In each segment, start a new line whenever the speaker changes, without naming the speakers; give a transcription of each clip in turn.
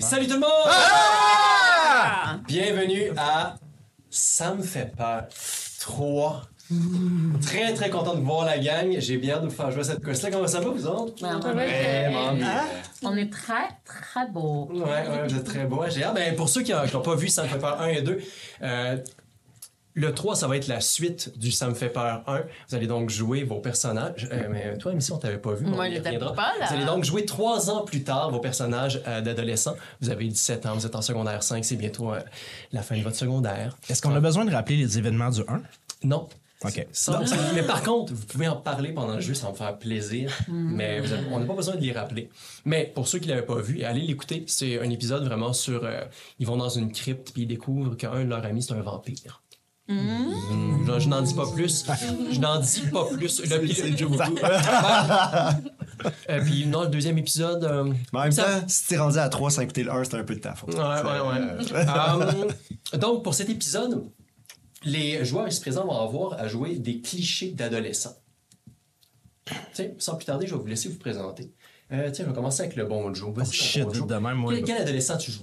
Salut tout le monde! Ah! Bienvenue à Ça me fait peur 3. Très très content de voir la gang. J'ai bien hâte de vous faire jouer à cette quest là Comment ça va vous autres?
Ouais, on,
Vraiment
est,
bien.
on est très, très beau.
Ouais, ouais, vous êtes très beau. J'ai hâte. Ben, pour ceux qui n'ont pas vu Ça me fait peur 1 et 2, euh, le 3, ça va être la suite du Ça me fait peur 1. Vous allez donc jouer vos personnages. Euh, mais toi, Missy, on t'avait pas vu.
Moi,
on y
je t'avais
reviendra.
pas, là.
Vous allez donc jouer trois ans plus tard vos personnages euh, d'adolescents. Vous avez 17 ans, vous êtes en secondaire 5, c'est bientôt euh, la fin de votre secondaire.
Est-ce qu'on a besoin de rappeler les événements du 1?
Non.
OK.
Sans- mais par contre, vous pouvez en parler pendant le jeu, ça va me faire plaisir. Mais vous avez- on n'a pas besoin de les rappeler. Mais pour ceux qui ne l'avaient pas vu, allez l'écouter. C'est un épisode vraiment sur. euh, ils vont dans une crypte puis ils découvrent qu'un de leurs amis, c'est un vampire. Mm. Je, je n'en dis pas plus. Je n'en dis pas plus. Le, Euh, puis non, le deuxième épisode. euh,
Mais en même
ça-
temps, si t'es rendu à 3 sans écouter le 1, c'est un peu de ta faute.
Ouais, ouais, ouais. Euh, donc, pour cet épisode, les joueurs qui se présentent vont avoir à jouer des clichés d'adolescents. Tiens, sans plus tarder, je vais vous laisser vous présenter. Euh, tiens, je vais commencer avec le bon Joe. Vas-y,
Oh shit,
mon Joe.
de même, moi.
Quel, quel adolescent tu joues?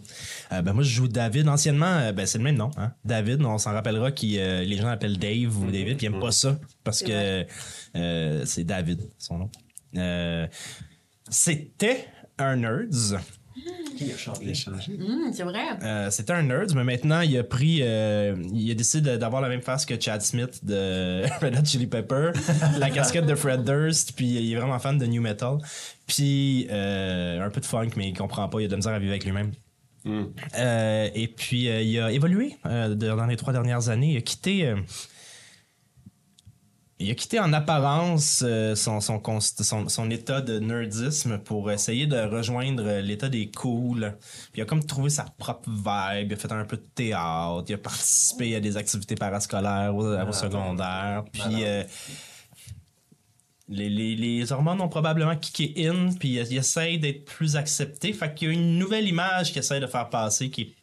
Euh, ben moi, je joue David. Anciennement, euh, ben, c'est le même nom. Hein? David, on s'en rappellera que les gens appellent Dave
Mhm.
ou David, puis ils n'aiment pas ça parce que euh, c'est David, son nom. Euh, C'était un nerds.
Qui a changé?
Hum, c'est vrai.
Euh, C'était un nerds, mais maintenant, il a pris. euh, il a décidé d'avoir la même face que Chad Smith de Red Hot Chili Pepper, la casquette de Fred Durst, puis il est vraiment fan de New Metal. Puis euh, un peu de funk, mais il comprend pas, il a de la misère à vivre avec lui-même. Euh, et puis, euh, il a évolué euh, de- dans les trois dernières années. Il a quitté. euh, il a quitté en apparence euh, son, son, const- son- son état de nerdisme pour essayer de rejoindre euh, l'état des cools. Puis il a comme trouvé sa propre vibe, il a fait un peu de théâtre, il a participé à des activités parascolaires au, au secondaire. Puis euh, les, les- les hormones ont probablement kické in, puis il, il essaye d'être plus accepté. Fait qu'il y a une nouvelle image qu'il essaie de faire passer qui est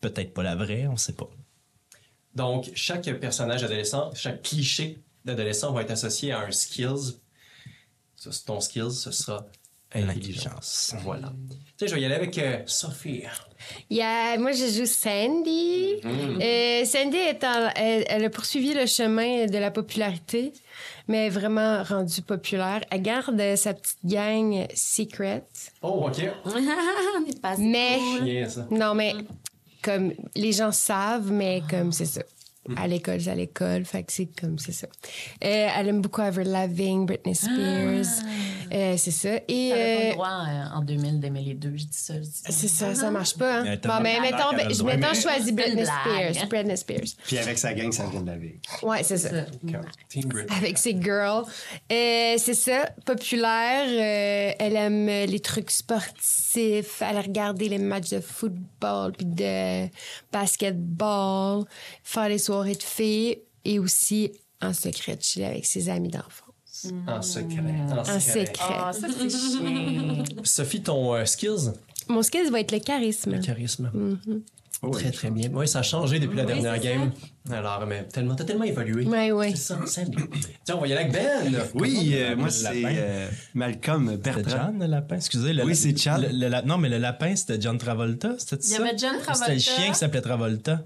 peut-être pas la vraie, on sait pas.
Donc, chaque personnage adolescent, chaque cliché d'adolescent va être associé à un skills. Ça, c'est ton skills, ce sera intelligence.
L'intelligence.
Voilà. Tiens, je vais y aller avec euh, Sophie.
Yeah, moi, je joue Sandy. Euh, Sandy, est en- elle, elle a poursuivi le chemin de la popularité, mais elle est vraiment rendue populaire. Elle garde euh, sa petite gang secret.
Oh, OK.
on est pas
Mais,
Bien, ça.
non, mais comme les gens savent, mais comme c'est ça. À l'école, c'est à l'école. Fait que c'est comme, c'est ça. Euh, elle aime beaucoup Avril Lavigne, Britney Spears. Euh, c'est ça.
T'avais
Et.
pas
euh,
le droit euh, en 2000 d'aimer les deux, je dis ça. je dis ça.
c'est ça, ça marche pas.
Elle
Hein?
est
Bon,
tellement
mais
populaire
mettons,
qu'elle a
je-
besoin.
mettons, je choisis
C'est Ah. une
Britney
blague.
Spears. Britney Spears.
Puis avec sa gang, ça vient de la vie.
Ouais, c'est ça.
Ça.
Team Brit.
Avec ses girls. Euh, c'est ça, populaire. euh, elle aime les trucs sportifs. Elle a regardé les matchs de football puis de basketball. Faire les soirées de filles. Et aussi en secret, chiller avec ses amis d'enfants.
En secret. En
En
secret.
secret.
Ah, ça c'est chiant.
Sophie, ton euh, skills,
Mon skill va être le charisme.
le charisme.
Oh
Très, très bien. Oui, ça a changé depuis la dernière
c'est
game. Alors, mais tellement, t'as tellement évolué.
Ouais, ouais.
C'est ça, c'est bien. Tiens, on va y aller avec Ben.
Oui, euh, moi,
Le
c'est
lapin.
euh, Malcolm
C'était
Bertrand.
John le lapin, excusez. Le,
Oui, c'est John.
le- le la- non, mais le lapin, c'était John Travolta, c'était
Il y
ça?
avait John Travolta.
C'était le chien qui s'appelait Travolta.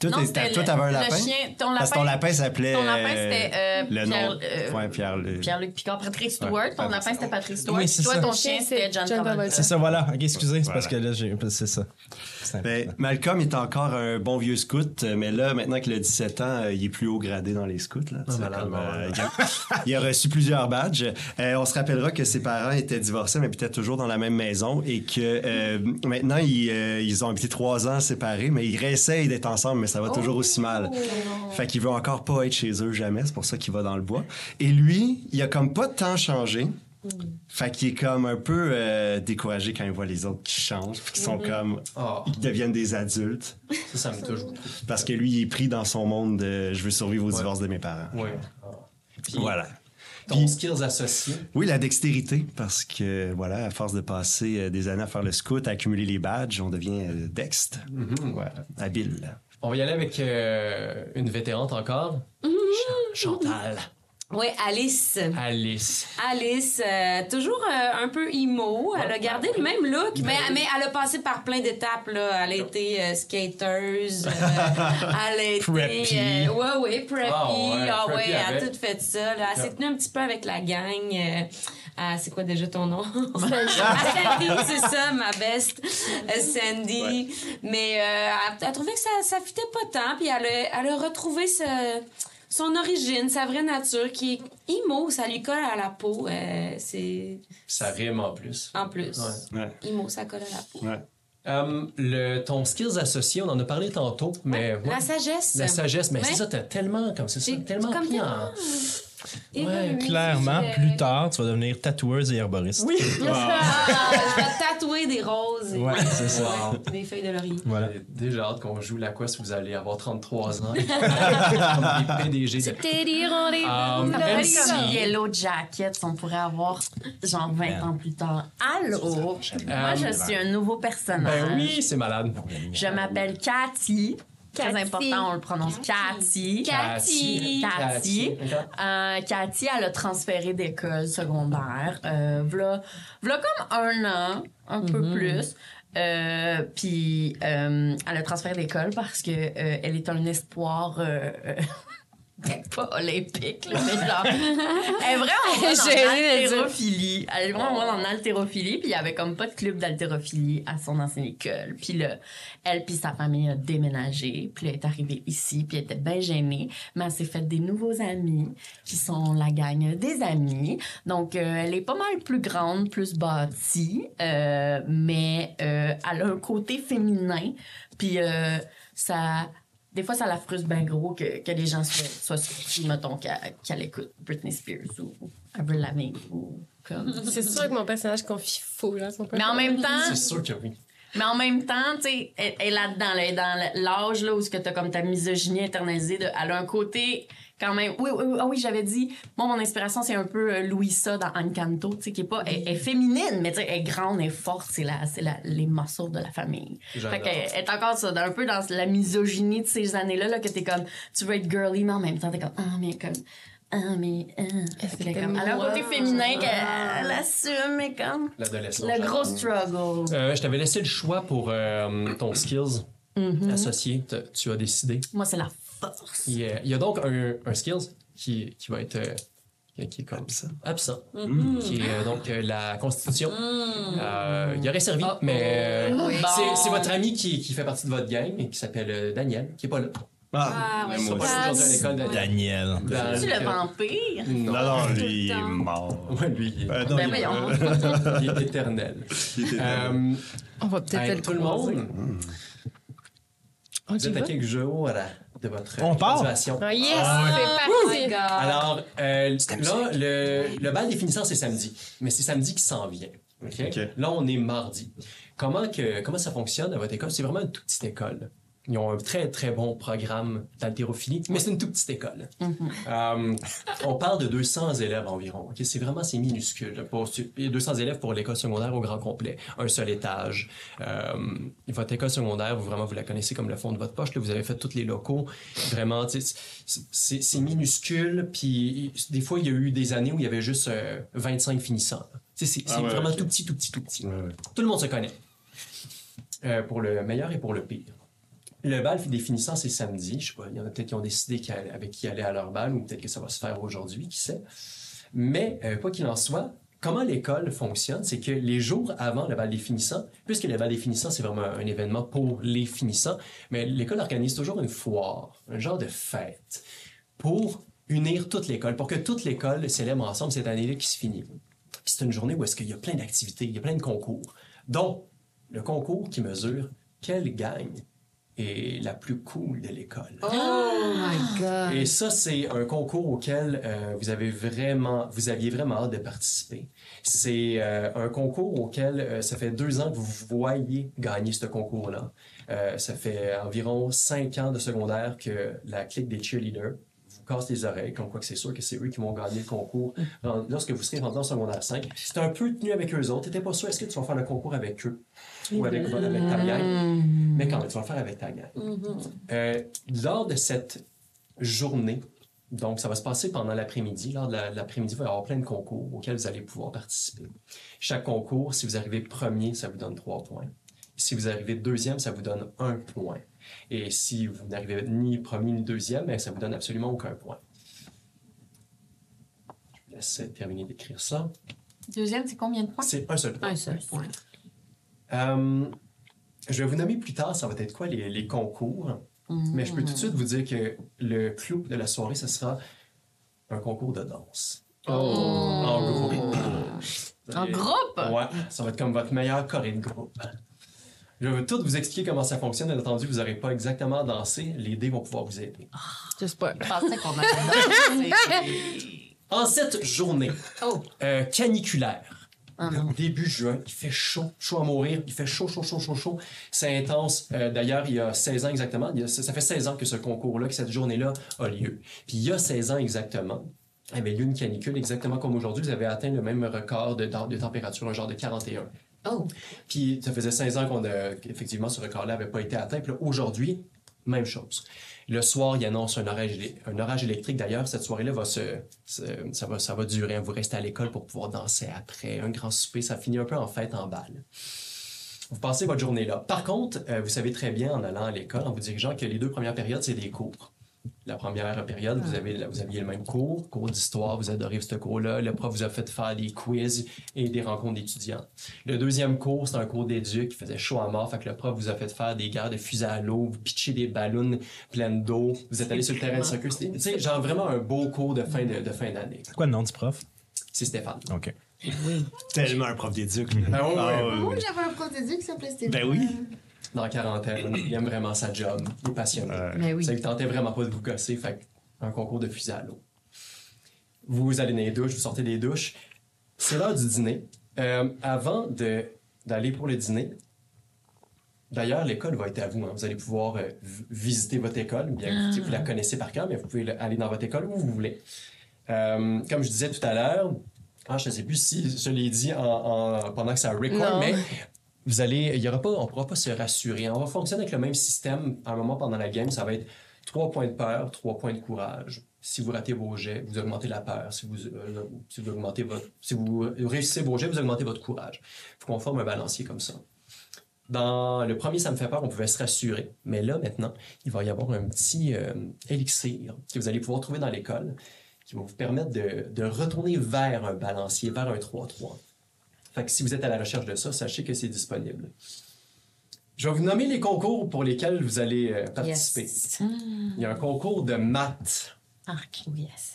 Toi,
Non,
t'es-
c'était
t'as-
le-
toi, t'avais un
le
lapin.
chien- ton
Parce que ton
lapin-
lapin s'appelait.
ton lapin, c'était, euh, Pierre-
le nom.
euh,
ouais, Pierre. Le...
Pierre-Luc Picard, Patrick Stewart.
Ouais,
ton lapin,
Patrick
c'était Patrick Stewart.
Oui,
Puis
c'est
toi,
ça.
ton chien, c'était John Travolta.
C'est ça, voilà. Ok, excusez, c'est parce que
Voilà.
là, j'ai- c'est ça. C'est
Ben,
important.
Malcolm est encore un bon vieux scout, euh, mais là, maintenant qu'il a 17 ans, euh, il est plus haut gradé dans les scouts. Là, tu sais,
malade,
comme, euh,
malade.
il a- il a reçu plusieurs badges. Euh, on se rappellera que ses parents étaient divorcés, mais habitaient toujours dans la même maison et que euh, maintenant, ils, euh, ils ont habité trois ans séparés, mais ils réessayent d'être ensemble, mais ça
Oh.
va toujours aussi mal. Fait qu'il veut encore pas être chez eux jamais, c'est pour ça qu'il va dans le bois. Et lui, il a comme pas tant changé. Fait qu'il est comme un peu euh, découragé quand il voit les autres qui changent, puis qui sont comme
Oh,
ils deviennent des adultes
ça, ça me touche beaucoup.
parce que lui, il est pris dans son monde de je veux survivre au divorce de mes parents.
Oui. Ah. Puis,
Voilà.
Ton
Puis-
skills associé.
Oui, la dextérité, parce que voilà, à force de passer euh, des années à faire le scout, à accumuler les badges, on devient euh, dexte. Voilà. Habile.
On va y aller avec euh, une vétérante encore. Ch- Chantal.
Oui, Alice.
Alice.
Alice, euh, toujours euh, un peu emo. Elle a gardé le même look, mais, mais elle a passé par plein d'étapes. là. Elle a été euh, skateuse. euh, elle a été.
Preppy.
euh, ouais, ouais, preppy.
Ah
Ah
ouais,
ouais,
preppy
elle a
avec-
tout fait ça. là. Elle s'est tenue un petit peu avec la gang. euh, à- c'est quoi déjà ton nom? À Sandy, c'est ça, ma best. Euh, Sandy. Mais euh, elle, elle trouvait que ça, ça fitait pas tant. Puis elle a, elle a retrouvé ce- son origine, sa vraie nature, qui est imo. Ça lui colle à la peau. euh, c'est
Ça rime en plus.
en plus.
Ouais.
Ouais.
Imo, ça colle à la peau.
Ouais.
Hum, le, ton skills associé, on en a parlé tantôt, mais ouais,
La sagesse.
la sagesse, mais
Ouais.
c'est ça, t'as tellement comme c'est ça,
J'ai-
tellement
comme
pris en-
tellement. Et
Ouais,
oui,
Clairement,
je-
plus tard, tu vas devenir tatoueuse et herboriste.
Oui.
Ah, je vais tatouer des roses et
Ouais, c'est ça.
Wow.
des feuilles de laurier.
Voilà.
J'ai déjà hâte qu'on joue la quest, vous allez avoir 33 ans. Comme des PDG. de-
T'es des rendez-vous
Ah,
dans
même
les
si-
gens.
Comme Yellow Jackets, on pourrait avoir genre
Ben.
20 ans plus tard. Allô? Moi, je suis un nouveau personnage.
Ben oui, c'est malade.
Je m'appelle Cathy. Très
Cathy.
important, on le prononce Cathy.
Cathy.
Cathy. Euh, Cathy, elle a transféré d'école secondaire. Euh, v'là, v'là comme un an, un peu
Mm-hmm.
plus. Euh, Puis euh, elle a transféré d'école parce que euh, elle est un espoir. euh, euh, pas olympique, là, mais genre. Elle est vraiment
J'ai
bonne
rien à
en
dire. Oh.
haltérophilie. Elle est vraiment bonne en haltérophilie, puis il y avait comme pas de club d'haltérophilie à son ancienne école. Puis là, elle puis sa famille a déménagé, puis elle est arrivée ici, puis elle était bien gênée, mais elle s'est fait des nouveaux amis qui sont la gang des amis. Donc euh, elle est pas mal plus grande, plus bâtie, euh, mais euh, elle a un côté féminin, puis euh, ça des fois, ça la frustre bien gros que, que les gens soient, soient surpris, mettons, qu'elle qu'elle écoute Britney Spears ou Avril Lavigne ou comme...
C'est sûr que mon personnage confie faux là, son
Mais en
personnage.
même temps,
C'est sûr que oui.
mais en même temps, tu sais, elle, elle est là-dedans, là, elle est dans l'âge là où ce que t'as comme ta misogynie internalisée, de, elle a un côté quand même. Oui, oui, oui, ah oui, j'avais dit. Moi, mon inspiration, c'est un peu euh, Louisa dans Encanto, tu sais, qui est pas, elle, elle est féminine, mais tu sais, elle est grande, elle est forte, c'est la, c'est la, les morceaux de la famille. Fait
J'adore.
qu'elle elle est encore ça, dans- un peu dans la misogynie de ces années-là, là, que t'es comme, tu veux être girly, mais en même temps, t'es comme, ah, mais comme. Ah, mais. Ah. Puis elle est comme- elle a un côté
moi.
féminin qu'elle elle assume, mais comme.
L'adolescent.
Le gros struggle.
Euh, je t'avais laissé le choix pour euh, ton skills
Mm-hmm.
associé. T- Tu as décidé.
Moi, c'est la force.
Il y a, euh, il y a donc un, un skills qui, qui va être euh, qui- qui est comme ça absent, qui est euh, donc euh, la constitution. Euh, il aurait servi, mais euh, c'est- c'est votre ami qui, qui fait partie de votre gang et qui s'appelle euh, Daniel, qui est pas là.
Ah,
Ah, ouais,
mais
Il
moi
est pas
aussi.
là aujourd'hui à l'école.
Ah.
Daniel.
Daniel.
Dans-
Tu le vampire?
Non.
Non, non, lui, il
Tout
est
le temps.
mort.
Ouais, lui, il est,
Euh, non,
Ben
il est-
voyons.
il est éternel.
il était-
Euh,
On va peut-être
hey,
le
tout le
croiser.
monde,
On
vous
y
êtes
va?
à quelques jours euh, de votre
On part?
graduation.
Ah, yes,
Oh my
c'est parti.
God.
Alors, euh, là, le, le bal des finissants, c'est samedi. Mais c'est samedi qui s'en vient. OK?
OK.
Là, on est mardi. Comment, que, comment ça fonctionne à votre école? C'est vraiment une toute petite école. Ils ont un très, très bon programme d'haltérophilie, mais c'est une toute petite école. Euh, on parle de 200 élèves environ. OK? C'est vraiment, c'est minuscule. là, Pour, il y a 200 élèves pour l'école secondaire au grand complet. Un seul étage. Euh, votre école secondaire, vous, vraiment, vous la connaissez comme le fond de votre poche. là. vous avez fait tous les locaux. Vraiment, tu sais, c'est- c'est c'est minuscule. Puis des fois, il y a eu des années où il y avait juste euh, 25 finissants. là. Tu sais, C'est
Ah
c'est
ouais,
vraiment
ok.
tout petit, tout petit, tout petit.
Ouais, ouais.
Tout le monde se connaît. Euh, pour le meilleur et pour le pire. Le bal des finissants, c'est samedi. Je sais pas, il y en a peut-être qui ont décidé qui allaient- avec qui aller à leur bal ou peut-être que ça va se faire aujourd'hui, qui sait. Mais euh, quoi qu'il en soit, comment l'école fonctionne, c'est que les jours avant le bal des finissants, puisque le bal des finissants, c'est vraiment un événement pour les finissants, mais l'école organise toujours une foire, un genre de fête, pour unir toute l'école, pour que toute l'école célèbre ensemble cette année-là qui se finit. Puis c'est une journée où est-ce qu'il y a plein d'activités, il y a plein de concours, dont le concours qui mesure quelle gagne est la plus cool de l'école.
Oh my god.
Ah. Et ça, c'est un concours auquel euh, vous, avez vraiment, vous aviez vraiment hâte de participer. C'est euh, un concours auquel euh, ça fait deux ans que vous voyez gagner ce concours-là. Euh, ça fait environ cinq ans de secondaire que la clique des cheerleaders vous casse les oreilles, comme quoi que c'est sûr que c'est eux qui vont gagner le concours Ren- lorsque vous serez rendu en secondaire 5. C'était un peu tenu avec eux autres. T'étais pas sûr, est-ce que tu vas faire le concours avec eux ou avec, avec ta gang? Mais quand même, tu vas le faire avec ta gang. Euh, lors de cette journée, Donc, ça va se passer pendant l'après-midi. Lors de la- de l'après-midi, il va y avoir plein de concours auxquels vous allez pouvoir participer. Chaque concours, si vous arrivez premier, ça vous donne trois points. Si vous arrivez deuxième, ça vous donne un point. Et si vous n'arrivez ni premier ni deuxième, ben, ça vous donne absolument aucun point. Je vous laisse terminer d'écrire ça.
Deuxième, c'est combien de points?
C'est un seul point.
Un seul point.
Euh, je vais vous nommer plus tard, ça va être quoi les, les concours. Mais je peux
Mm.
tout de suite vous dire que le clou de la soirée, ce sera un concours de danse. En groupe.
Mm. En groupe?
Ouais, ça va être comme votre meilleure choré de groupe. Je vais tout vous expliquer comment ça fonctionne. Bien entendu, vous n'aurez pas exactement dansé. Les dés vont pouvoir vous aider.
J'espère.
Je pensais qu'on allait danser.
En cette journée
Oh.
euh, caniculaire,
Ah non.
Début juin, il fait chaud, chaud à mourir, il fait chaud, chaud, chaud, chaud, chaud. C'est intense. Euh, D'ailleurs, il y a 16 ans exactement, il y a- ça ça fait 16 ans que ce concours-là, que cette journée-là a lieu. Puis il y a 16 ans exactement, eh il y avait eu une canicule exactement comme aujourd'hui, vous avez atteint le même record de, de température, un genre de 41.
Oh.
Puis ça faisait 16 ans qu'on a- qu'effectivement ce record-là n'avait pas été atteint. Puis là, aujourd'hui, même chose. Le soir, il annonce un orage, élé- un orage électrique. D'ailleurs, cette soirée-là va se, se- ça va, ça va durer. hein. Vous restez à l'école pour pouvoir danser après. Un grand souper, ça finit un peu en fête en balle. Vous passez votre journée là. Par contre, euh, vous savez très bien en allant à l'école, en vous dirigeant, que les deux premières périodes, c'est des cours. La première période, vous, avez, vous aviez le même cours, cours d'histoire, vous adorez ce cours-là. Le prof vous a fait faire des quiz et des rencontres d'étudiants. Le deuxième cours, c'est un cours d'éduc qui faisait chaud à mort. Fait que le prof vous a fait faire des guerres de fusées à l'eau, vous pitchez des ballons pleines d'eau, vous êtes allé sur le terrain de soccer. C'était- Tu sais, genre vraiment un beau cours de fin de, de fin d'année.
C'est quoi le nom du prof?
C'est Stéphane.
OK.
Tellement un prof d'éduc.
Ah ouais, ouais.
oui, oui.
j'avais un protédu qui s'appelait
Ben oui.
Dans la quarantaine, il aime vraiment sa job, il est passionné.
Mais oui.
Ça lui tentait vraiment pas de vous gosser, fait que un concours de fusée à l'eau. Vous allez dans les douches, vous sortez des douches. C'est l'heure du dîner. Euh, avant de- d'aller pour le dîner, d'ailleurs, l'école va être à vous. hein. Vous allez pouvoir euh, vi- visiter votre école. Bien, que, tu sais, vous la connaissez par cœur, mais vous pouvez le- aller dans votre école où vous voulez. Euh, comme je disais tout à l'heure, ah, je ne sais plus si je l'ai dit en- en- pendant que ça record,
Non.
mais vous allez, il y aura pas, on ne pourra pas se rassurer. On va fonctionner avec le même système. À un moment pendant la game, ça va être trois points de peur, trois points de courage. Si vous ratez vos jets, vous augmentez la peur. Si vous, euh, si vous augmentez votre, si vous réussissez vos jets, vous augmentez votre courage. Il faut qu'on forme un balancier comme ça. Dans le premier, ça me fait peur, on pouvait se rassurer. Mais là, maintenant, il va y avoir un petit euh, élixir que vous allez pouvoir trouver dans l'école qui va vous permettre de, de retourner vers un balancier, vers un 3-3. Fait que si vous êtes à la recherche de ça, sachez que c'est disponible. Je vais vous nommer les concours pour lesquels vous allez euh, participer.
Yes.
Il y a un concours de maths.
Arc.
Yes.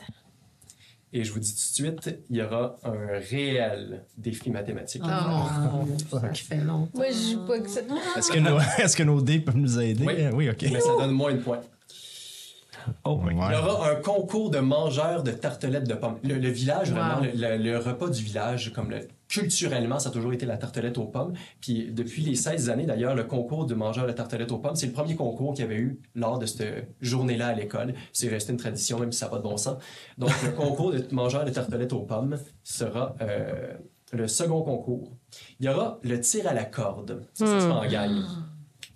Et je vous dis tout de suite, il y aura un réel défi mathématique.
Oh,
Ah,
ça fait long.
Moi, je joue pas que ça.
Est-ce que, nos, est-ce que nos dés peuvent nous aider?
Oui.
Euh, oui OK.
Mais ça donne moins de points.
Oh, my
Il y
God.
aura un concours de mangeurs de tartelettes de pommes. Le, le village, vraiment, le, le- le repas du village, comme le, culturellement, ça a toujours été la tartelette aux pommes. Puis depuis les 16 années, d'ailleurs, le concours de mangeurs de tartelettes aux pommes, c'est le premier concours qu'il y avait eu lors de cette journée-là à l'école. C'est resté une tradition, même si ça n'a pas de bon sens. Donc, le concours de mangeurs de tartelettes aux pommes sera euh, le second concours. Il y aura le tir à la corde. Ça, ça se fait
Hmm.
en gang.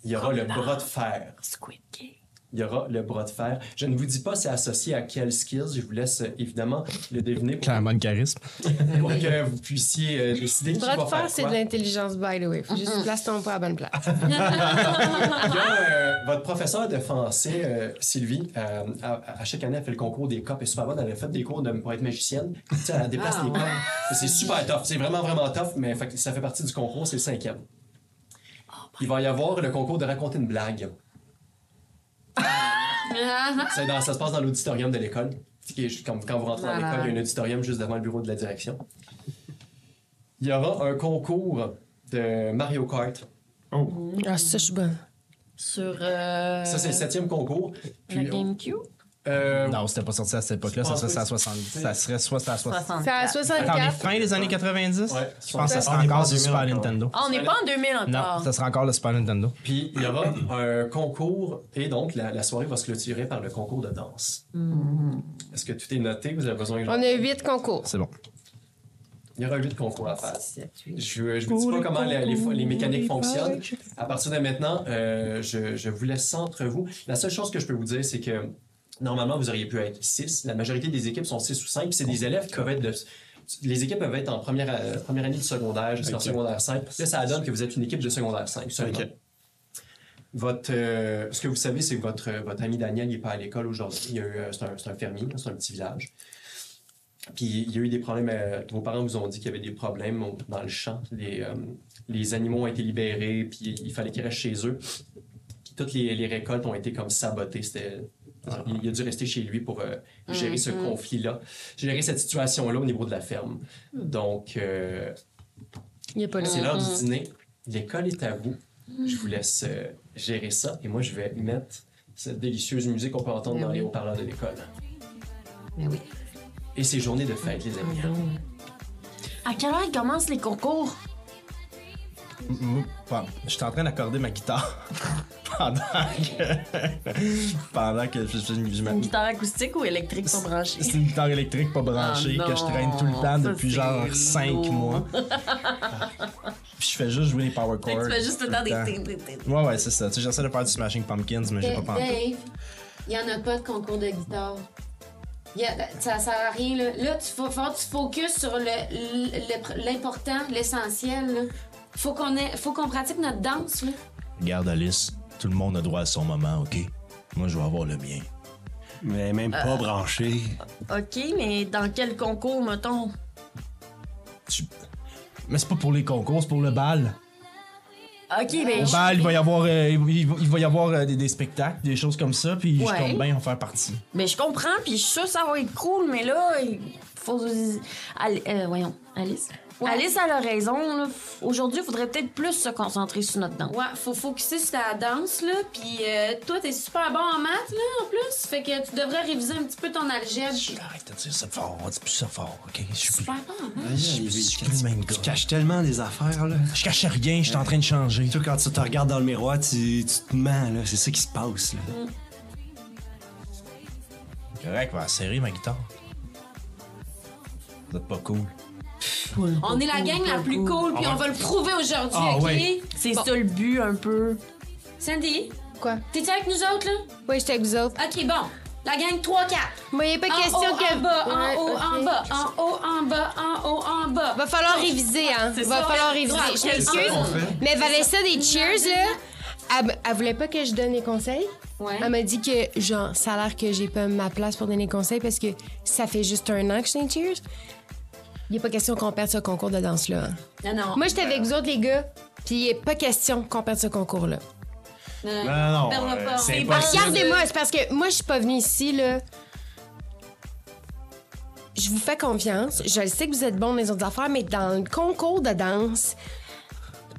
Il y aura le bras de fer.
Squid Game.
Il y aura le bras de fer. Je ne vous dis pas c'est associé à quel skills. Je vous laisse euh, évidemment le deviner pour,
Clairement de charisme.
pour que vous puissiez euh, décider qui
Le bras
va
de fer,
faire
c'est de
quoi.
l'intelligence, by the way. Faut juste place ton bras à la bonne place.
Il y a, euh, votre professeur de français, euh, Sylvie, euh, à, à chaque année, elle fait le concours des copes. Elle est super bonne. Elle a fait des cours de, pour être magicienne. Tu sais, elle déplace
Ah,
les copes.
ouais.
C'est super tough. C'est vraiment, vraiment tough, mais fait que ça fait partie du concours. C'est le cinquième. Il va y avoir le concours de raconter une blague. Ça, dans- ça se passe dans l'auditorium de l'école. Ce qui est- Quand, quand vous rentrez dans l'école, il y a un auditorium juste devant le bureau de la direction. Il y aura un concours de Mario Kart.
Ah, ça, je suis bonne.
Sur euh,
Ça, c'est le septième concours.
la
Puis,
GameCube?
euh,
Non, c'était pas sorti à cette époque-là. Ça
Je pense
serait ça à
que
70.
c'est-
Ça serait soit ça à 60.
64.
C'est à
Attends, les
64.
fins des années 90?
Ouais.
Je pense que ça sera
On est pas en
encore du
2000
Super
encore.
Nintendo.
Ah, on n'est pas en 2000 encore.
Non, ça sera encore le Super Nintendo.
Puis il y aura un concours et donc la, la soirée va se clôturer par le concours de danse. Est-ce que tout est noté? Vous avez besoin que je-
On a huit concours.
C'est bon.
Il y aura huit concours à faire.
Sept, huit.
Je, je vous dis pas comment les, les fo- les mécaniques fonctionnent. À partir de maintenant, euh, je, je vous laisse ça entre vous. La seule chose que je peux vous dire, c'est que normalement, vous auriez pu être 6. La majorité des équipes sont 6 ou 5, puis c'est des élèves qui peuvent être de. Les équipes peuvent être en première, euh, première année de secondaire jusqu'en
Ok.
secondaire 5. Là, ça donne que vous êtes une équipe de secondaire 5 seulement.
Ok.
Votre, euh, ce que vous savez, c'est que votre, euh, votre ami Daniel n'est pas à l'école aujourd'hui. Il y a eu, euh, C'est un, c'est un fermier, là, c'est un petit village. Puis il y a eu des problèmes. euh, vos parents vous ont dit qu'il y avait des problèmes au- dans le champ. Les, euh, les animaux ont été libérés, puis il fallait qu'ils restent chez eux. Puis toutes les, les récoltes ont été comme sabotées. C'était-
Ah.
Il, il a dû rester chez lui pour euh, gérer ce
Mm-hmm.
conflit-là, gérer cette situation-là au niveau de la ferme. Donc, euh,
Il n'y a pas le
c'est l'heure
Mm-hmm.
du dîner. L'école est à vous. Je vous laisse euh, gérer ça et moi, je vais mettre cette délicieuse musique qu'on peut entendre
Ben
dans les
oui.
haut-parleurs de l'école.
Mais oui. Mm-hmm.
Et c'est journée de fête, les amis.
À quelle heure commencent les concours?
Mm, bon, J'étais en train d'accorder ma guitare pendant que. pendant que je, je- je- je-
Une guitare acoustique ou électrique sont branchées?
C'est une guitare électrique pas branchée
Ah
que je
non,
traîne tout le temps
ça,
depuis
c'est
genre 5
lourd.
mois. Puis je fais juste jouer les power
Fait que
chords.
tu fais juste le temps des... ting, ting, ting.
Ouais, ouais, c'est ça. Tu sais, j'essaie de faire du Smashing Pumpkins, mais
Ben,
j'ai pas pensé.
Dave, il n'y en a pas de concours de guitare. Y a- ça sert à rien. Là, là tu faut, faut que tu focuses sur le- le- le- l'important, l'essentiel. là. Faut qu'on ait- faut qu'on pratique notre danse. Là.
Regarde, Alice, tout le monde a droit à son moment, ok? Moi, je vais avoir le mien.
Mais même pas branché.
OK, mais dans quel concours, mettons?
Tu- Mais c'est pas pour les concours, c'est pour le bal.
OK, ben, mais...
Au bal, il va y avoir, euh, il va- il va, il va y avoir euh, des, des spectacles, des choses comme ça, puis
Ouais.
je compte bien en faire partie.
Mais je comprends, puis je suis sûre que ça va être cool, mais là, il faut. Al- euh, voyons, Alice. Alice, elle a raison. là. F- Aujourd'hui, il faudrait peut-être plus se concentrer sur notre danse.
Ouais, faut focuser sur ta danse, là. Puis euh, toi, t'es super bon en maths, là, en plus. Fait que tu devrais réviser un petit peu ton algèbre.
Arrête de dire ça fort, dis plus ça fort, ok? Je suis plus,
Super bon en maths.
Je
suis plus le même gars.
Tu caches tellement les affaires, là.
Je cache rien, je suis en train de changer.
Toi, quand tu te regardes dans le miroir, tu, tu te mens, là. C'est ça qui se passe, là.
Correct, va serrer ma guitare. Vous êtes pas cool.
On est la gang la plus cool, puis on va le prouver aujourd'hui,
Ah,
OK?
ouais.
C'est ça le but, un peu.
Sandy,
Quoi?
t'es-tu avec nous autres, là?
Oui, j'étais avec vous autres.
OK, bon. La gang 3-4.
Moi, il n'y a pas
En
question
haut,
que.
en bas, en
Ouais,
haut,
ok.
en bas, en haut, en bas, en haut, en bas.
Va falloir réviser, hein. Va
C'est ça.
falloir
Ouais,
réviser. Je
c'est ça
m'excuse.
qu'on
fait.
Mais Vanessa des Cheers, là, elle, elle voulait pas que je donne les conseils.
Ouais.
Elle m'a dit que, genre, ça a l'air que j'ai pas ma place pour donner les conseils parce que ça fait juste un an que je suis dans les Cheers. Il n'y a pas question qu'on perde ce concours de danse-là. hein.
Non, non.
Moi, j'étais avec vous autres, les gars, puis il n'y a pas question qu'on perde ce concours-là.
Euh,
Non, non,
perdra
euh,
pas.
c'est
On est
impossible.
bon.
Ah, Regardez-moi, c'est parce que moi, je suis pas venue ici, là. Je vous fais confiance. Je le sais que vous êtes bons dans les autres affaires, mais dans le concours de danse,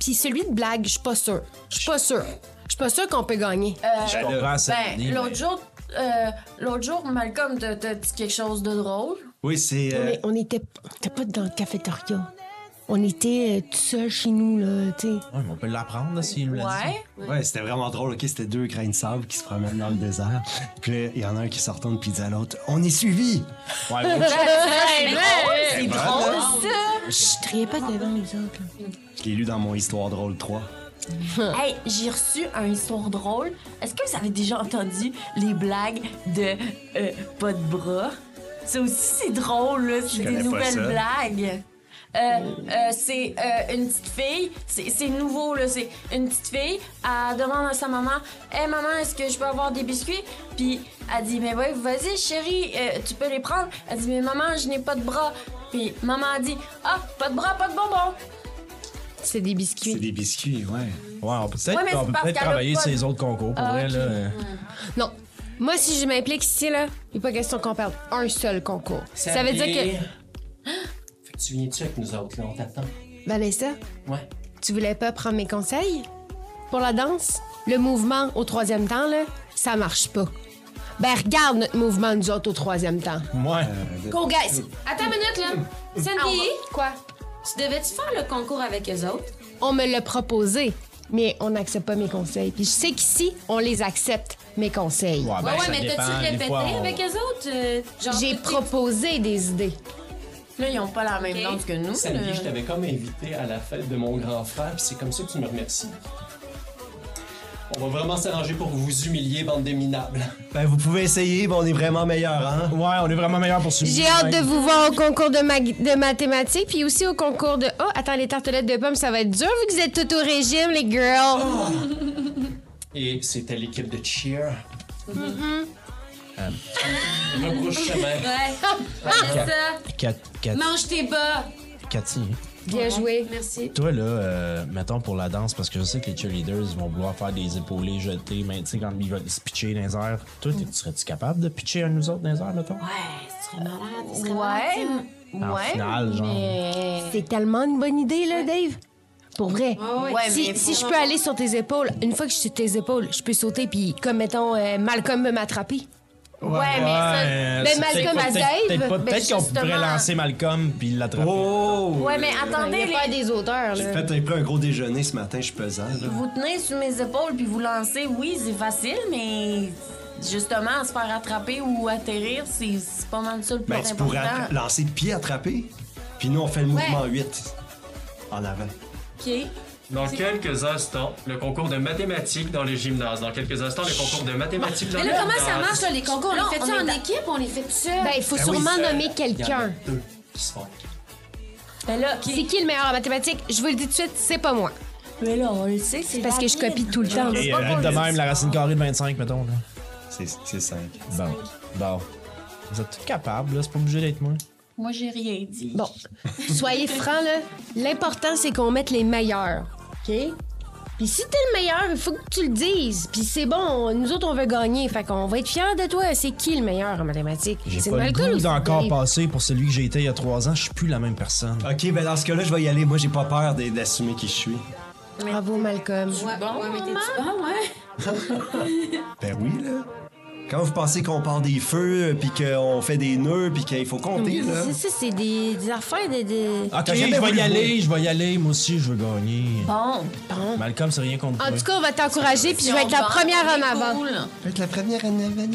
puis celui de blague, je suis pas sûre. Je suis pas sûre. Je suis pas sûre qu'on peut gagner.
Je comprends ça.
Ben, l'autre jour, euh, l'autre jour, Malcolm t'a t'a dit quelque chose de drôle.
Oui, c'est. euh,
Mais on était, on était pas dans le cafétéria. On était euh, tout seul chez nous, là, tu sais.
Ouais, mais on peut l'apprendre là, s'il nous l'a dit.
Ouais.
Ouais, c'était vraiment drôle. OK, c'était deux grains de sable qui se promènent dans le désert. Puis là, il y en a un qui se retourne puis il dit à l'autre On est suivi
Ouais, mais moi,
C'est drôle, ça!
Je triais pas devant les autres, là.
Je l'ai lu dans mon Histoire drôle 3.
Hey, j'ai reçu un histoire drôle. Est-ce que vous avez déjà entendu les blagues de euh, pas de bras? Ça aussi, c'est drôle, là. C'est des
connais pas
nouvelles
ça.
blagues. Euh, euh, c'est euh, une petite fille, c'est c'est nouveau là, c'est une petite fille, elle demande à sa maman « Hey maman, est-ce que je peux avoir des biscuits? » Puis elle dit « Mais ouais, vas-y chérie, euh, tu peux les prendre. » Elle dit « Mais maman, je n'ai pas de bras. » Puis maman a dit « Ah, pas de bras, pas de bonbons. »
C'est des biscuits.
C'est des biscuits, ouais.
Ouais, on peut peut-être
Ouais, mais
on
c'est
peut
parce
peut-être
qu'elle a
travailler
pas
sur
de-
les autres concours pour
Ah,
vrai,
ok.
là. euh,
Non. Moi, si je m'implique ici, là, il n'y a pas question qu'on perde un seul concours. Ça, veut dire que.
Fait que tu viens-tu avec nous autres, là? On t'attend.
Vanessa,
Ouais.
tu voulais pas prendre mes conseils? Pour la danse, le mouvement au troisième temps, là, ça marche pas. Ben, regarde notre mouvement, nous autres, au troisième temps.
Ouais.
Go, guys! Ah,
Attends une minute, là. Sandy,
Quoi?
tu devais-tu faire le concours avec eux autres?
On me l'a proposé, mais on n'accepte pas mes conseils. Puis je sais qu'ici, on les accepte, mes conseils.
ben,
ouais,
ça
ouais, mais
dépend.
t'as-tu
Des
répété
fois, on-
avec eux autres? euh, genre,
J'ai
t'as-tu-
proposé des idées.
Là, ils ont pas la même
Ok.
danse que nous.
Samedi,
là.
je t'avais comme invité à la fête de mon grand frère, puis c'est comme ça que tu me remercies. On va vraiment s'arranger pour vous humilier, bande de minables.
Ben, vous pouvez essayer, mais on est vraiment meilleurs, hein?
Ouais, on est vraiment meilleurs pour subir.
J'ai hâte de vous voir au concours de, ma- de mathématiques, puis aussi au concours de. Oh, attends, les tartelettes de pommes, ça va être dur vu que vous êtes tout au régime, les girls.
Et c'était l'équipe de cheer. Euh, Rebrouche chemin.
Ouais, Ah, c'est ça.
Cat- Cat-
Mange tes bas.
Cathy,
Bien joué.
Merci.
toi là, euh, mettons pour la danse, parce que je sais que les cheerleaders ils vont vouloir faire des épaulés jetés, mais tu sais, quand ils veulent se pitcher dans les airs, toi, t'es- serais-tu capable de pitcher à nous autres dans les airs, mettons?
Ouais, c'est serais malade. tu serais
Ouais.
malade,
m-
En
ouais.
finale, genre.
mais-
C'est tellement une bonne idée, là, Dave. Pour vrai.
ça. Ouais, ouais.
Ouais,
Si,
mais
si je peux aller sur tes épaules, une fois que je suis sur tes épaules, je peux sauter, puis comme, mettons, euh, Malcolm peut m'attraper.
Ouais, mais ça.
euh,
mais
c'est
Malcolm
peut-être
à
pas-
Dave,
peut-être pas-
ben
Peut-être qu'on pourrait
justement-
lancer Malcolm puis l'attraper.
Oh!
Ouais, mais attendez,
Il y a pas
les-
des auteurs,
J'ai
là.
fait un, pris un gros déjeuner ce matin, je suis pesant, là.
vous tenez sur mes épaules puis vous lancez, oui, c'est facile, mais justement, se faire attraper ou atterrir, c'est c'est pas mal ça le plus
Ben, tu pourrais
important.
attra- lancer pied attrapé, puis nous, on fait le mouvement 8 en avant.
Ok.
Dans quelques instants, le concours de mathématiques dans les gymnases. Dans quelques instants, le concours de mathématiques dans
Mais
les
là, comment ça
gymnases.
marche, là, les concours? On
Non,
les fait-tu
on est
en
dans-
équipe ou on les fait tout seul?
Ben, il faut
Ah, Ben oui,
sûrement
c'est- Il
nommer
y en a
quelqu'un.
deux qui se font.
Mais Ben là,
C'est qui le meilleur en mathématiques? Je vous le dis tout de suite, c'est pas moi.
mais Ben là, on le sait, c'est
Parce que je
rapide.
copie tout le temps.
Et euh, de même, la racine carrée de 25, mettons. Là.
C'est 5.
Bon. Bon. Vous êtes tous capables, là. C'est pas obligé d'être moi.
Moi, j'ai rien dit.
Bon, soyez francs, là. L'important, c'est qu'on mette les meilleurs. OK? Puis si t'es le meilleur, il faut que tu le dises. Puis c'est bon, on- nous autres, on veut gagner. Fait qu'on va être fiers de toi. C'est qui le meilleur en mathématiques?
J'ai
C'est
pas le
Malcolm ou
goût
c'est
d'encore
Dave?
passer pour celui que j'ai été il y a trois ans. Je suis plus la même personne.
Ok, ben dans ce cas-là, je vais y aller. Moi, j'ai pas peur d- d'assumer qui je suis.
Bravo, Malcolm.
Ouais, ouais, mais t'es-tu bon, ouais?
Ben oui, là. Quand vous pensez qu'on part des feux, euh, puis qu'on fait des nœuds, puis qu'il faut compter, là.
C'est ça, c'est des, des affaires de... de-
Ok,
T'as
je
jamais
vais
voulu
y aller, je vais y aller. Moi aussi, je veux gagner.
Bon,
Malcolm, c'est rien contre
En
moi.
tout cas, on va t'encourager, puis je vais être la
bon,
première
on
en
est
avant.
cool.
Faites la première en avant.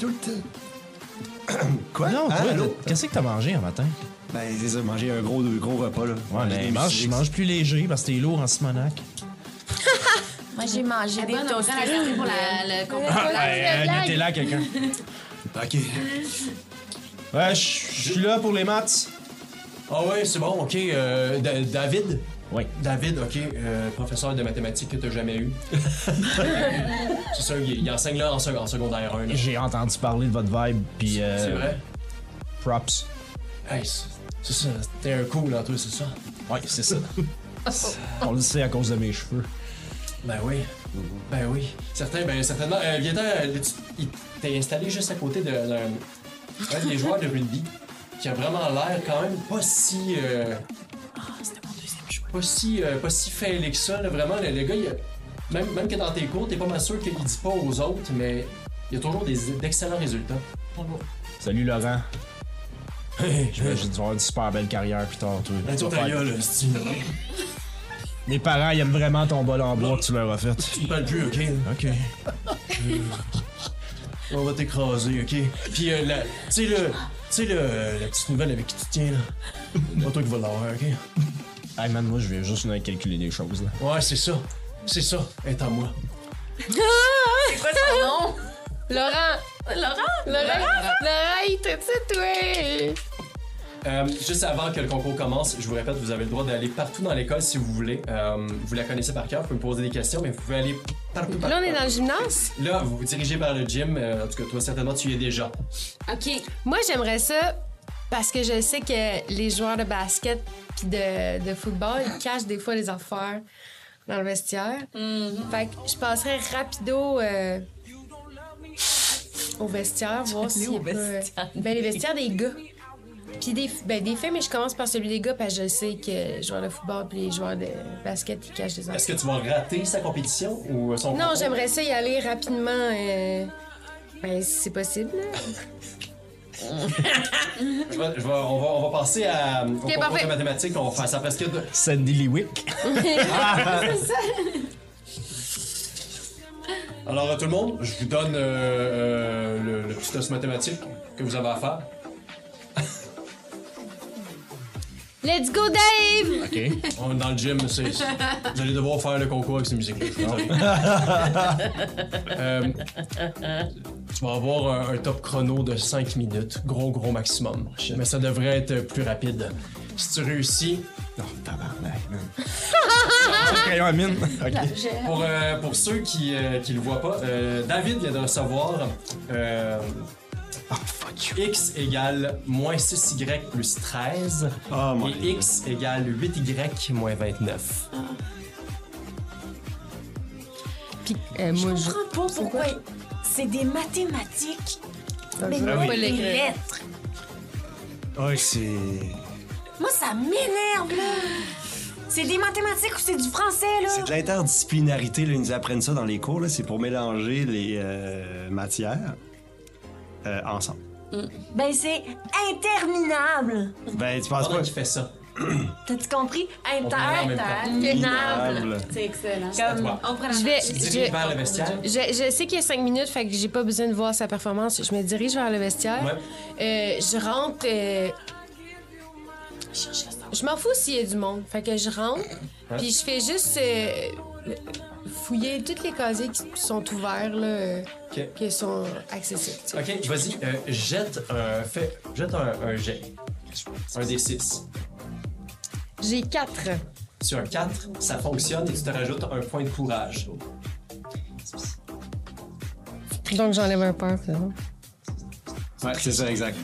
Tout le temps. Quoi?
Ah non,
Hein,
toi,
allô?
qu'est-ce que t'as mangé un matin?
Ben, c'est ça, manger un gros, deux gros repas, là.
Ouais, mais
ben,
des
mange,
petits-
je mange plus léger parce que t'es lourd en Simonac.
Moi, j'ai mangé des
Bonne, on prend la carte pour la- le concours.
t'es là, Ah, euh, quelqu'un.
Ok.
Ouais, je je suis là pour les maths.
Ah ouais, c'est bon, ok. euh, Da- David?
Oui.
David, ok, euh, professeur de mathématiques que t'as jamais eu. c'est ça, il, il enseigne là en, sec- en secondaire 1.
J'ai entendu parler de votre vibe, puis euh,
C'est vrai?
props.
Hey, c'est c'est ça, t'es un cool en toi, c'est ça?
Ouais, c'est ça. On le sait à cause de mes cheveux.
Ben oui. Ben oui. Certains, ben certainement. Euh, viens t'es installé juste à côté de d'un- un des joueurs de rugby qui a vraiment l'air quand même pas si. euh, Pas si, euh, pas si fêlé que ça, là. vraiment. Le, le gars, il a- même, même que dans tes cours, t'es pas mal sûr qu'il dit pas aux autres, mais il y a toujours des- d'excellents résultats.
Salut Laurent. J'imagine que tu vas avoir une super belle carrière plus tard, toi.
Ben, tu vois, ta gueule, si tu
Mes parents, ils aiment vraiment ton bol en bois que tu leur as fait.
me parles plus, ok?
Ok.
On va t'écraser, ok? Puis, euh, la- tu sais, le, tu sais, le- la petite nouvelle avec qui tu tiens, là. C'est pas toi qui vas l'avoir, ok?
Hey man, moi, je vais juste venir calculer des choses, là.
Ouais, c'est ça. C'est ça. Est à moi.
Laurent!
Laurent,
Laurent! Laurent, il te dit, toi!
Euh, juste avant que le concours commence, je vous répète, vous avez le droit d'aller partout dans l'école si vous voulez. Euh, vous la connaissez par cœur, vous pouvez me poser des questions, mais vous pouvez aller partout. partout.
Là, on est dans le gymnase.
Là, vous vous dirigez vers le gym. euh, en tout cas, toi, certainement, tu y es déjà.
Ok.
Moi, j'aimerais ça parce que je sais que les joueurs de basket puis de, de football, ils cachent des fois les affaires dans le vestiaire. Fait que je passerais rapido euh, au vestiaire, voir si.
au
y a pas, euh,
vestiaire.
Ben, les vestiaires des gars. Puis des, ben, des filles, mais je commence par celui des gars parce que je sais que les joueurs de football puis les joueurs de basket, ils cachent des
Est-ce
affaires.
que tu vas rater sa compétition ou son
Non,
concours?
j'aimerais ça y aller rapidement. euh, ben, si c'est possible.
Je vais- je vais- on, va, on va passer à, au concours
parfait.
de mathématiques. On va faire ça parce que... de-
Sandy Lewick.
Alors, euh, tout le monde, je vous donne euh, euh, le, le petit test mathématique que vous avez à faire.
Let's go, Dave!
OK.
On est dans le gym, c'est- c'est- vous allez devoir faire le concours avec ces musiques-là. Désolé. Euh, tu vas avoir un, un top chrono de 5 minutes, gros, gros maximum. Mais ça devrait être plus rapide. Si tu réussis,
Non, tabarnak, man.
Crayon à mine. OK.
pour, euh, pour ceux qui ne le voient pas, euh, David vient de recevoir euh, x égale moins 6y plus 13
Oh mon
et x égale 8y moins 29.
Puis, euh, moi, je.
comprends pas pourquoi c'est des mathématiques. Mais
Ah
non,
oui.
les lettres.
Ouais, c'est.
Moi, ça m'énerve, là. C'est des mathématiques ou c'est du français, là?
C'est de l'interdisciplinarité, là, ils nous apprennent ça dans les cours, là, c'est pour mélanger les euh, matières euh, ensemble.
Ben, c'est interminable.
Ben, tu penses
Pendant
pas
qu'il fait ça,
T'as-tu compris?
On parle en même temps.
Interminable.
C'est excellent.
c'est à toi.
On prend
Je vais.
Tu te diriges
Je,
vers le vestiaire.
je- je sais qu'il y a cinq minutes, fait que j'ai pas besoin de voir sa performance. Je me dirige vers le vestiaire.
Ouais.
Euh, je rentre. euh, Je m'en fous s'il y a du monde. Fait que je rentre, puis je fais juste euh, fouiller toutes les casiers qui sont ouverts, là, euh,
Ok.
qui sont accessibles. tu sais.
Ok, vas-y, euh, jette, un, fais, jette un, un jet. Un des 6.
J'ai quatre.
Sur un 4, ça fonctionne et tu te rajoutes un point de courage.
Donc j'enlève un peur, finalement.
Ouais, c'est ça, exact.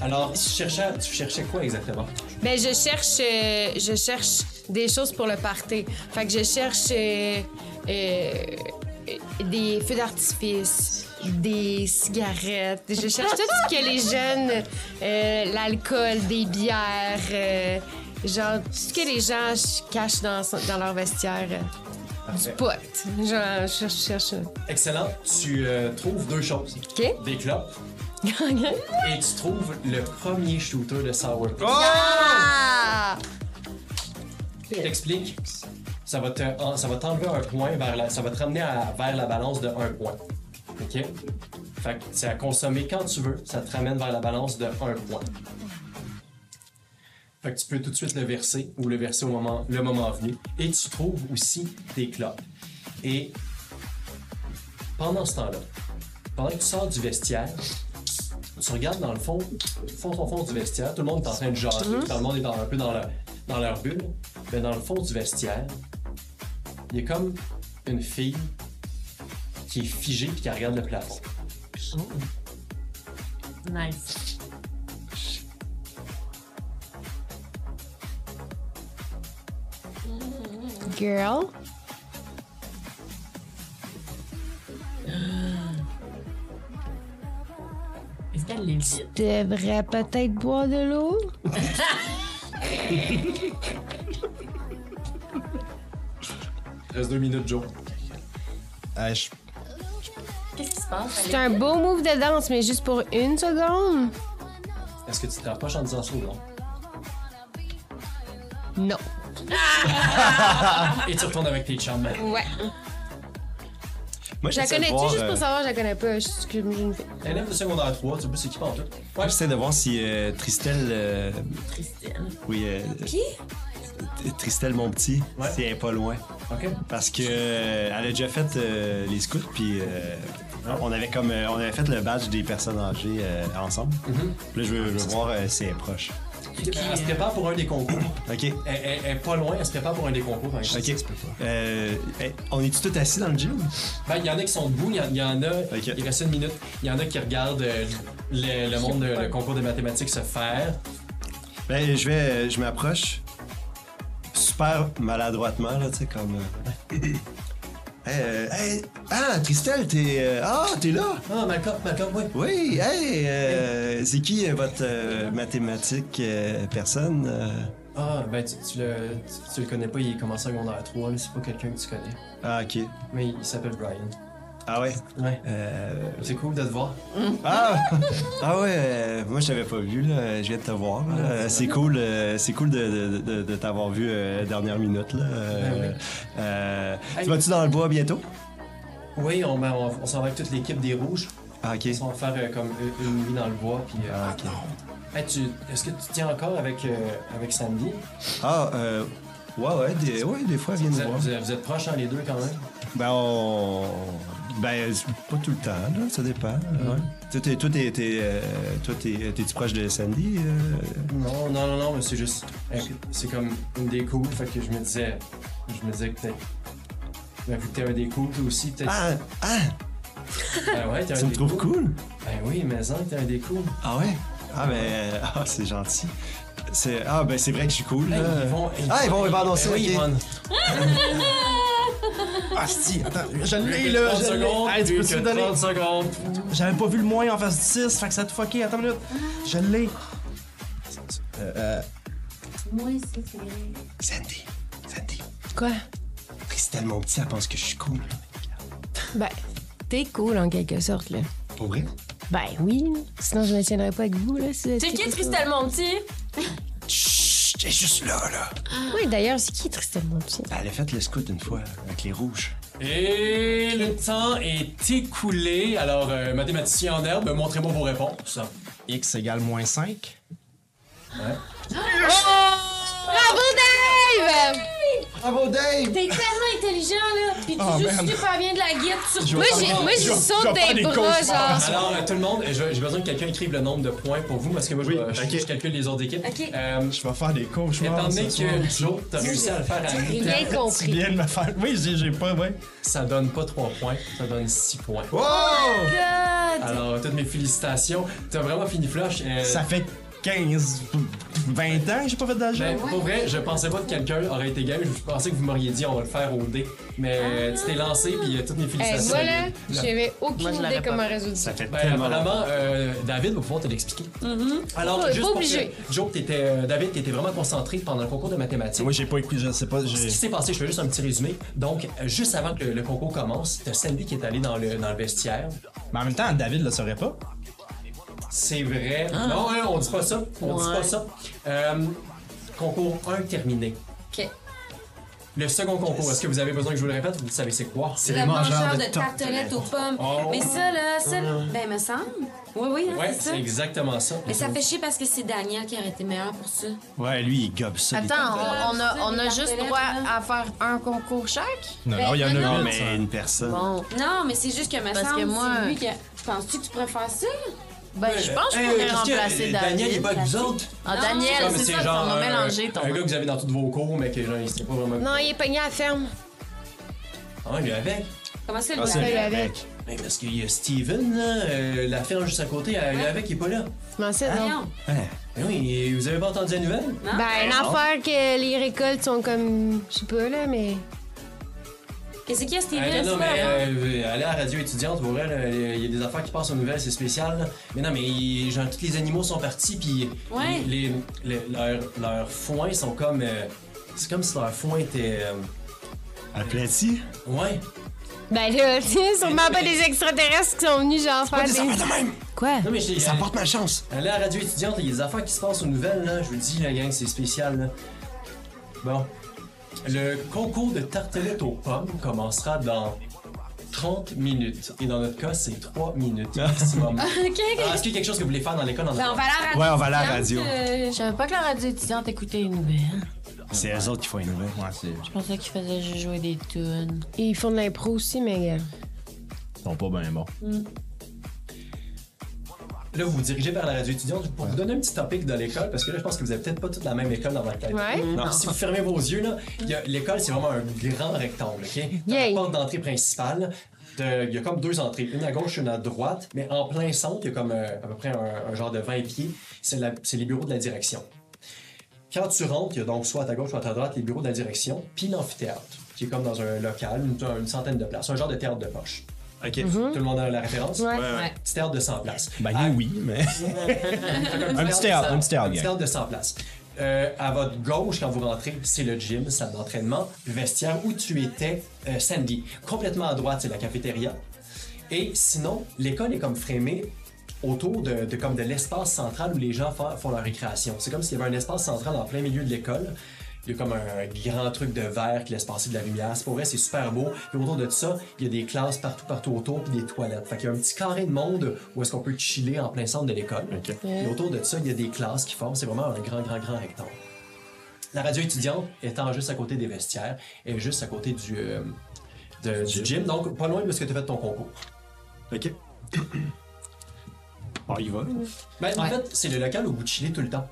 Alors, tu cherchais, tu cherchais quoi exactement?
Ben je cherche, euh, je cherche des choses pour le party. Fait que je cherche euh, euh, euh, des feux d'artifice, des cigarettes. Je cherche tout ce que les jeunes, euh, l'alcool, des bières, euh, genre tout ce que les gens ch- cachent dans, son- dans leur vestiaire. euh, Du
Parfait.
pot. Genre, je cherche, je cherche. euh,
Excellent, tu euh, trouves deux choses.
OK.
Des clopes et tu trouves le premier shooter de Sour Patch.
Ah!
Je t'explique, ça va te- en- ça va t'enlever un point, vers la- ça va te ramener à- vers la balance de un point. OK? Fait que c'est à consommer quand tu veux, ça te ramène vers la balance de un point. Fait que tu peux tout de suite le verser ou le verser au moment, le moment venu. Et tu trouves aussi tes clopes. Et pendant ce temps-là, pendant que tu sors du vestiaire, tu regardes dans le fond, fond, fond, fond du vestiaire, tout le monde est en train de jaser, tout le monde est dans- un peu dans leur, dans leur bulle, mais dans le fond du vestiaire, il y a comme une fille qui est figée puis qui regarde le plafond.
Nice.
Girl.
Est-ce qu'elle l'évite?
Tu devrais peut-être boire de l'eau.
Reste deux minutes, Joe.
Euh, je-
Qu'est-ce qui se passe?
C'est un beau move de danse, mais juste pour une seconde.
Est-ce que tu te rapproches en disant ça ou non?
Non.
Et tu retournes avec tes chums.
Ouais.
Moi,
Je la
j'essaie de
connais-tu
voir,
juste
euh,
pour savoir, je la connais pas. Je suis je suis une fille.
Élève de secondaire 3, tu peux c'est qui pas en tout?
moi, j'essaie de voir si euh, Tristel. euh,
Christine.
oui. euh, Tristel, mon petit,
Ouais.
si elle est pas loin.
OK.
Parce que euh, elle a déjà fait euh, les scouts, puis euh, on avait comme euh, on avait fait le badge des personnes âgées euh, ensemble. Puis Là, je veux, je veux voir euh, si elle est proche.
Elle se prépare pour un des concours.
Ok.
Elle, elle- elle est pas loin, elle se prépare pour un des concours. par exemple.
Ok. Euh, hey, on est tous assis dans le gym.
Ben, il y en a qui sont debout, il y en- il y, en a,
Ok.
il reste une minute, il y en a qui regardent euh, le, le monde, euh, le concours de mathématiques se faire.
Ben, je vais, je m'approche super maladroitement là, tu sais comme. euh, Hey, euh, hey, ah, Tristel, t'es euh, ah, t'es là.
Ah, Malcolm, Malcolm, oui.
Oui, hey, euh, c'est qui euh, votre euh, mathématique euh, personne? euh?
Ah, ben, tu, tu le, tu, tu le connais pas, il est commencé en secondaire 3, là, c'est pas quelqu'un que tu connais.
Ah, ok.
Mais il, il s'appelle Brian.
Ah ouais.
Ouais.
Euh,
C'est cool de te voir.
Ah, ah ouais, euh, moi je t'avais pas vu, là. je viens de te voir. là. Euh, c'est cool, euh, c'est cool de, de- de- de t'avoir vu euh, dernière minute. Là. Euh,
Ben
euh, tu vas-tu dans le bois bientôt?
Oui, on, ben, on, on s'en va avec toute l'équipe des Rouges.
Ah ok.
Ils vont faire euh, comme une, une nuit dans le bois, puis. euh,
Ah, ok.
Hey, tu- Est-ce que tu tiens encore avec, euh, avec Sandy?
Ah, euh, ouais, ouais, des, ouais, des fois, elle vient
Vous
nous
êtes,
voir.
vous êtes- vous êtes proches, hein, les deux, quand même?
Ben, on... ben, c'est pas tout le temps, là, ça dépend. ouais.
Mm-hmm.
Toi, t'es- Toi, t'es- t'es, euh, toi, t'es- t'es-tu proche de Sandy? euh?
Non, non, non, non, mais c'est juste. euh, C'est comme une des couples, fait que je me disais. Je me disais que peut-être. Ben, vu que t'es un des couples aussi, peut-être.
Ah, ah,
ben ouais, t'es un
tu me
des
trouves
couples.
cool?
Ben oui, mais ça, t'es un des couples.
Ah ouais? Ah, ben, euh, ah, c'est gentil. C'est- Ah, ben, c'est vrai que je suis cool, là.
Hey, ils vont- ils
ah, ils vont, ils vont annoncer,
Ben oui,
ok.
Yvonne.
Ah, si, attends, je l'ai
Plus que
là,
30
je l'ai.
Ah,
secondes,
Hey, tu
plus
peux-tu
que
me donner-
30 secondes.
J'avais pas vu le moins en face du 6, fait que ça te fucké, attends une minute. Je l'ai. Euh, euh,
Moi, c'est c'est vrai.
Sandy, Sandy,
Quoi?
Christelle, mon petit, elle pense que je suis cool.
Ben, t'es cool en quelque sorte, là.
Pour vrai?
Ben oui, sinon je ne tiendrais pas avec vous, là.
C'est qui Tristel Monti?
Chut, t'es juste là, là.
Oui, d'ailleurs, c'est qui Tristel Monti?
Ben, Elle a fait le scout une fois, avec les rouges.
Et le temps est écoulé. Alors, euh, mathématicien en herbe, montrez-moi vos réponses.
X égale moins 5.
Bravo, Dave!
Bravo, Dave!
T'es tellement intelligent, là. Puis tu
Oh,
joues
man.
super bien de la guide sur
Moi, j'ai, moi, je saute des bras, genre.
Alors, euh, tout le monde, je- j'ai besoin que quelqu'un écrive le nombre de points pour vous parce que moi, je,
Oui,
je-
ok.
je calcule les autres équipes.
Ok.
Euh,
Je vais faire des cours, je
étant
pense.
donné
ce soir.
que Joe, t'as réussi à le faire à mi-temps,
Rien
Tu
compris.
viens de me faire. Oui, j'ai j'ai pas, ouais.
ça donne pas 3 points, ça donne 6 points.
Wow!
Alors, toutes mes félicitations. T'as vraiment fini flush. euh,
Ça fait 15, 20 ans que j'ai pas fait d'agent.
ben, Pour vrai, je pensais pas que quelqu'un aurait été game. Je pensais que vous m'auriez dit on va le faire au dé. Mais euh, tu t'es lancé, puis euh, toutes mes
Hey,
félicitations.
Eh, moi, là,
La-
j'avais aucune
je l'aurais
idée
pas
comment résoudre ça.
Ça fait
Ben,
tellement
apparemment, euh, David va pouvoir te l'expliquer. Alors,
Pas-
juste
pas
pour
obligé.
que- Joe, t'étais, euh, David, t'étais vraiment concentré pendant le concours de mathématiques.
Moi, j'ai pas écouté, je sais pas.
Ce qui
j'ai-
s'est passé, je fais juste un petit résumé. Donc, euh, juste avant que le, le concours commence, t'as Sandy qui est allée dans le, dans le vestiaire.
Mais en même temps, David le saurait pas.
C'est vrai. Non, hein, on dit pas ça. On dit pas
Ouais.
ça. Euh, concours 1 terminé.
Ok.
Le second concours, est-ce que vous avez besoin que je vous le répète? Vous savez c'est quoi?
C'est
le
les
mangeur
mangeurs
de tartelettes aux pommes.
Oh.
Mais ça, là, ça, ben, me semble. Oui, oui, hein,
Ouais,
c'est ça.
c'est exactement ça.
Mais ça fait chier parce que c'est Daniel qui aurait été meilleur pour ça.
Ouais, lui, il gobe ça. les
Attends,
tartelettes.
on, on a, on
Des
a juste
tartelettes,
droit
là.
à faire un concours chaque?
Non,
Ben,
non, il y en
non,
a
Non,
huit, ça.
mais une personne.
Bon,
Non, mais c'est juste que me
Parce que
semble,
moi-
c'est lui qui a... Penses-tu que tu pourrais faire ça?
ben, je pense qu'on pourrait remplacer
Euh, Daniel, il
David.
bat vous autres.
Ah,
Non,
Daniel,
Comme
c'est ça, on
un-
a mélangé ton...
euh, Un gars que vous avez dans tous vos cours, mais que genre, il sait pas vraiment.
Non, il est pogné à la ferme.
Ah, il est avec.
Comment est-ce que le
Ah, c'est
Ouais,
lui
avec.
avec.
Mais parce qu'il y a Steven, là, euh, la ferme juste à côté, elle- il est avec, il est pas là.
Tu m'en sais,
Ah,
non?
Voyons.
Hein.
Mais oui, vous avez pas entendu la nouvelle?
non.
Ben, une affaire que les récoltes sont comme. Je sais pas, là, mais.
Qu'est-ce qu'il y a,
Ah,
Steven?
non,
ça,
non, mais
là? hein.
euh, aller à la radio étudiante, pour elle, il y a des affaires qui passent aux nouvelles, c'est spécial. là. Mais non, mais il- genre, tous les animaux sont partis, puis
Ouais.
les, les- leurs leurs foins sont comme. euh, c'est comme si leur foin était. euh,
Aplati.
ouais.
Ben là, c'est sûrement pas des extraterrestres qui sont venus, genre,
Ah,
faire
Des affaires
des.
de même.
Quoi?
Non, mais j'ai-
Ça porte malchance.
Allez à la radio étudiante, il y a des affaires qui se passent aux nouvelles, là. Je vous le dis, la gang, c'est spécial, là. Bon. Le concours de tartelettes aux pommes commencera dans 30 minutes. Et dans notre cas, c'est 3 minutes maximum.
OK, OK.
Alors, Est-ce qu'il y a quelque chose que vous voulez faire dans l'école en
Ben, on va
attendant?
Ah,
à la radio.
Ouais, on va aller à la radio.
euh.
Je savais pas que la radio étudiante écoutait les nouvelles.
C'est eux autres qui font une nouvelle.
Ouais, c'est.
Je pensais qu'ils faisaient juste jouer des tunes.
Ils font de l'impro aussi, mais. euh,
Ils sont pas bien bons.
Là, vous vous dirigez vers la radio étudiante pour vous donner un petit topic de l'école, parce que là, je pense que vous avez peut-être pas toute la même école dans votre tête.
Ouais.
Alors, si vous fermez vos yeux, là, il y a- l'école, c'est vraiment un grand rectangle, OK? T'as
Yay.
la porte d'entrée principale. de- Il y a comme deux entrées, une à gauche, une à droite, mais en plein centre, il y a comme euh, à peu près un, un genre de 20 pieds. C'est la- c'est les bureaux de la direction. Quand tu rentres, il y a donc soit à ta gauche, soit à ta droite, les bureaux de la direction, puis l'amphithéâtre, qui est comme dans un local, une, une centaine de places, un genre de théâtre de poche.
OK.
Tout le monde a la référence?
Mm-hmm. Ouais.
Ouais.
Petit théâtre de 100 places.
Ben,
À-
nous, oui, mais.
un
petit théâtre, un petit théâtre, gang.
de 100 places. Euh, à votre gauche, quand vous rentrez, c'est le gym, salle d'entraînement, le vestiaire où tu étais euh, samedi. Complètement à droite, c'est la cafétéria. Et sinon, l'école est comme frémée autour de, de- comme de l'espace central où les gens fa- font leur récréation. C'est comme s'il y avait un espace central en plein milieu de l'école. Il y a comme un grand truc de verre qui laisse passer de la lumière. C'est pour vrai, c'est super beau. Puis autour de ça, il y a des classes partout, partout autour, puis des toilettes. Fait qu'il y a un petit carré de monde où est-ce qu'on peut chiller en plein centre de l'école. Et autour de ça, il y a des classes qui forment. C'est vraiment un grand, grand, grand rectangle. La radio étudiante étant juste à côté des vestiaires et juste à côté du, euh, de- du gym, donc pas loin de ce que tu as fait ton concours.
OK. On y va.
Ben, En fait, c'est le local où vous chillez tout le temps.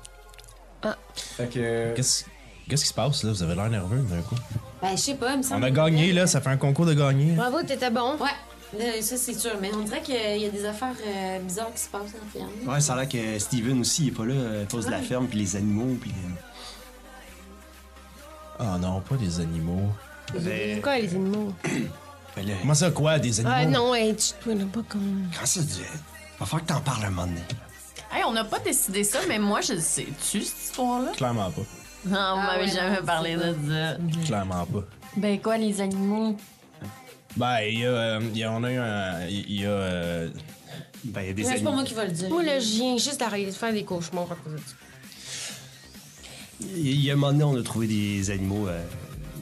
Ah.
Fait que.
Qu'est-ce qu'est-ce qui se passe là? Vous avez l'air nerveux d'un coup.
Ben, je sais pas, il me semble.
On a gagné là, ça fait un concours de gagner. là.
Bravo, t'étais bon.
Ouais, euh, ça c'est sûr, mais on dirait qu'il y a des affaires euh, bizarres qui se passent en ferme.
Ouais, ça a l'air que Steven aussi, il est pas là euh, à cause de la
Ouais.
ferme, puis les animaux, puis...
Ah non, pas des animaux.
Ben,
Quoi, les animaux?
ben là,
Comment ça, quoi, des animaux?
Ah non, hey, tu te connais pas comme.
quand ça, tu... va falloir que t'en parles un moment donné.
Hey, on n'a pas décidé ça, mais moi, je le sais-tu, cette histoire-là?
Clairement pas.
Non, on m'avait
ouais,
jamais
non,
parlé de ça.
Clairement pas.
Ben quoi, les animaux?
Ben, il y a, euh, il y a- on a eu un. Il y a. euh,
Ben, il y a des
Mais C'est pas
animaux.
moi qui va le dire.
Moi, là, je viens juste d'arrêter de faire des cauchemars à cause de ça.
Il y a un moment donné, on a trouvé des animaux euh,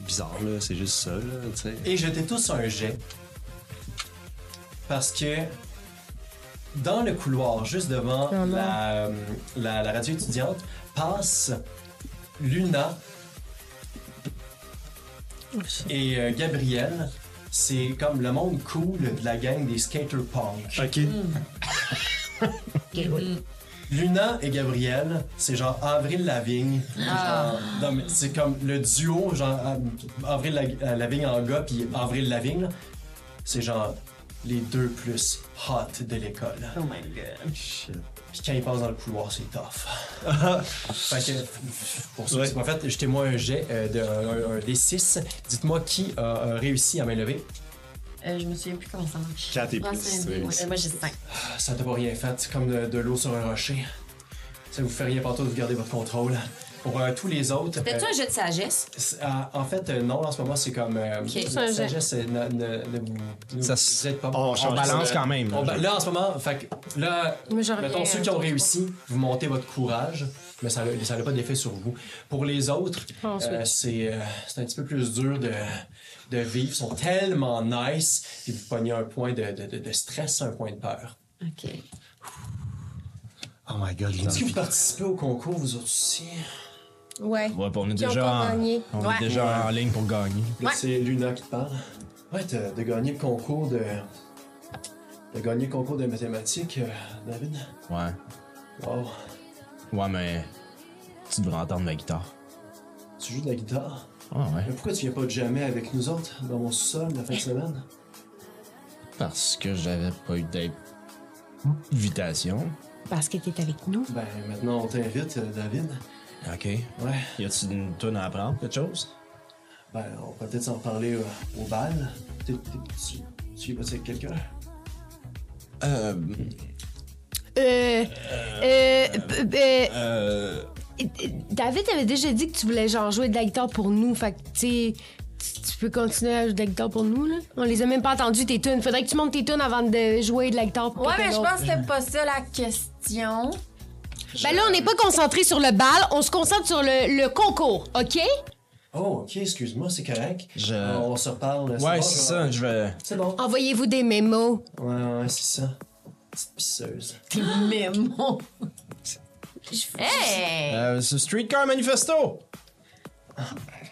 bizarres, là. C'est juste ça, là, tu sais.
Et jetez tous un jet. Parce que dans le couloir, juste devant
non.
la, euh, la- la radio étudiante, passe Luna et euh, Gabriel. C'est comme le monde cool de la gang des skater punk.
OK.
Luna et Gabriel, c'est genre Avril Lavigne. genre- non, mais c'est comme le duo, genre euh, Avril La- euh, Lavigne en gars, puis Avril Lavigne. là. C'est genre les deux plus hot de l'école.
Oh my god.
Puis quand ils passent dans le couloir, c'est tough. fait que, pour ceux
Ouais.
qui sont pas fait, jetez-moi un jet euh, de un, un- un D6. Dites-moi qui a euh, réussi à main levée.
Euh, je me souviens plus comment ça marche.
4 et
Ah,
plus.
c'est un dé, ouais.
Euh, moi, j'ai 5.
Ça t'a pas rien fait, c'est comme de, de l'eau sur un rocher. Ça vous fait rien partout de vous garder votre contrôle. Pour euh, tous les autres. euh,
T'as-tu un jeu de sagesse?
C'est- ah, en fait, euh, non, en ce moment, c'est comme. Euh,
C'est
un jet.
sagesse, euh, ne, ne- ne-
Ça
ne-
se-
vous êtes pas.
On
On
change
balance
de-
quand même.
On ba- là, en ce moment, fait que là,
Moi, j'en
mettons,
reviens,
ceux
euh,
qui ont réussi, vous montez votre courage, mais ça n'a ça a pas d'effet sur vous. Pour les autres,
Oh, sweet.
euh, c'est euh, c'est un petit peu plus dur de, de vivre. Ils sont tellement nice, puis vous pognez un point de, de- de- de stress, un point de peur.
Ok.
Oh my God, il y a
Est-ce que
du-
vous participez au concours, vous autres aussi?
Ouais.
Ouais, puis on est
Qui ont
déjà,
pas
en,
gagné.
on est
Ouais.
déjà en ligne pour gagner.
Là, c'est Luna qui te parle. Ouais, t'as- de gagner le concours de. De gagner le concours de mathématiques, euh, David.
Ouais.
Wow.
Ouais, mais. Tu devrais entendre ma guitare.
Tu joues de la guitare.
Ah ouais.
Mais pourquoi tu viens pas jamais avec nous autres dans mon sous-sol la fin de semaine?
Parce que j'avais pas eu d'invitation.
Parce que t'es avec nous.
Ben, maintenant, on t'invite, euh, David.
Ok.
Ouais.
Y a-tu une tonne à apprendre, quelque chose?
Ben, on peut peut-être s'en parler euh, au bal. T'es- t'es- Tu tu y vas avec quelqu'un?
Euh.
Euh. Euh. euh,
Euh.
euh, David t'avais déjà dit que tu voulais genre jouer de la guitare pour nous. Fait que, tu sais, tu- tu peux continuer à jouer de la guitare pour nous, là. On les a même pas entendus, tes tunes. Faudrait que tu montes tes tunes avant de jouer de la guitare pour
Ouais,
quelqu'un
mais je
d'autre.
pense que c'était pas ça la question.
Ben là, on n'est pas concentré sur le bal, on se concentre sur le, le concours, OK?
Oh, ok, excuse-moi, c'est correct.
Je-
Euh, on se reparle.
Ouais,
bon,
c'est
je-
ça, je vais.
C'est bon.
Envoyez-vous des mémos.
Ouais, ouais, c'est ça. Petite pisseuse.
Mais mon. Eh? Hey!
Euh, ce Streetcar Manifesto!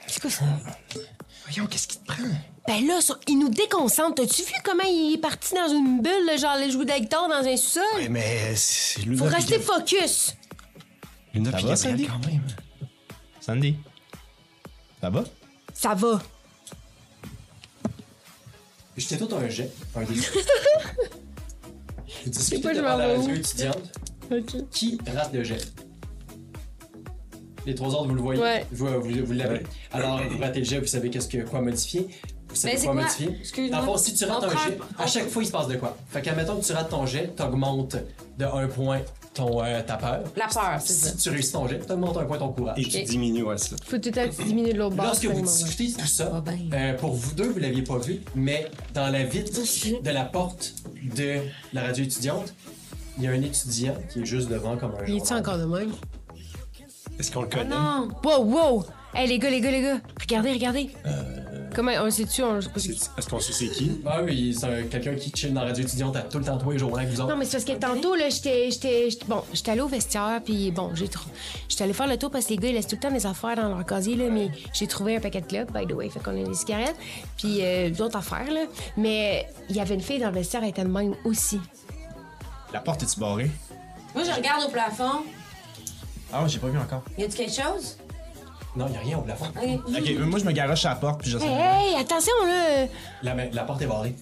C'est quoi ça?
Voyons, qu'est-ce qui te prend?
Ben là, ça- il nous déconcentre. T'as-tu vu comment il est parti dans une bulle, là, genre les jouer de la guitare dans un sous-sol?
Ouais, Eh, mais euh, c'est Luna
Faut
puis
rester
Gab-
focus.
Luna
Ça
puis
va,
Gabriel,
Sandy?
quand même.
Sandy. Ça va?
Ça va.
J'étais tout un jet, un des Je discutais
Pourquoi je
devant
m'en
la
vais
radio
où?
étudiante. Qui rate le jet? Les trois autres, vous le voyez.
Ouais.
Vous, euh, vous- vous l'avez. Alors, vous ratez le jet, vous savez qu'est-ce que, quoi modifier. Vous savez
Mais c'est
quoi,
quoi?
modifier.
Excuse-moi.
Dans le fond, si tu rates
On
un
prend-
jet, à chaque fois, il se passe de quoi? Fait qu'admettons que tu rates ton jet, t'augmentes de un point ton, euh, ta peur.
La peur, c'est ça.
Si tu réussis ton jet, t'augmentes un point ton courage.
Et tu diminues, ouais, ça.
Faut tout à diminuer de l'autre
Lorsque vous discutez de tout ça, euh, pour vous deux, vous l'aviez pas vu, mais dans la vitre de la porte de la radio étudiante, il y a un étudiant qui est juste devant comme un
Il est-tu
journal.
encore de même?
Est-ce qu'on le connaît?
Non!
Wow, wow! Hey, les gars, les gars, les gars, regardez, regardez. Comment on le sait-tu? On... le sait pas.
C'est- Est-ce qu'on sait c'est qui?
Ah oui, c'est un- quelqu'un qui chill dans la radio étudiante à tout le temps tous les jours là avec vous
Non,
autres.
mais c'est parce que tantôt, là, j'étais. j'étais- j'étais- Bon, j'étais allée au vestiaire, puis bon, j'ai trop. J'étais allée faire le tour parce que les gars, ils laissent tout le temps des affaires dans leur casier, là, mais j'ai trouvé un paquet de clubs, by the way, fait qu'on a des cigarettes, puis euh, d'autres affaires, là. Mais il y avait une fille dans le vestiaire, elle était de même aussi.
La porte est-tu barrée?
Moi, je regarde au plafond.
Ah, ouais, j'ai pas vu encore.
Y a-tu quelque chose?
Non, il n'y a rien au plafond.
Ok.
Ok, moi je me garoche à la porte puis j'essaie.
Hey,
de-
hey, attention, là!
La, ma- la porte est barrée.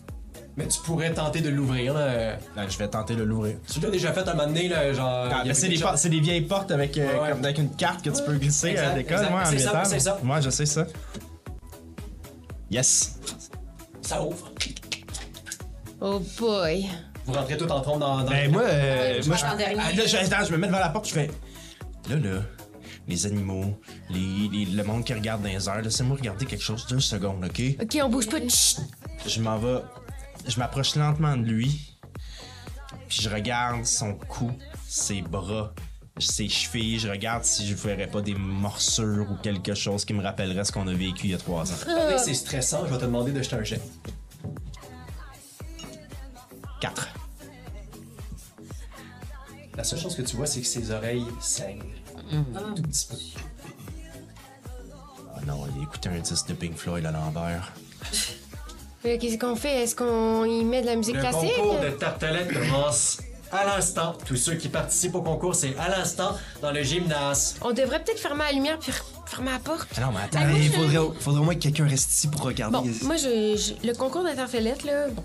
Mais tu pourrais tenter de l'ouvrir, là.
Là, Ben, je vais tenter de l'ouvrir.
Tu l'as déjà fait un moment donné, là, genre.
Ah,
il y
mais
a
c'est
quelque
des,
chose-
portes- c'est des vieilles portes avec, euh,
Ouais.
comme- avec une carte que tu peux glisser euh,
Exact,
à l'école,
exact.
moi, en
C'est ça,
métal.
c'est ça.
Moi, je sais ça. Yes.
Ça ouvre.
Oh boy.
Vous rentrez tout en trompe dans. dans
Ben, moi, euh, moi, je,
m'attendais à rien.
Ah, là, je, attends, je me mets devant la porte, je fais. Là, là, les animaux, les, les- le monde qui regarde dans les airs, laissez-moi regarder quelque chose deux secondes, ok?
Ok, on bouge pas. Chut.
Je m'en vais. Je m'approche lentement de lui. Puis je regarde son cou, ses bras, ses chevilles. Je regarde si je ferais pas des morsures ou quelque chose qui me rappellerait ce qu'on a vécu il y a trois ans.
Attendez, c'est stressant, je vais te demander de jeter un jet.
Quatre.
La seule chose que tu vois, c'est que ses oreilles saignent.
Ah.
Un tout petit peu.
Oh non, il a écouté un disque de Pink Floyd à l'envers.
Euh, Qu'est-ce qu'on fait? Est-ce qu'on y met de la musique
Le
classique?
concours de tartelettes commence à l'instant. Tous ceux qui participent au concours, c'est à l'instant dans le gymnase.
On devrait peut-être fermer la lumière puis re- fermer la porte.
Ah non, mais attends.
Ben, Il faudrait, faudrait au moins que quelqu'un reste ici pour regarder.
euh, Bon, moi, je, je- le concours d'interfélette, là, bon.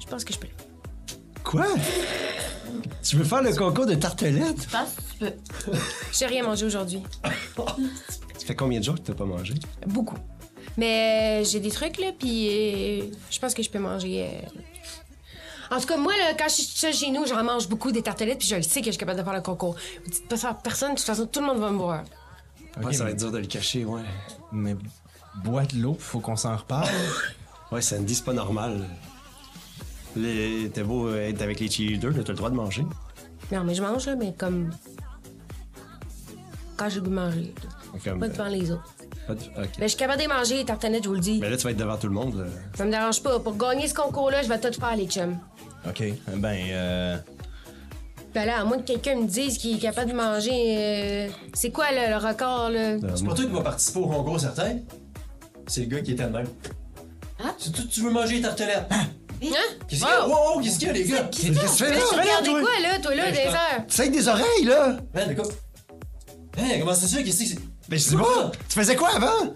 Je pense que je peux.
Quoi? Tu veux faire le concours de tartelettes?
Je pense que tu peux.
J'ai rien mangé aujourd'hui.
Ça fait combien de jours que t'as pas mangé?
Beaucoup. Mais euh, j'ai des trucs, là, puis euh, je pense que je peux manger. euh. En tout cas, moi, là, quand je suis seule chez nous, j'en mange beaucoup des tartelettes, puis je le sais que je suis capable de faire le concours. Vous dites pas ça à personne, de toute façon, tout le monde va me voir.
Ouais, ça va être dur de le cacher, ouais.
mais bois de l'eau, faut qu'on s'en reparle.
Ouais, Sandy, c'est pas normal. Les- T'es beau euh, être avec les cheerleaders, là, t'as le droit de manger.
Non, mais je mange, là, mais comme. Quand j'ai le goût de manger. là.
Comme,
Pas devant les autres.
euh, pas de- ok.
Mais je suis capable de manger les tartanettes, je vous le dis.
Mais là, tu vas être devant tout le monde. euh. là.
Ça me dérange pas. Pour gagner ce concours-là, je vais tout faire, les chums.
ok,
Ah,
ben, euh.
Ben là, à moins que quelqu'un me dise qu'il est capable de manger. euh, C'est quoi là, le record, là?
C'est pas toi qui vas participer au concours, certain? C'est le gars qui était le même. C'est tout, tu veux manger les tartelettes?
Hein?
Qu'est-ce qu'il y a? Hein? Ah! Wow, wow, qu'est-ce qu'il y a, les gars?
Qu'est-ce que tu fais là?
Tu regardais quoi, là, toi, là,
Ben,
des
je t'en-
heures?
C'est avec des oreilles, là!
Hein, les gars? Hein, comment c'est ça? Qu'est-ce que c'est?
Mais je dis pas! Tu faisais quoi avant?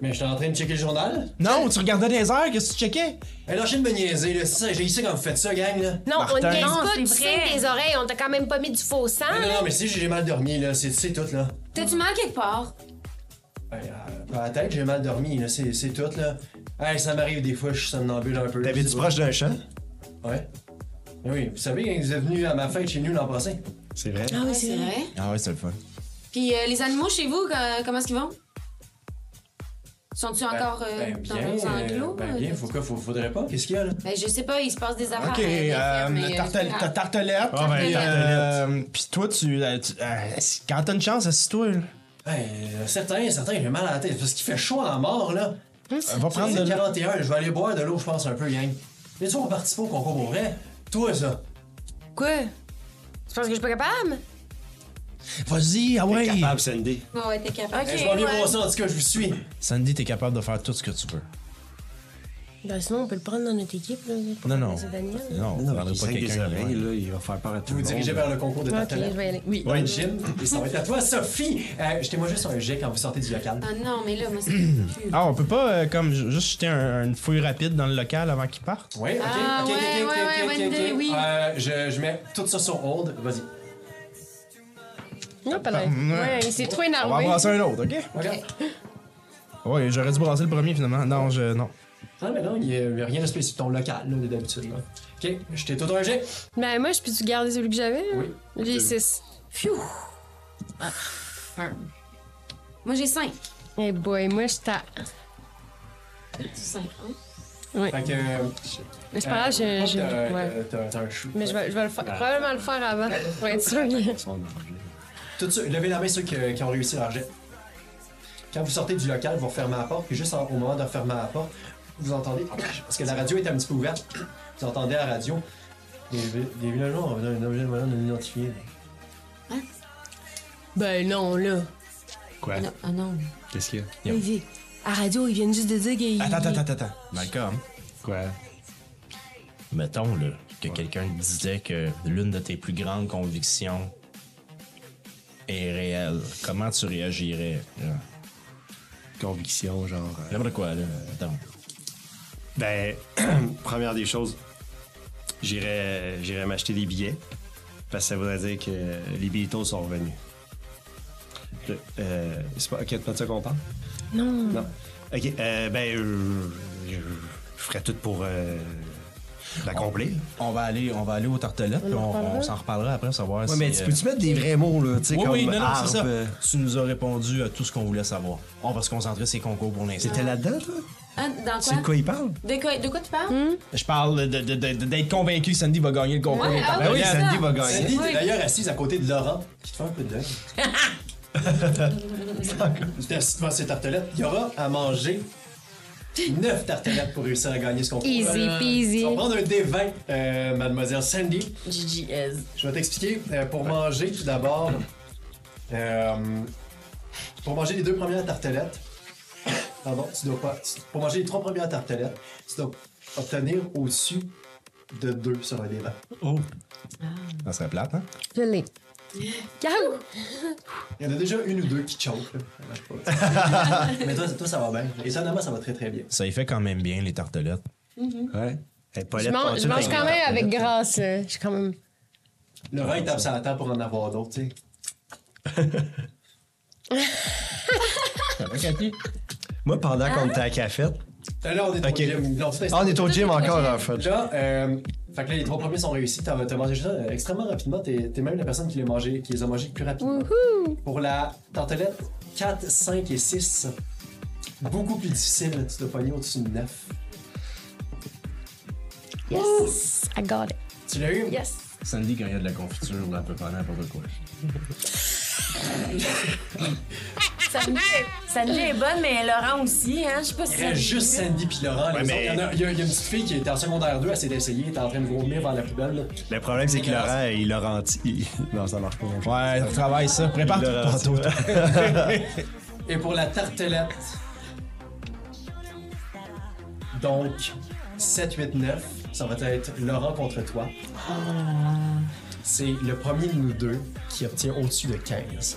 Mais j'étais en train de checker le journal.
Non, tu regardais les airs, qu'est-ce que tu checkais?
Hey, lâchez de me niaiser, là. C'est ça, j'ai ici quand vous faites ça, gang, là.
Non,
Martin.
on ne
Non,
pas
c'est
du
vrai.
sein des oreilles. On t'a quand même pas mis du faux sang,
Ah, Non, non,
là.
non, mais si j'ai mal dormi, là, c'est c'est tout, là.
T'as-tu mal quelque part?
Hey, euh, par la tête, j'ai mal dormi, là, c'est c'est tout, là. Hey, ça m'arrive des fois, je suis somnambule un peu. là,
T'avais-tu
c'est
proche d'un champ?
tout. Ouais. Eh Oui, vous savez, quand vous êtes venu à ma fête chez nous l'an passé,
C'est vrai.
Ah oui,
C'est vrai.
Ah ouais, c'est le fun.
Puis euh, les animaux chez vous, euh, comment est-ce qu'ils vont? Sont-ils encore euh,
ben,
dans
bien,
les
euh,
enclos?
ben, bien, faut quoi, faut- faudrait pas, qu'est-ce qu'il y a, là?
Ben, je sais pas, il se passe des affaires.
Ok,
euh,
euh,
infirmes, mais, euh,
tartel- ta
c'est pas
tartelette.
Ah, ben,
Puis,
tartelette.
euh, Puis toi, tu. euh, tu- euh, si- quand t'as une chance, assis-toi. là.
Hey, euh, certains, certains, j'ai mal à la tête, parce qu'il fait chaud à mort, là.
Euh, Va prendre de
C'est
l'eau.
41, je vais aller boire de l'eau, je pense, un peu, gang. Mais tu vas participer au concours pour vrai? Toi, ça.
Quoi? Tu penses que je suis pas capable?
Vas-y, ah ouais.
Capable, Sandy.
grave. Ouais, t'es capable.
Hey, je vais venir voir ça, en tout cas, je vous suis.
Sandy, t'es capable de faire tout ce que tu veux.
Ben sinon, on peut le prendre dans notre équipe, là. pour
Non,
faire
non.
ça, Daniel.
Non, on
Ah, Non,
parlera
mais
pas
pas des
quelqu'un.
oreilles,
qui-
là, il va faire peur à tout
Vous
le
vous
monde.
dirigez vers le concours de
Ok, je
tartelettes.
vais y aller.
Oui, dans le gym, et ça va être à toi, Sophie! Euh, Jetez-moi juste un jet quand vous sortez du local.
Ah non, mais là, moi, c'est plus.
Ah, on peut pas euh, comme ju- juste jeter un- une fouille rapide dans le local avant qu'il parte?
Oui, ok,
Ah,
ok, ok,
ouais,
ok,
ouais,
ok,
ouais,
ok,
bonne
ok.
idée, oui.
Euh, je, je mets tout ça sur hold, vas-y.
Non, pas là.
Mmh.
Ouais, il s'est trop
On va en
énervé.
brasser un autre, ok?
Regarde.
Ouais, j'aurais dû brasser le premier finalement. Non, je. Non.
Non, Ah, mais non, il n'y a, rien de spécifique. Ton local, là, d'habitude. là. Ok, je t'ai tout un jet.
Ben moi, je peux-tu garder celui que j'avais? là?
Oui.
J'ai 6.
Moi, j'ai 5.
Eh boy, moi, je t'ai.
Fait que. euh,
Mais c'est pas grave, je. je-
Euh,
ouais.
T'as un chou.
Ah.
Mais je vais, je vais le faire, probablement le faire avant, pour être sûr.
Ils sont en danger.
Tout ceux, levez la main ceux qui, qui ont réussi leur jet. Quand vous sortez du local, vous refermez la porte, puis juste en- au moment de refermer la porte, vous entendez. Parce que la radio est un petit peu ouverte, vous entendez à la radio. Les, vi- les villageois ont besoin d'un objet volant non identifié.
Ben non, là.
Quoi?
Non, ah non.
Qu'est-ce qu'il y a?
Yep.
Vas-y. À la radio, ils viennent juste de dire qu'ils.
Attends, attends, attends, attends. Malcolm,
Quoi?
mettons là, que quelqu'un te disait que l'une de tes plus grandes convictions est réelle. Comment tu réagirais? là?
Conviction, genre. euh,
N'importe quoi, là. Attends.
Ben, première des choses, j'irais j'irais m'acheter des billets. Parce que ça voudrait dire que les billets sont revenus. Le- euh, c'est pas, ok, pas de ça qu'on parle?
Non.
Non. Ok, euh, ben, euh, je, je ferais tout pour euh, l'accomplir.
On va aller, on va aller aux tartelettes, puis on, on s'en reparlera après, savoir si. euh,
mettre des vrais mots, là, tu sais,
Oui, oui, non, non, c'est ça.
arbre.
Tu nous as répondu à tout ce qu'on voulait savoir. On va se concentrer sur les concours pour l'instant.
T'es là-dedans, toi?
Ah, dans
C'est
quoi?
de quoi il parle?
De quoi, de quoi tu parles?
Je parle de- de- de- de- d'être convaincu que Sandy va gagner le concours.
Ouais,
des
ah
tartelettes.
Ben oui, ça.
Sandy va gagner.
Sandy, t'es
Oui.
d'ailleurs assise à côté de Laurent, qui te fait un peu de deuil. T'es assise devant ses tartelettes. Il y aura à manger 9 tartelettes pour réussir à gagner ce concours.
Easy peasy.
On va prendre un D20, euh, mademoiselle Sandy.
GGS.
Je vais t'expliquer. euh, pour manger, tout d'abord, euh, pour manger les deux premières tartelettes, pardon, tu dois pas. tu- pour manger les trois premières tartelettes, tu dois obtenir au-dessus de deux sur un des vingt.
Oh. Ça serait plate, hein?
Je l'ai. Garou!
Il y en a déjà une ou deux qui choquent. là. Ça marche pas. Mais toi, toi, ça va bien. Étonnamment, ça va très très bien.
Ça y fait quand même bien, les tartelettes.
Ouais. Hey,
Je
Paulette,
mange, je
penses-tu
mange
faire
quand
une
même avec
tartelette?
grâce, là. Je suis quand même.
Laurent, il tape sa table pour en avoir d'autres, tu sais.
Moi, pendant qu'on était à la cafette,
Là, là, on est au
Ok.
gym. Non, c'est-
Ah, on est au gym encore, en fait.
Là, euh, fait que là, les trois premiers sont réussis. T'as t'as mangé ça euh, extrêmement rapidement. T'es t'es même la personne qui, les mangé, qui les a mangés le plus rapidement. Pour la tartelette 4, 5 et 6, beaucoup plus difficile. Tu dois pogner au-dessus de 9.
Yes! I got it.
Tu l'as eu?
Yes!
Sandy, quand il y a de la confiture, là, peut prendre n'importe quoi.
Sandy, Sandy est bonne, mais Laurent aussi, hein? Je sais pas si
Il reste juste Sandy puis Laurent. les
Ouais,
autres.
mais-
Il, y en a, il y a- il y a une petite fille qui était en secondaire 2, elle s'est essayée, elle était en train de vomir vers la poubelle. là.
Le problème, c'est que Laurent, il a renti. Non, ça marche pas. mon frère.
Ouais, travaille ça. Prépare
Il
ton
aura-
tantôt.
Et pour la tartelette. Donc, 7, 8, 9, ça va être Laurent contre toi. C'est le premier de nous deux qui obtient au-dessus de 15.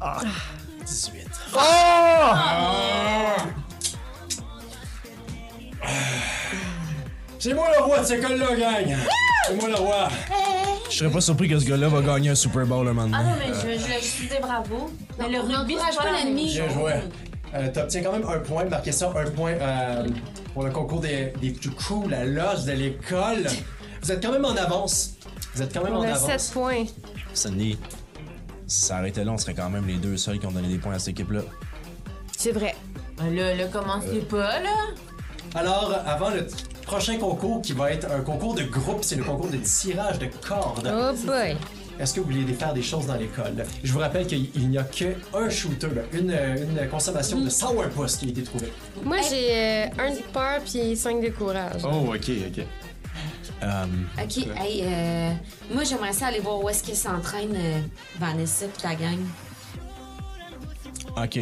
Ah. 18. Ah! C'est moi le roi de cette école-là, gang! C'est moi le roi!
Je serais pas surpris que ce gars-là va gagner un Super Bowl un moment donné.
Ah non, mais je, je, je suis des bravos. Mais le rugby, c'est pas l'ennemi.
Bien joué. Euh, T'obtiens quand même un point, marquez ça, un point euh, pour le concours des, des plus cool, la loge de l'école. Vous êtes quand même en avance. Vous êtes quand même
On
en
a
avance.
7 points.
Sandy, si ça arrêtait là, on serait quand même les deux seuls qui ont donné des points à cette équipe-là.
C'est vrai.
Euh, Là, là, commencez pas, là.
Alors, avant le t- prochain concours qui va être un concours de groupe, c'est le concours de tirage de cordes.
Oh boy!
Est-ce que vous voulez faire des choses dans l'école? Je vous rappelle qu'il il n'y a qu'un shooter, là, une, une consommation
Mm.
de sourpuss qui a été trouvée.
Moi, j'ai euh, un de peur puis 5 de courage.
Oh, ok, ok.
Euh,
Ok, hey, euh, moi j'aimerais ça aller voir où est-ce qu'ils s'entraînent euh, Vanessa pis ta gang.
ok.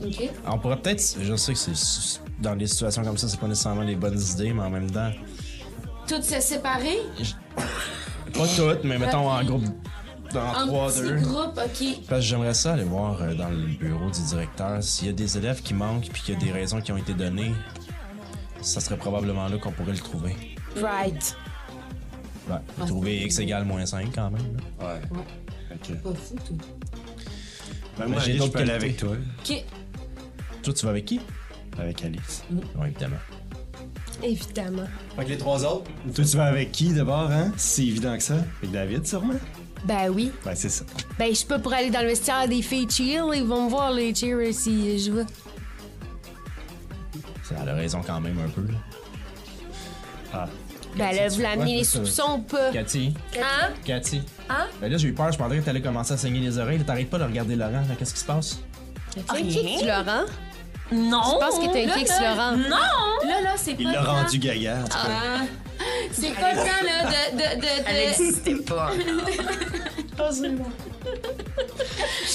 Ok?
On pourrait peut-être. Je sais que c'est. Dans des situations comme ça, c'est pas nécessairement les bonnes idées, mais en même temps.
Toutes se séparer
Pas toutes, mais mettons en groupe. Dans
en
trois,
petits
deux.
groupes, ok.
Parce que j'aimerais ça aller voir euh, dans le bureau du directeur s'il y a des élèves qui manquent puis qu'il y a des raisons qui ont été données. Ça serait probablement là qu'on pourrait le trouver.
Right.
Ouais, trouver x égale moins 5 quand même. là.
Ouais. Ok.
Pas fou, toi.
Ben, moi,
j'ai
j'ai
d'autres
d'autres aller avec
qualités.
toi,
Ok.
Toi, tu vas avec qui?
avec Alice.
Oui, évidemment. Oh.
Évidemment.
Fait que les trois autres,
Toi, tu vas avec qui d'abord, hein? C'est évident que ça. Avec David, sûrement?
Ben oui.
Ben, c'est ça.
Ben, je suis pas pour aller dans le vestiaire des filles cheer. Ils vont me voir les cheer si je vais.
Ça elle a raison quand même un peu. là.
Ah.
Ben là, vous l'amenez les soupçons ou pas?
Cathy,
Hein?
Cathy.
Hein?
Ben là, j'ai eu peur, je pensais que t'allais commencer à saigner les oreilles. Là, T'arrêtes pas de regarder Laurent. Là, Qu'est-ce qui se passe?
T'as un kick, Laurent?
Non!
Je pense que t'as un kick, Laurent.
Non!
Là, là, c'est pas
Il l'a
le temps.
rendu gaillard.
Ah. C'est pas le temps, là, de... de,
Elle
de, de...
n'existait pas.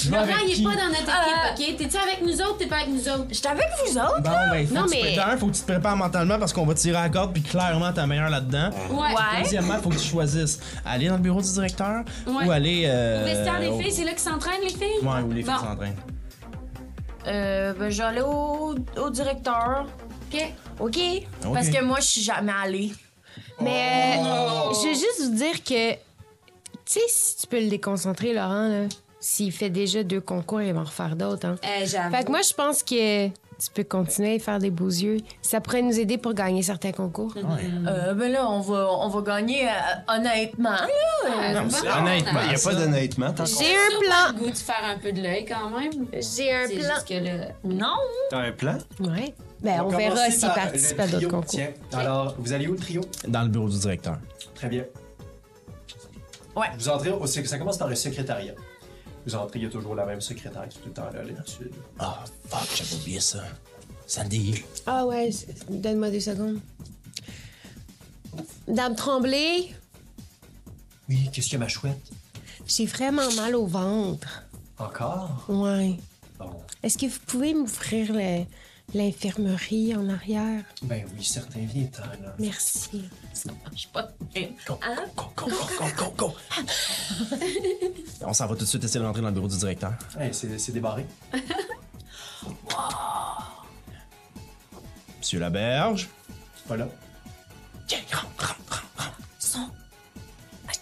Laurent, il est
qui?
pas dans notre équipe, OK? T'es-tu avec nous autres? T'es pas avec nous autres?
J'étais avec vous autres!
Bon, ben, faut
Non,
que tu
mais-
te- d'un, faut que tu te prépares mentalement parce qu'on va tirer à la corde, puis clairement, t'es meilleur là-dedans.
Ouais.
Deuxièmement, faut que tu choisisses aller dans le bureau du directeur
Ouais.
ou aller. euh,
Au vestiaire des
au-
filles, c'est là qu'ils s'entraînent, les filles?
Ouais, ou les filles
Bon.
s'entraînent.
Euh, ben, j'allais au, au directeur.
OK.
OK? Parce que moi, je suis jamais allée.
Mais euh, je veux juste vous dire que, tu sais, si tu peux le déconcentrer, Laurent, là, s'il fait déjà deux concours, il va en refaire d'autres. Hein.
Euh, j'avoue.
Fait que moi, je pense que tu peux continuer à faire des beaux yeux. Ça pourrait nous aider pour gagner certains concours.
Euh, ben là, on va, on va gagner euh, honnêtement,
euh,
là.
Non, mais c'est-
Ben,
honnêtement, il n'y a pas d'honnêtement. tant qu'on-
J'ai un
Sûrement
plan.
le goût de faire un peu de l'œil quand même.
J'ai un
C'est
plan.
juste que là...
Non!
T'as un plan?
Ouais. Ben, on,
va
verra
commencer
s'il
par
participe
le
à d'autres
trio.
concours.
Tiens, alors, vous allez où le trio?
Dans le bureau du directeur.
Très bien.
Ouais.
Vous entrez au sec- ça commence par le secrétariat. Vous entrez, il y a toujours la même secrétaire qui est tout le temps là, là-dessus.
Ah, fuck, j'avais oublié ça. Sandy.
Ah ouais, c- donne-moi deux secondes. Dame Tremblay,
Oui, qu'est-ce que ma chouette?
j'ai vraiment mal au ventre.
Encore?
Ouais.
Bon,
Est-ce que vous pouvez m'ouvrir le- l'infirmerie en arrière?
ben oui, certains viennent, hein, là.
Merci.
Go, go, go, go, go, go, go.
On s'en va tout de suite essayer de rentrer dans le bureau du directeur.
Hey, c'est c'est débarré.
Monsieur Laberge.
C'est pas là.
Tiens, rentre, rentre, rentre, rentre.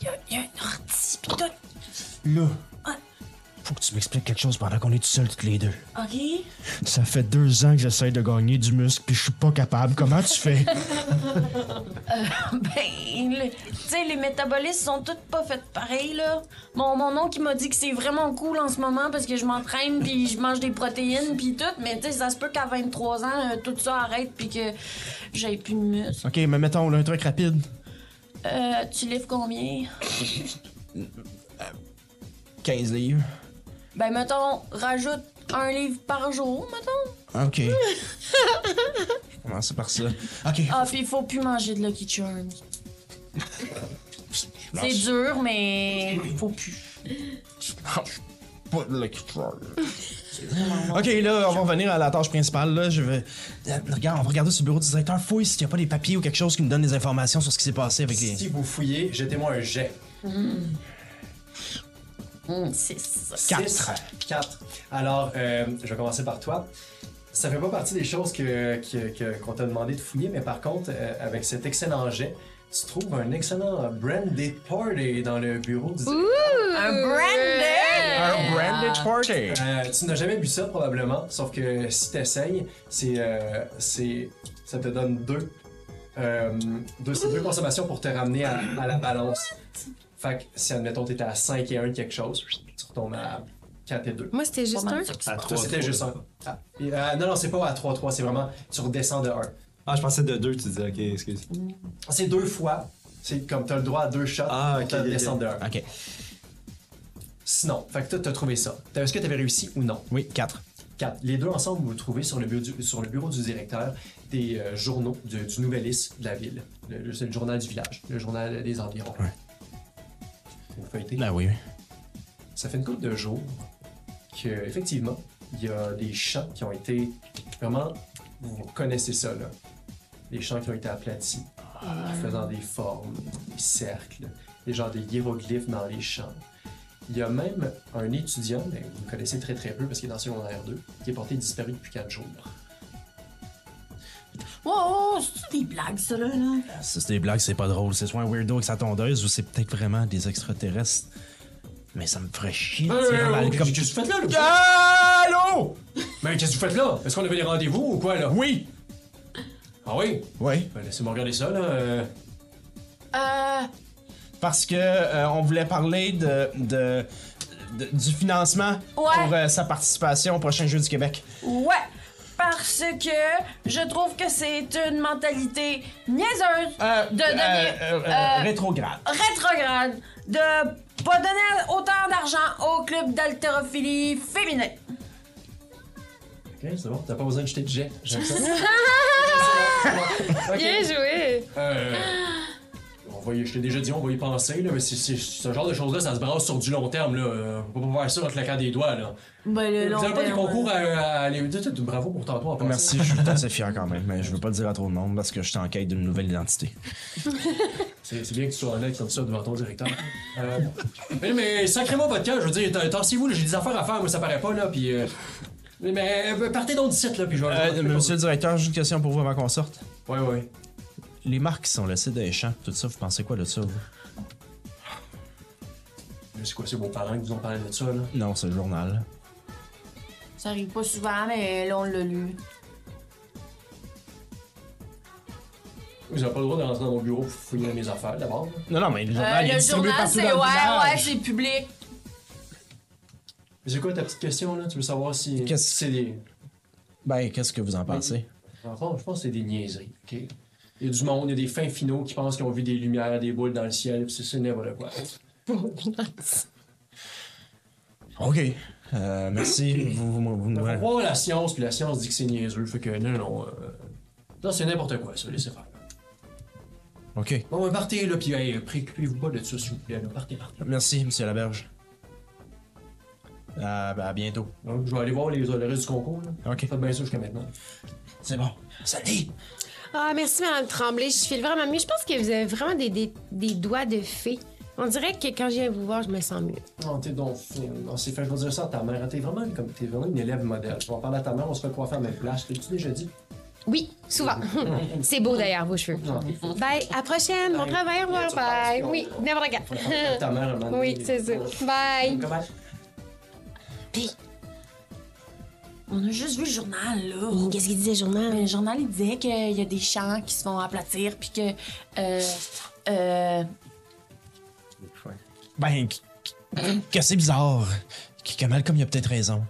Il y a- il y, a une ortie, pis tout.
Là. Faut que tu m'expliques quelque chose pendant qu'on est tout seuls toutes les deux.
OK?
Ça fait deux ans que j'essaie de gagner du muscle, puis je suis pas capable. Comment tu fais?
Ben, le- tu sais, les métabolismes sont toutes pas faites pareil, là. Mon, mon oncle, il m'a dit que c'est vraiment cool en ce moment parce que je m'entraîne, puis je mange des protéines, puis tout. Mais tu sais, ça se peut qu'à 23 ans, euh, tout ça arrête, puis que j'aille plus de muscles.
ok, mais mettons, là, un truc rapide.
Euh, tu livres combien?
15 livres.
Ben, mettons, rajoute un livre par jour, mettons.
Ah, Ok. Commencez par ça. Ok.
Ah, puis il faut plus manger de Lucky Charms. c'est dur, mais faut plus.
Ah. Oh, Pas de Lucky Charms. Ok, là, on va revenir à la tâche principale. Là, je vais. Euh, Regarde, on va regarder sur le bureau du directeur. Fouille s'il n'y a pas des papiers ou quelque chose qui me donne des informations sur ce qui s'est passé avec les.
Si vous fouillez, jetez-moi un jet.
Hmm.
C'est ça.
Quatre.
Six, Quatre. Alors, euh, je vais commencer par toi. Ça fait pas partie des choses que, que- que- qu'on t'a demandé de fouiller, mais par contre, euh, avec cet excellent jet, tu trouves un excellent branded party dans le bureau du
Un brandy!
Un brandage party!
Euh, tu n'as jamais bu ça probablement, sauf que si tu essayes, c'est, euh, c'est, ça te donne deux, euh, deux, c'est deux consommations pour te ramener à, à la balance. Fait que si, admettons, t'étais à 5 et 1 quelque chose, tu retombnes à 4 et 2.
Moi, c'était juste un.
À
Toi,
trois,
c'était
trois.
juste un. Ah, et, euh, non, non, c'est pas à 3-3, c'est vraiment, tu redescends de 1.
Ah, je pensais de deux, tu disais, ok, excuse.
C'est deux fois, c'est comme t'as le droit à deux shots
Ah,
pour
ok,
te
ok, ok.
redescendre de 1.
Ok.
Sinon, fait que toi, t'as trouvé ça. T'as- Est-ce que t'avais réussi ou non?
Oui, 4.
Quatre. Les deux ensemble, vous trouvez sur le bureau du, sur le bureau du directeur des euh, journaux du, du Nouvellis de la ville. Le, le- c'est le journal du village, le journal des environs.
Ouais.
Vous feuilletez.
Là, Ben oui.
Ça fait une couple de jours que, effectivement, il y a des champs qui ont été vraiment. Vous connaissez ça, là. Des champs qui ont été aplatis, en faisant des formes, des cercles, des genres de hiéroglyphes dans les champs. Il y a même un étudiant, mais vous le connaissez très très peu parce qu'il est en secondaire 2, qui est porté disparu depuis 4 jours.
Wow, c'est des blagues, ça, là? là?
Si c'est des blagues, c'est pas drôle. C'est soit un weirdo avec sa tondeuse ou c'est peut-être vraiment des extraterrestres. Mais ça me ferait chier. de tirer dans le- comme- Ah!
Qu'est-ce que vous faites là,
Allô?
Mais qu'est-ce que vous faites là? Est-ce qu'on avait des rendez-vous ou quoi, là?
Oui!
Ah oui?
Oui.
Ben, Laissez-moi regarder ça, là. euh.
Euh,
Parce que euh, on voulait parler de, de- de- du financement
Ouais.
pour euh, sa participation au prochain Jeu du Québec.
ouais.
parce que je trouve que c'est une mentalité niaiseuse,
Euh,
De donner-
euh, euh,
euh,
rétrograde.
rétrograde, de pas donner autant d'argent au club d'haltérophilie féminin.
Ok, c'est bon, t'as pas besoin de jeter de jet. J'aime ça. Ok.
Bien joué!
Euh, on va y, je t'ai déjà dit, on va y penser, là, mais c'est, c'est- ce genre de choses-là, ça se brasse sur du long terme. Là. Euh, On peut pas faire ça en claquant des doigts. Là.
Ben, le
Vous
long
avez pas des
terme, hein.
concours à, à, les- Bravo pour tantôt. en passant.
Merci, je suis assez fier quand même, mais je veux pas le dire à trop de monde parce que je suis en quête d'une nouvelle identité.
C'est, c'est bien que tu sois honnête comme ça devant ton directeur. Euh, mais, mais sacrément votre cas, je veux dire, t- tassez-vous, là, j'ai des affaires à faire, moi ça paraît pas, là, puis... euh, mais euh, partez donc d'ici, là, puis je vais...
Euh, monsieur le directeur, j'ai une question pour vous avant qu'on sorte.
Ouais, ouais.
Les marques qui sont laissées dans les champs, tout ça, vous pensez quoi de ça, vous?
Mais C'est quoi, c'est vos parents qui vous ont parlé de ça, là?
Non, c'est le journal.
Ça arrive pas souvent, mais là, on l'a lu.
Vous avez pas le droit de rentrer dans mon bureau pour fouiller mes affaires, d'abord. là.
Non, non, mais le
Euh,
journal, il est
le
distribué
journal,
partout
c'est
dans
ouais,
le
ouais,
village.
c'est public.
Mais c'est quoi ta petite question, là? Tu veux savoir si...
Qu'est-ce-
si c'est des...
Ben, qu'est-ce que vous en pensez?
En fond, je pense que c'est des niaiseries, OK? Il y a du monde, il y a des fins finaux qui pensent qu'ils ont vu des lumières, des boules dans le ciel, puis c'est c'est n'importe quoi.
OK. Euh, merci. vous, vous, vous-
Faut
ouais.
croire à la science, puis la science dit que c'est niaiseux, fait que non, non... euh, Non, c'est n'importe quoi, ça, laissez faire.
OK.
Bon, ben, partez, là, puis hey, préoccupez-vous pas de ça, s'il vous plaît, là. Partez, partez.
Merci, monsieur Laberge. Euh, ben, à bientôt.
Donc, je vais aller voir les, le reste du concours, là.
OK.
Faites bien ça jusqu'à maintenant.
C'est bon. Salut!
Ah, merci, Madame Tremblay. Je file vraiment mieux. Je pense que vous avez vraiment des, des, des doigts de fée. On dirait que quand je viens vous voir, je me sens mieux.
Non, t'es donc... On s'est fait dire ça à ta mère. T'es vraiment, comme, t'es vraiment une élève modèle. Je vais en parler à ta mère, on se fait coiffer à la même place. T'as-tu déjà dit?
Oui, souvent. C'est beau d'ailleurs, vos cheveux.
Non.
Bye, à prochaine. Bon
Bye.
travail, au revoir. Bye. Oui, n'importe
Faut faire
quoi.
ta mère, un moment
Oui,
donné.
c'est ça. Bye.
Comment-
On a juste vu le journal, là.
Hmm.
Qu'est-ce qu'il disait, journal?
Le journal, il disait qu'il y a des champs qui se font aplatir, puis que. Euh, euh,
Ben, qu- qu- que c'est bizarre. Qu- Que Malcolm, il a peut-être raison.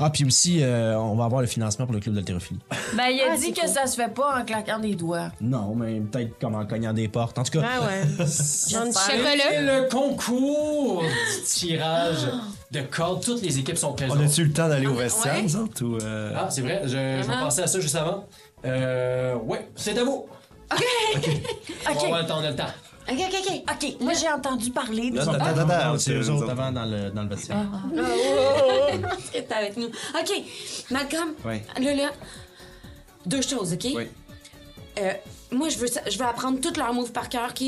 Ah, puis aussi, euh, on va avoir le financement pour le club d'haltérophilie.
Ben, il a
Ah,
dit
c'est
que
cool.
ça se fait pas en claquant des doigts.
Non, mais peut-être comme en cognant des portes. En tout cas,
Ben
Ah ouais. Genre du
C'est
chocolat.
le concours du tirage
Ah.
de cordes. Toutes les équipes sont
On
présentes.
a-tu eu le temps d'aller au vestiaire,
ouais.
nous autres, ou... euh,
Ah, c'est vrai, je, je vais penser à ça juste avant. Euh, ouais, c'est à vous. OK. On va attendre le temps.
Ok, ok, ok. Ok, moi j'ai entendu parler de
Attends,
Ah,
attends,
non,
attends,
non, c'est
euh,
eux
nous
autres
autres.
avant dans le, dans le vestiaire.
que t'es avec nous. OK, Malcolm,
Ouais.
là, là, deux choses, OK?
Oui.
Euh, moi, je veux, sa- je veux apprendre tous leurs moves par cœur, OK?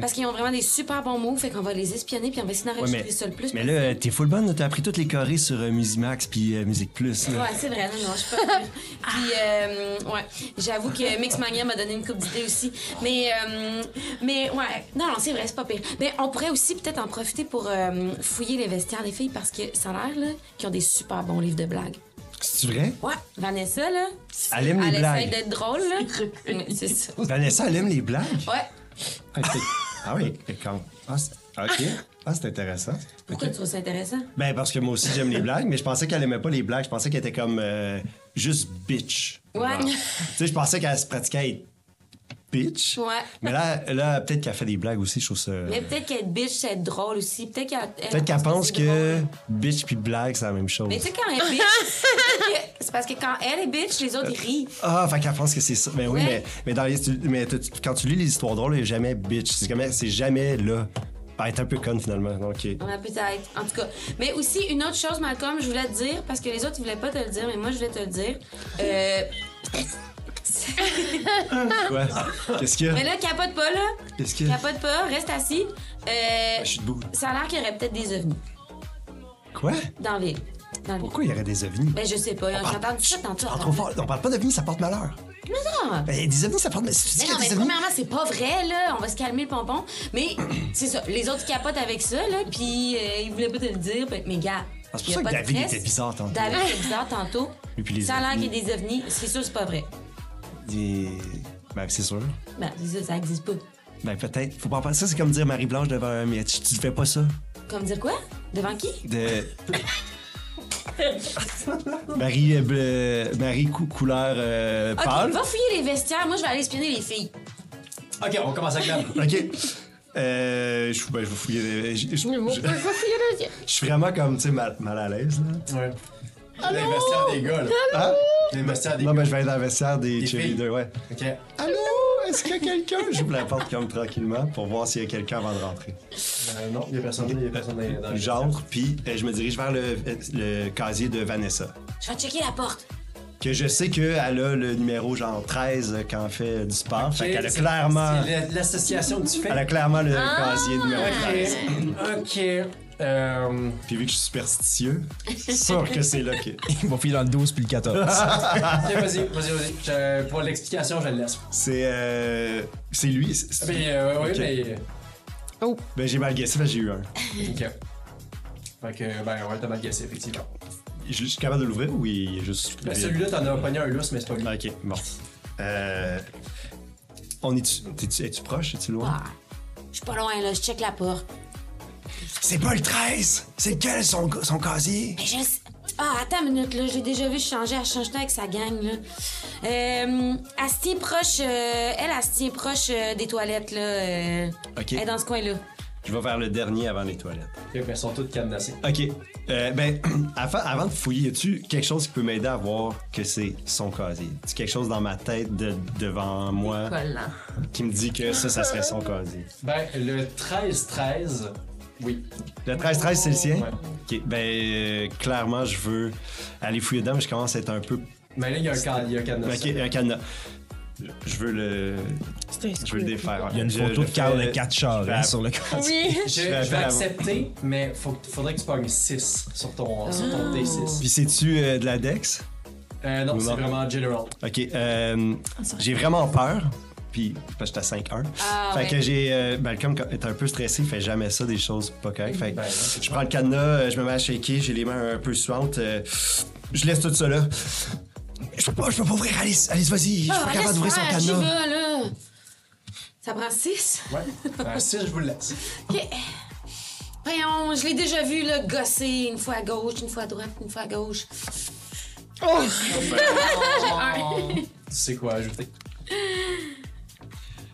Parce qu'ils ont vraiment des super bons moves, fait qu'on va les espionner, puis on va essayer
Ouais,
d'enregistrer
mais,
ça le plus.
mais là, euh, t'es full bonne, là, t'as appris toutes les chorés sur euh, Musimax puis euh, Musique Plus. là.
Ouais, c'est vrai, non, non, je suis pas. Puis, euh, ouais, j'avoue que Mixmania m'a donné une coupe d'idées aussi. Mais, euh, mais, ouais, non, non, c'est vrai, c'est pas pire. Mais on pourrait aussi peut-être en profiter pour euh, fouiller les vestiaires des filles parce que ça a l'air, là, qu'ils ont des super bons livres de blagues.
C'est vrai?
Ouais, Vanessa, là,
Elle aime les
elle essaye
blagues.
d'être drôle, là. Ouais, c'est ça.
Vanessa, elle aime les blagues?
Ouais,
Ok. Ah oui, quand... Ah, c'est- ok. Ah, c'est intéressant.
pourquoi tu trouves ça intéressant?
Ben, parce que moi aussi, j'aime les blagues, mais je pensais qu'elle aimait pas les blagues. Je pensais qu'elle était comme euh, juste bitch.
Ouais.
tu sais, je pensais qu'elle se pratiquait à être bitch.
Ouais.
Mais là, là peut-être qu'elle fait des blagues aussi, je trouve ça.
Mais peut-être qu'être bitch, c'est être drôle aussi. Peut-être qu'elle
Peut-être qu'elle pense
c'est
que
drôle.
bitch puis blague, c'est la même chose.
Mais tu sais, quand elle est bitch, c'est que- c'est parce que quand elle est bitch, les autres, ils rient.
Ah, fait qu'elle pense que c'est ça. Ben oui,
Ouais.
mais, mais, dans les, tu- mais tu- quand tu lis les histoires drôles, il n'y a jamais bitch. C'est comme- c'est jamais là. Ben, Elle est un peu conne finalement. Ok.
Ouais, peut-être. En tout cas. Mais aussi, une autre chose, Malcolm, je voulais te dire, parce que les autres, ils voulaient pas te le dire, mais moi, je voulais te le dire. Euh,
Quoi? Qu'est-ce qu'il y a?
Ah. mais là, capote pas, là.
Qu'est-ce qu'il y a?
Capote pas, reste assis. Euh,
Je suis debout.
ça a l'air qu'il y aurait peut-être des ovnis
Quoi?
dans la ville. Dans la ville.
Pourquoi il y aurait des ovnis?
Ben, je sais pas. J'ai
parle-
entendu ça
On
tantôt.
parle trop fort. On parle pas d'ovnis, ça porte malheur.
Ah!
Ben, des ovnis, ça porte malheur. C'est
Mais non, mais premièrement, c'est pas vrai, là. On va se calmer le pompon. Mais c'est ça. Les autres capotent avec ça, là. Puis euh, ils voulaient pas te le dire. puis- Mais gars.
Ah, c'est pour
y a
ça que
pas de
David
stress.
était bizarre tantôt.
David était bizarre tantôt.
Et puis les
ça a l'air qu'il y a des ovnis. C'est sûr, c'est pas vrai.
Des... Ben, c'est sûr.
Ben, c'est ça, ça existe pas.
Ben, peut-être. Faut pas en parler. Ça, c'est comme dire Marie-Blanche devant un match. Tu fais pas ça.
Comme dire quoi? Devant qui?
De. Marie, euh, bleu- Marie cou- couleur euh,
Ok,
pâle.
va fouiller les vestiaires. Moi, je vais aller espionner les filles.
Ok, on commence avec la.
OK. Euh, je, ben, je vais fouiller. les- Je, je- je-
fouiller
je suis vraiment comme, tu sais, mal, mal à l'aise. là.
Ouais. Les vestiaires des gars, là.
Hein?
Les vestiaires des
Non,
gars.
ben, je vais être dans le vestiaire des
Des
cheerleaders, ouais.
Ok.
Allô? Est-ce qu'il y a quelqu'un? J'ouvre la porte comme tranquillement pour voir s'il y a quelqu'un avant de rentrer.
Euh, non, il n'y a personne, il y a personne dans- dans les
J'entre, puis euh, je me dirige vers le, le casier de Vanessa.
Je vais checker la porte.
Que je sais qu'elle a le numéro genre 13 quand elle fait euh, du sport. fait qu'elle a
c'est-
clairement,
c'est la- l'association que tu fais.
elle a clairement le casier numéro 13.
Ok. Ok. Euh,
Puis vu que je suis superstitieux, c'est sûr que c'est là que.
Ils vont filer dans le 12 puis le 14.
ok, vas-y, vas-y, vas-y. Je- Pour l'explication, je le laisse.
C'est. euh, c'est lui. c'est- c'est-
Mais, euh, oui,
Ok.
mais.
Ben, j'ai mal guessé, parce que j'ai eu un.
Ok. Fait que, ben, ouais, t'as mal guessé, effectivement.
Je je suis capable de l'ouvrir ou il est juste. Ah,
Ben, celui-là, t'en as pogné un lousse, mais c'est pas lui.
Ok, bon. Euh. On est-tu. t'es-tu- Es-tu proche? Es-tu loin?
Je suis pas loin, là. Je check la porte.
C'est pas le 13! C'est quel son, son casier?
Mais je sais- Ah, attends une minute, là. J'ai déjà vu changer. Elle change avec sa gang, là. Euh, elle se tient proche... euh, elle, elle se tient proche euh, des toilettes, là. euh,
Ok.
Elle est dans ce coin-là.
Je vais vers le dernier avant les toilettes.
Ok, ben, ils sont tous cadenassés.
Ok. Euh, ben, avant, avant de fouiller, tu quelque chose qui peut m'aider à voir que c'est son casier? Tu quelque chose dans ma tête de- devant moi
Collant.
qui me dit que ça, ça serait son casier?
Ben, le 13-13. Oui.
Le 13-13, c'est le sien?
Ouais.
Ok, ben, euh, clairement, je veux aller fouiller dedans, mais je commence à être un peu.
Mais là, il y a un, can- il y a un cadenassé.
Ok, un cadenas. Je veux le. Je veux le défaire.
Il y a une
Je-
photo
je
de Carl
fais-
de 4 chars hein,
fais-
sur le côté.
Oui.
Je,
Je
je
vais
vais
appeler la-
accepter, mais faut, faudrait que tu pognes 6 sur ton, sur ton D6.
Puis, c'est-tu euh, de la Dex?
Euh, non,
Ou
c'est
non.
vraiment general.
Ok, euh, j'ai vraiment peur. Puis, parce que j'étais à 5-1.
Ah,
fait
ouais.
que j'ai. euh, Malcolm est un peu stressé, il fait jamais ça, des choses pas correctes. Fait que
Ben, non, c'est
je prends le cadenas, euh, je me mets à shaker, j'ai les mains un peu suantes. euh, je laisse tout ça là. Je peux pas, je peux pas ouvrir, Alice. Alice, vas-y. Je suis pas
Ah,
capable
laisse
d'ouvrir son
faire,
cadenas.
j'y vais, là. Ça prend six?
Ouais. Ben, 6, je vous le laisse.
Voyons, je l'ai déjà vu, là, gosser une fois à gauche, une fois à droite, une fois à gauche.
Tu sais quoi ajouter.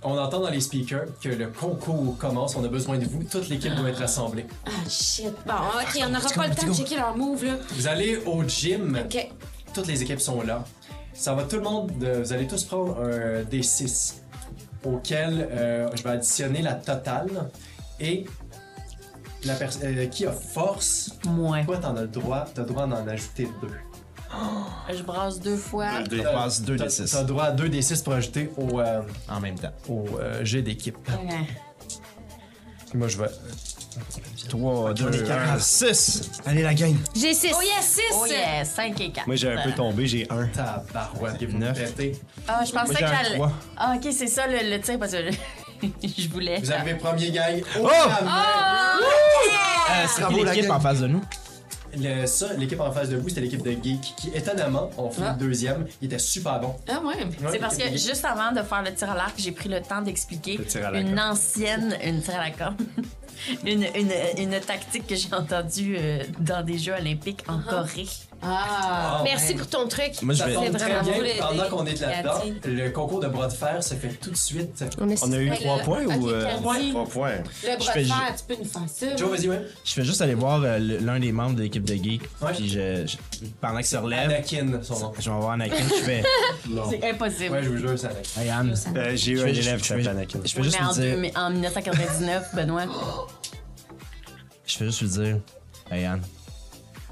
On entend dans les speakers que le concours commence, on a besoin de vous, toute l'équipe doit être rassemblée.
Ah, shit. Bon, OK, on n'aura pas le temps de checker leur move, là.
Vous allez au gym,
OK.
toutes les équipes sont là. Ça va tout le monde, de- vous allez tous prendre un D6 auquel euh, je vais additionner la totale et la pers- euh, qui a force,
Moins.
toi t'en as le droit, t'as le droit d'en ajouter deux.
Je brasse deux fois.
Je passe 2 des 6
T'as le droit à deux D6 pour ajouter au, euh,
en même temps.
au euh, jet d'équipe.
Ouais.
Moi je vais
3, 2, 1, 6.
Allez, la gang.
Euh,
J'ai six.
Oh, yeah, six!
Oh yeah, 5 et 4.
Moi, j'ai un peu tombé, j'ai un.
Tabarouette, que vous me
Neuf.
prêtez.
Ah, je pensais
Moi,
que
j'ai un
j'allais.
trois.
Ah, ok, c'est ça le, le tir parce que je, je voulais.
Vous avez premier gang. Oh!
Ah,
C'est l'équipe en face de nous.
Le, ça, l'équipe en face de vous, c'était l'équipe de Geek qui, étonnamment, ont fait
Ah.
le deuxième. Il était super bon.
Ah, ouais.
Ouais,
C'est parce que
l'équipe de Geek.
juste avant de faire le tir à l'arc, j'ai pris le temps d'expliquer
Le tir à la
une
corde.
ancienne, une tir à la corde, une, une, une tactique que j'ai entendue euh, dans des Jeux olympiques en Corée.
Ah,
Ah,
Merci pour ton truc.
Moi, je
Ça
vais.
tombe très
vraiment
cool,
bien.
les-
Pendant qu'on est là-dedans,
Cathy.
le concours de bras de fer se fait tout de suite.
On est
On a eu
Ouais,
trois
le-
points ou.
ok,
euh,
Cathy.
Trois points.
Le bras
fais
de
ju-
fer, tu peux nous faire ça.
Joe, vas-y, ouais.
Je fais juste aller voir euh, le- l'un des membres de l'équipe de geek.
Ouais.
Puis je, je- pendant qu'il se relève,
Anakin, son nom.
je vais voir Anakin. Je fais.
C'est impossible.
Ouais, je vous jure, c'est Anakin.
Hey Anne.
Euh, j'ai eu
Je
un
fais-
élève qui
je fais-
s'appelle Anakin.
Je fais
Oui,
juste
mais en,
lui dire.
deux- en 1999, Benoît.
Je fais juste lui dire, hey Anne,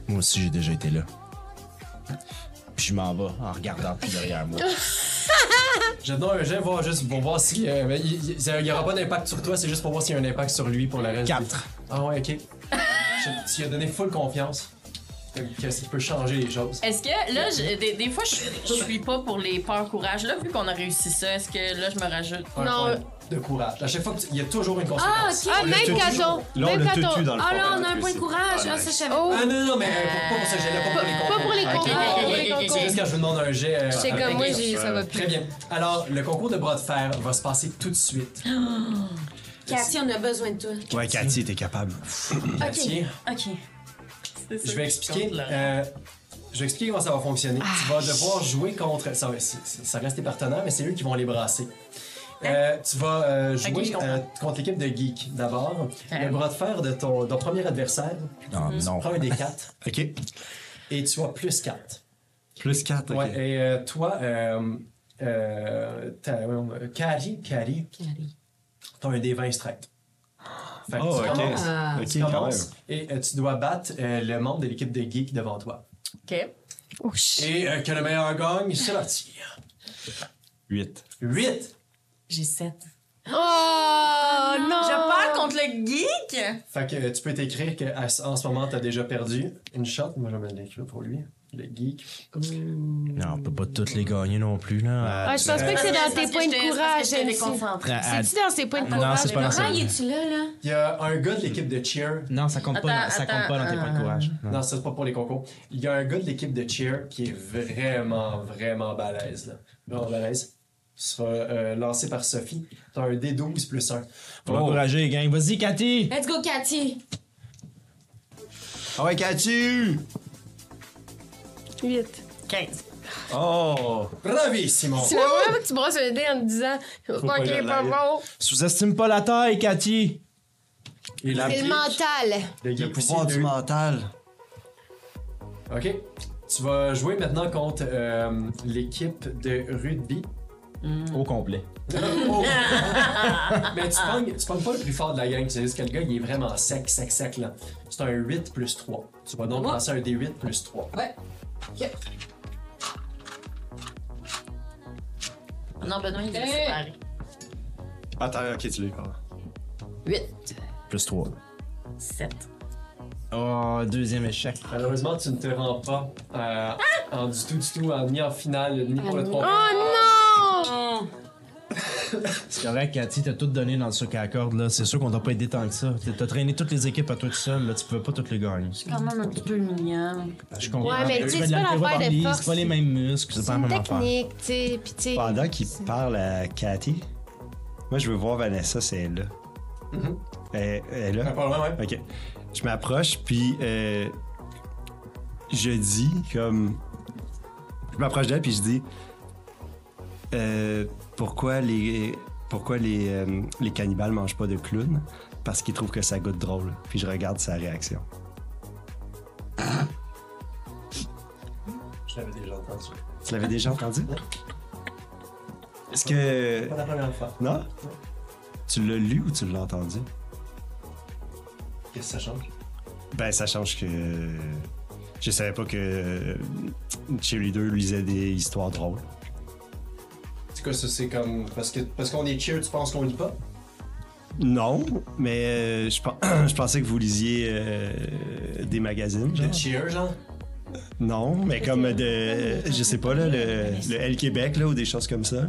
moi aussi j'ai déjà été là. Puis je m'en vais en regardant plus derrière moi.
Je donne un jet voir juste pour voir si. euh, mais il n'y aura pas d'impact sur toi, c'est juste pour voir s'il y a un impact sur lui pour le reste.
Quatre.
Ah ouais, ok. Je- tu lui as donné full confiance. Que, que ça peut changer les choses.
Est-ce que là, je- des, des fois, je, je suis pas pour les peurs courage. Là, vu qu'on a réussi ça, est-ce que là, je me rajoute?
Un
Non.
point de courage. À chaque fois, que tu- il y a toujours une conséquence.
Ah, OK.
Ah, même quand on.
Là, on
Même
l'a
quand
tout
on.
eu dans le
Ah,
fond.
là, on a un point de courage. Ah, ça, je savais.
Oh,
Ah non, non, mais euh, pour- pas pour ça, j'ai là, pas pour les
pas pour les
concours.
concours.
ok,
pour
ok,
les
ok, ok.
concours.
C'est juste quand je vous demande un jet. euh,
C'est
avec
comme moi,
les-
j'ai- ça va plus.
Très bien. Alors, le concours de bras de fer va se passer tout de suite.
Ah,
Cathy, on a besoin de toi.
Ah, Ouais, Cathy était capable.
Cathy,
Ok. c'est
Je
ça.
vais expliquer. euh, je vais expliquer comment ça va fonctionner. tu vas
Ah,
devoir jouer contre. Ça, va- c'est- c'est- ça reste tes partenaires, mais c'est eux qui vont les brasser. Euh, tu vas euh, jouer
Hein? Ok, je comprends.
euh, contre l'équipe de Geek d'abord.
Ah.
Le bras de fer de ton, ton premier adversaire,
Non, non.
prends un des quatre
OK.
et tu as plus quatre.
Plus 4, OK.
Ouais, et euh, toi, euh, euh, t'as- euh, Carrie, Carrie, t'as un des 20 straight. Fait que
Oh,
tu
OK.
commences,
OK,
tu
quand même.
commences et euh, tu dois battre euh, le membre de l'équipe de Geek devant toi.
OK.
Oh, shit.
Et euh, que le meilleur gagne, c'est parti.
8.
8!
J'ai 7.
Oh, non!
Ah, Je parle contre le geek?
Fait que euh, tu peux t'écrire qu'en ce moment, t'as déjà perdu une shot. Moi, je vais me l'écrire pour lui, le geek.
Non, on peut pas toutes les gagner non plus, là.
Ah, je pense pas que c'est dans tes
Parce que
points de
j'étais-
courage,
parce que j'étais
MC.
déconcentrée.
Ah, ah,
C'est-tu dans ses points de
Non,
courage?
c'est pas dans ça.
Comment y es-tu là, là?
Il y a un gars de l'équipe de cheer.
Non, ça compte pas, dans- ça
Attends,
compte pas dans tes
attends,
points de courage.
Ah.
Non.
Non, ça, c'est pas pour les concours. Il y a un gars de l'équipe de cheer qui est vraiment, vraiment balèze. Là. Vraiment balèze. Ce sera euh, lancé par Sophie. T'as un D12 plus 1.
Oh,
Faut encourager les gangs. Vas-y, Cathy!
Let's go, Cathy!
Ah ouais, Katu!
8.
15.
Oh!
Bravissimo!
Tu vois pas que tu brosses un dé en te disant «
pas
Ok,
y aller.
pas bon.
Sous-estime pas la taille, Cathy!
Et » la
C'est le mental.
le
Le
geek
pouvoir
aussi,
du
lui.
mental.
OK. Tu vas jouer maintenant contre euh, l'équipe de rugby.
Au complet.
Oh! Mais tu pognes, tu pognes pas le plus fort de la gang. C'est juste que le gars, il est vraiment sec, sec, sec. là. C'est un 8 plus 3. Tu vas donc
Ouais.
lancer un D8 plus 3.
Ouais.
Non, Benoît, il est
Hey.
séparé.
Attends, ok, tu l'as eu, pardon.
8.
Plus 3.
7.
Oh, deuxième échec.
Malheureusement, tu ne te rends pas euh, en du tout, du tout, en- ni en finale, ni pour le
Oh
trophée.
non!
C'est correct, Cathy, t'as tout donné dans le sucre à la corde, là. C'est sûr qu'on t'a pas aidé tant que ça. T'as- T'as traîné toutes les équipes à toi tout seul, là. Tu pouvais pas toutes les gagner. Ah,
C'est quand même un petit peu humiliant.
Je comprends.
Ouais, mais tu sais,
fais
c'est pas
l'altéro
l'affaire de
barbie,
force.
C'est pas les mêmes muscles, c'est
C'est
pas la
une
même affaire.
technique, tu sais. Puis tu sais...
Pendant qu'il parle à Cathy, moi, je veux voir Vanessa, c'est elle là.
Mm-hmm.
Elle- elle est là.
Ah, pas loin, ouais.
Ok. Je m'approche, puis euh, je dis comme. Je m'approche d'elle, puis je dis euh, pourquoi les pourquoi les, euh, les cannibales mangent pas de clown Parce qu'ils trouvent que ça goûte drôle. Puis je regarde sa réaction.
Je l'avais déjà entendu.
Tu l'avais déjà entendu Est-ce que
Pas la première fois.
non Tu l'as lu ou tu l'as entendu
Qu'est-ce que ça change?
Ben, ça change que. Je savais pas que euh, Cheerleader lisait des histoires drôles.
C'est quoi ça? C'est comme. Parce que parce qu'on est cheer, tu penses qu'on lit pas?
Non, mais euh, je, pen- je pensais que vous lisiez euh, des magazines.
Le
genre.
cheer, genre?
Non, mais comme de. euh, Je sais pas, là, le, le L Québec, là, ou des choses comme ça. là.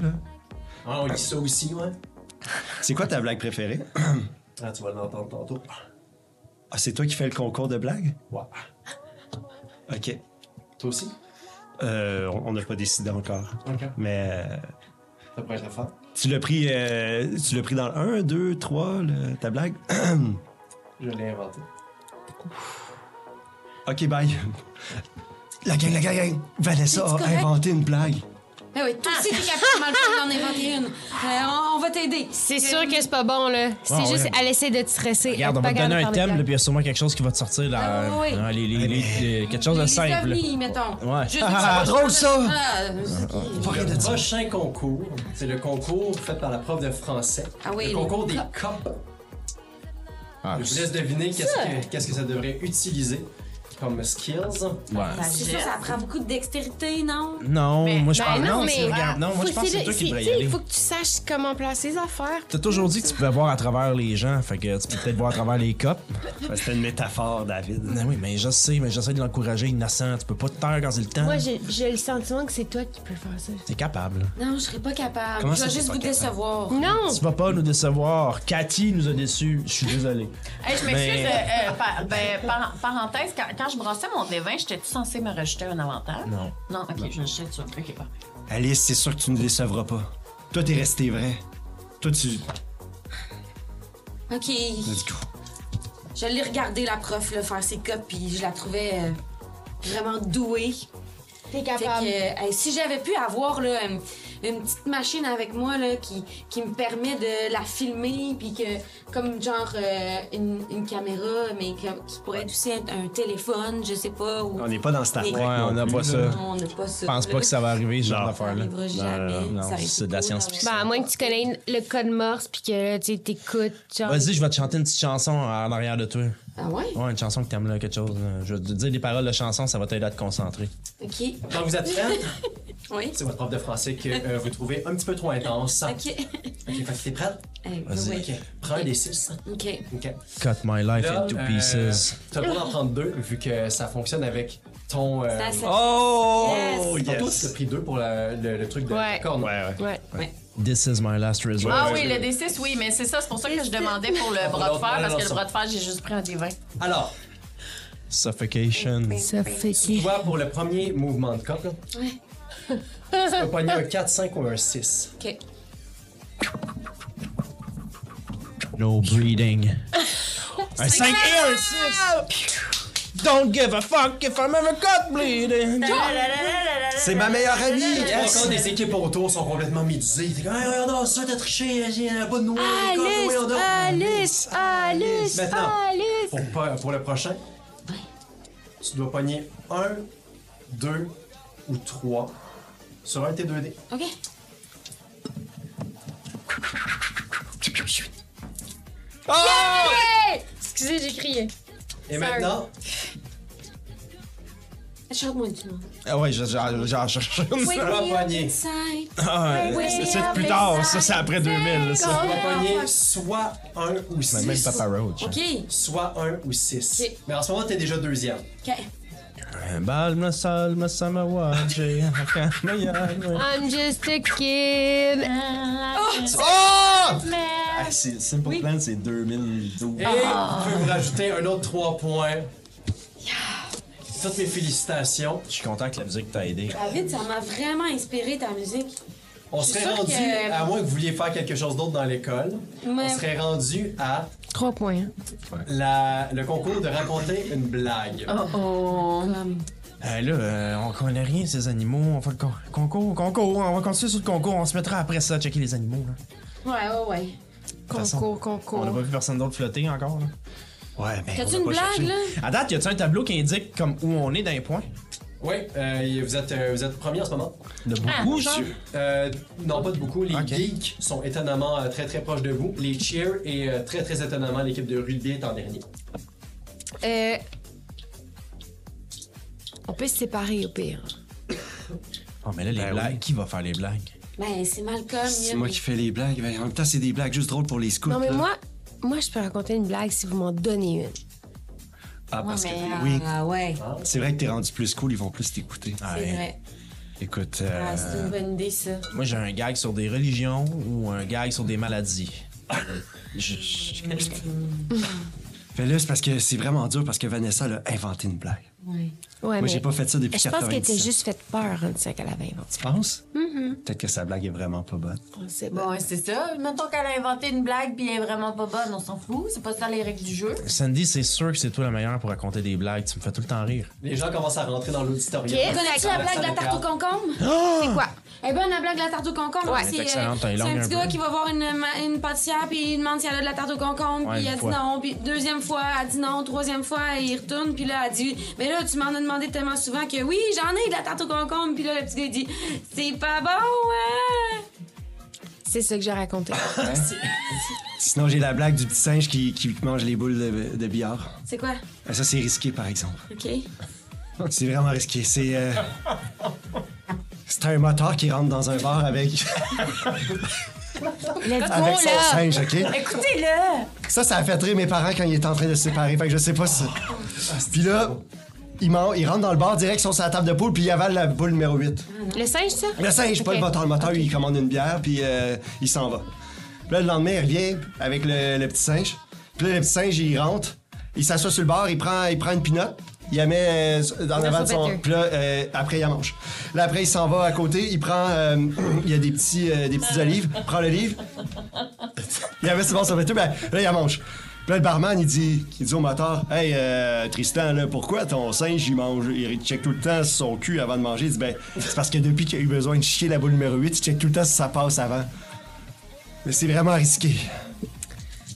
Ah, on lit ça aussi, ouais?
C'est quoi ta blague préférée?
Ah, tu vas l'entendre tantôt.
Ah, c'est toi qui fais le concours de blagues?
Ouais.
Ok.
Toi aussi?
Euh, on on n'a pas décidé encore.
Ok.
Mais euh,
Ça pourrait être la fin.
tu l'as pris, euh, tu l'as pris dans le 1, 2, 3, le- ta blague?
Je l'ai inventé.
Ok, bye. La gang, la gang, la gang. Vanessa a inventé une blague.
Ben oui, toi aussi, t'es capable de mal faire d'en inventer une. Euh, on, on va t'aider. Euh,
C'est sûr que c'est pas bon, là. C'est
Ouais,
juste,
ouais.
elle essaie de te stresser.
Regarde, on
Elle
va
est
te
pas
donner un
capable de faire
thème,
des
là, puis il y a sûrement quelque chose qui va te sortir. Là,
Ah, oui.
euh, les- les- les- quelque chose de
Les
simple.
amis, mettons.
Ouais.
Juste-
Ah, drôle, ça!
Ah, ok.
Le prochain concours, c'est le concours fait par la prof de français.
Ah oui,
Le
les
concours des copes.
Ah,
Je vous laisse deviner qu'est-ce que, qu'est-ce que ça devrait utiliser comme skills.
ouais.
C'est sûr, ça prend beaucoup de dextérité, non?
Non,
Mais-
moi je
Ben
pense.
non,
non,
mais-
c'est- regarde, non, moi
Faut
je pense que c'est
le-
toi qui devrais y
tu sais,
aller.
Il faut que tu saches comment placer les affaires.
T'as toujours dit que tu pouvais voir à travers les gens, fait que tu peux peut-être voir à travers les copes.
Ben, C'était une métaphore, David.
Non, oui, mais je sais, mais j'essaie de l'encourager, innocent. Tu peux pas te taire quand c'est le temps.
Moi, j'ai j'ai le sentiment que c'est toi qui peux faire ça.
T'es capable.
Non, je serais pas capable.
Comment
je
ça,
vais
t'es
juste
pas
vous
capable?
décevoir.
Non!
Tu vas pas nous décevoir. Cathy nous a déçus. Je suis désolé.
Hey, je m'excuse. euh, euh, par- ben, par- parenthèse, quand, quand je brassais mon dévin, j'étais-tu censée me rejeter un avantage?
Non.
Non, ok, je le jette sur. Ok, pas.
Alice, c'est sûr que tu ne décevras pas. Toi, t'es resté vrai. Toi, tu.
Ok.
Let's go.
Je l'ai regardé, la prof, là, faire ses copies, puis je la trouvais euh, vraiment douée.
T'es
Fait
capable.
que, euh, hey, si j'avais pu avoir là, une, une petite machine avec moi là, qui, qui me permet de la filmer, puis que comme genre euh, une, une caméra, mais que- qui pourrait être aussi être un téléphone, je sais pas. Ou...
On n'est pas dans Star Trek.
Ouais,
non
on n'a
plus,
pas
là.
ça.
Non, on n'a pas ça.
Je pense
là.
pas que ça va arriver, ce genre
Non.
Ça
d'affaire-là.
arrivera jamais.
non,
non,
Ça aurait
c'est de
été
la
cool
science-fiction.
Ben,
d'avoir
à moins que tu connais le code morse puis que là, tu sais, t'écoutes. genre-
Vas-y, je vais te chanter une petite chanson en arrière de toi.
ça. Ah ouais?
Ouais, une chanson que t'aimes là, quelque chose. là. Je vais te dire des paroles de chanson, ça va t'aider à te concentrer.
Ok.
Quand vous êtes prête,
Oui.
c'est votre prof de français que euh, vous trouvez un petit peu trop intense. Ok,
Ok.
fait que t'es prête?
Hey,
Vas-y.
Ok,
ouais.
prends un des six.
Ok.
Ok.
Cut my life
Là,
into
euh,
pieces.
T'as le droit d'en prendre deux, vu que ça fonctionne avec ton... euh,
Ça, ça-
Oh!
Yes.
ton- toi, tu as pris deux pour la- le, le truc de la
Ouais.
corne.
Ouais, ouais.
Ouais.
This is my last resort.
Ah oui, le D6, oui, mais c'est ça, c'est pour ça que je demandais pour le bras de fer, parce que le bras de fer, j'ai juste pris un D20.
Alors,
Suffocation.
Ça fait
tu vois, pour le premier mouvement de coq, là, tu peux pogner un 4, 5 ou un 6.
Ok.
No breathing. un 5 et un 6! Don't give a fuck if I'm ever caught bleeding!
C'est ma meilleure amie!
Quand des équipes autour sont complètement midisées, t'es comme, hey, regarde ça, t'as triché, j'ai un bas de noix,
Ah, Alice,
regarde,
Alice, Alice,
Maintenant.
Alice.
Mm. Pour, pas- pour le prochain, tu dois pogner 1, 2 ou 3 sur un de tes 2D.
Ok.
Excusez, j'ai crié.
Et maintenant,
Chante-moi du monde.
Ah ouais, je- je- je- j'en cherche une.
tu vas pogner,
Inside.
Ah,
Oui,
c'est- C'est
oui,
plus
oui,
tard,
oui.
ça, c'est après 2000. là, ça.
tu vas
Ah.
pogner soit 1 ou
Mais Même
6.
Papa Roach.
Ok.
Soit 1 ou 6.
Ok.
Mais en ce moment, t'es déjà deuxième.
Ok.
Bal me sol, me sama waje, haka me yagwe.
I'm just a kid.
Ah, c'est- Simple Plan, c'est 2012.
Et
Ah.
vous pouvez vous rajouter un autre 3 points. Toutes mes félicitations.
Je suis content que la musique t'a aidé.
David, ça m'a vraiment inspiré ta musique.
On
suis
serait
sûre
rendu,
que-
à moins que vous vouliez faire quelque chose d'autre dans l'école,
Ouais.
on serait rendu à
Trois points. hein.
la- le concours de raconter une blague.
Oh oh.
Euh, là, euh, on connaît rien ces animaux. On fait le con- concours, concours. On va continuer sur le concours. On se mettra après ça à checker les animaux. Là. De
Ouais, ouais, ouais.
toute façon, On
Concours,
n'a
concours.
pas vu personne d'autre flotter encore. Là.
Ouais, mais.
T'as-tu
on
une
l'a pas
blague,
cherché.
là?
À date, y a-t-il un tableau qui indique comme où on est dans les points
Oui, euh, vous, êtes, euh, vous êtes premier en ce moment.
De
Oh, Ah.
beaucoup, genre?
Euh, non, pas de beaucoup. Les
Ok.
geeks sont étonnamment euh, très très proches de vous. Les cheers et euh, très très étonnamment l'équipe de rugby est en dernier.
Euh, on peut se séparer au pire.
Oh, mais là, les blagues. Qui va faire les blagues
Ben, c'est Malcolm.
C'est
là.
moi qui fais les blagues. mais En même temps, c'est des blagues juste drôles pour les scouts.
Non, mais
là.
moi, moi, je peux raconter une blague si vous m'en donnez une.
Ah, parce
Ouais,
que.
mais,
Oui.
Ah, ouais.
C'est vrai que t'es rendu plus cool, ils vont plus t'écouter.
C'est
Ouais.
vrai.
Écoute.
Ah,
euh,
c'est une bonne idée, ça.
Moi, j'ai un gag sur des religions ou un gag sur des maladies. Je- je-
Mais là, c'est parce que c'est vraiment dur parce que Vanessa elle a inventé une blague.
Ouais.
Ouais,
Moi,
mais
j'ai pas fait ça depuis
je pense qu'elle était
97.
juste faite peur hein, de ça qu'elle avait inventé.
Tu penses? Peut-être que sa blague est vraiment pas bonne.
C'est bon.
Bon, c'est ça. Mettons qu'elle a inventé une blague puis elle est vraiment pas bonne, on s'en fout. C'est pas ça les règles du jeu.
Sandy, c'est sûr que c'est toi la meilleure pour raconter des blagues. Tu me fais tout le temps rire.
Les gens commencent à rentrer dans l'auditorium.
Ok.
Connais-tu la blague de la tarte au concombre?
Ah!
C'est quoi?
Eh ben, la blague de la tarte au concombre,
Ouais.
c'est
Elle est
euh,
excellente, elle est
c'est un
longue un
petit gars
peu.
qui va voir une, ma- une pâtissière, puis il demande si elle a de la tarte au concombre,
Ouais,
puis
une
elle dit
fois.
non, puis deuxième fois, elle dit non, troisième fois, il retourne, puis là, elle dit Mais là, tu m'en as demandé tellement souvent que oui, j'en ai de la tarte au concombre, puis là, le petit gars, il dit C'est pas bon, hein?
C'est ça que j'ai raconté.
Ah! Sinon, j'ai la blague du petit singe qui, qui mange les boules de, de billard.
C'est quoi?
Ah, Ça, c'est risqué, par exemple.
OK.
C'est vraiment risqué. C'est. euh, C'est un moteur qui rentre dans un bar avec,
Let's go,
avec son
là!
singe, OK? Écoutez-le! Ça, ça a fait rire mes parents quand ils étaient en train de se séparer. Fait que je sais pas si. Puis là, il, man- il rentre dans le bar direct sur sa table de poule, puis il avale la boule numéro 8.
Le singe, ça?
Le singe, pas
Ok.
le moteur. Le moteur, il commande une bière, puis euh, il s'en va. Puis là, le lendemain, il revient avec le, le petit singe. Puis là, le petit singe, il rentre. Il s'assoit sur le bord, il prend, il prend une pinotte. Il la met euh, dans l'avant de son.
sauveteur.
Puis là, euh, après, il la mange. Là, après, il s'en va à côté. Il prend. euh, il y a des, petits, euh, des petites olives. Il prend l'olive. Il la met sur le bord de son bateau. Ben, là, il la mange. Puis là, le barman, il dit, il dit au moteur Hey, euh, Tristan, là, pourquoi ton singe, il mange Il check tout le temps sur son cul avant de manger. Il dit Ben, c'est parce que depuis qu'il a eu besoin de chier la boule numéro 8, il check tout le temps si ça passe avant. Mais c'est vraiment risqué.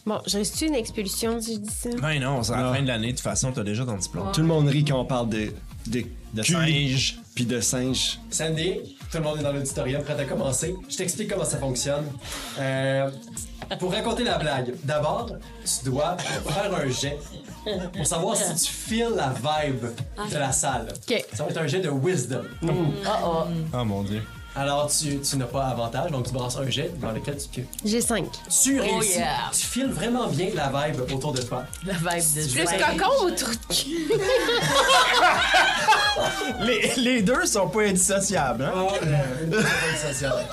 Bon, je reste-tu une expulsion si je dis ça?
Ben non, c'est à la fin de l'année, de toute façon, t'as déjà ton diplôme.
Tout le monde rit quand on parle de. De,
De
cul,
singe.
Puis de singe.
Sandy, tout le monde est dans l'auditorium, prêt à commencer. Je t'explique comment ça fonctionne. Euh, pour raconter la blague, d'abord, tu dois faire un jet pour savoir si tu files la vibe de la salle.
Ok.
Ça va être un jet de wisdom.
Oh mon dieu.
Alors, tu, tu n'as pas avantage, donc tu brasses un jet dans lequel tu,
J'ai 5.
tu réussis.
yeah.
Tu files vraiment bien la vibe autour de toi.
La vibe de
Plus
Joël.
cocon ou trou de cul?
Les, les deux sont pas indissociables, hein?
Oh, euh, une bonne sociale.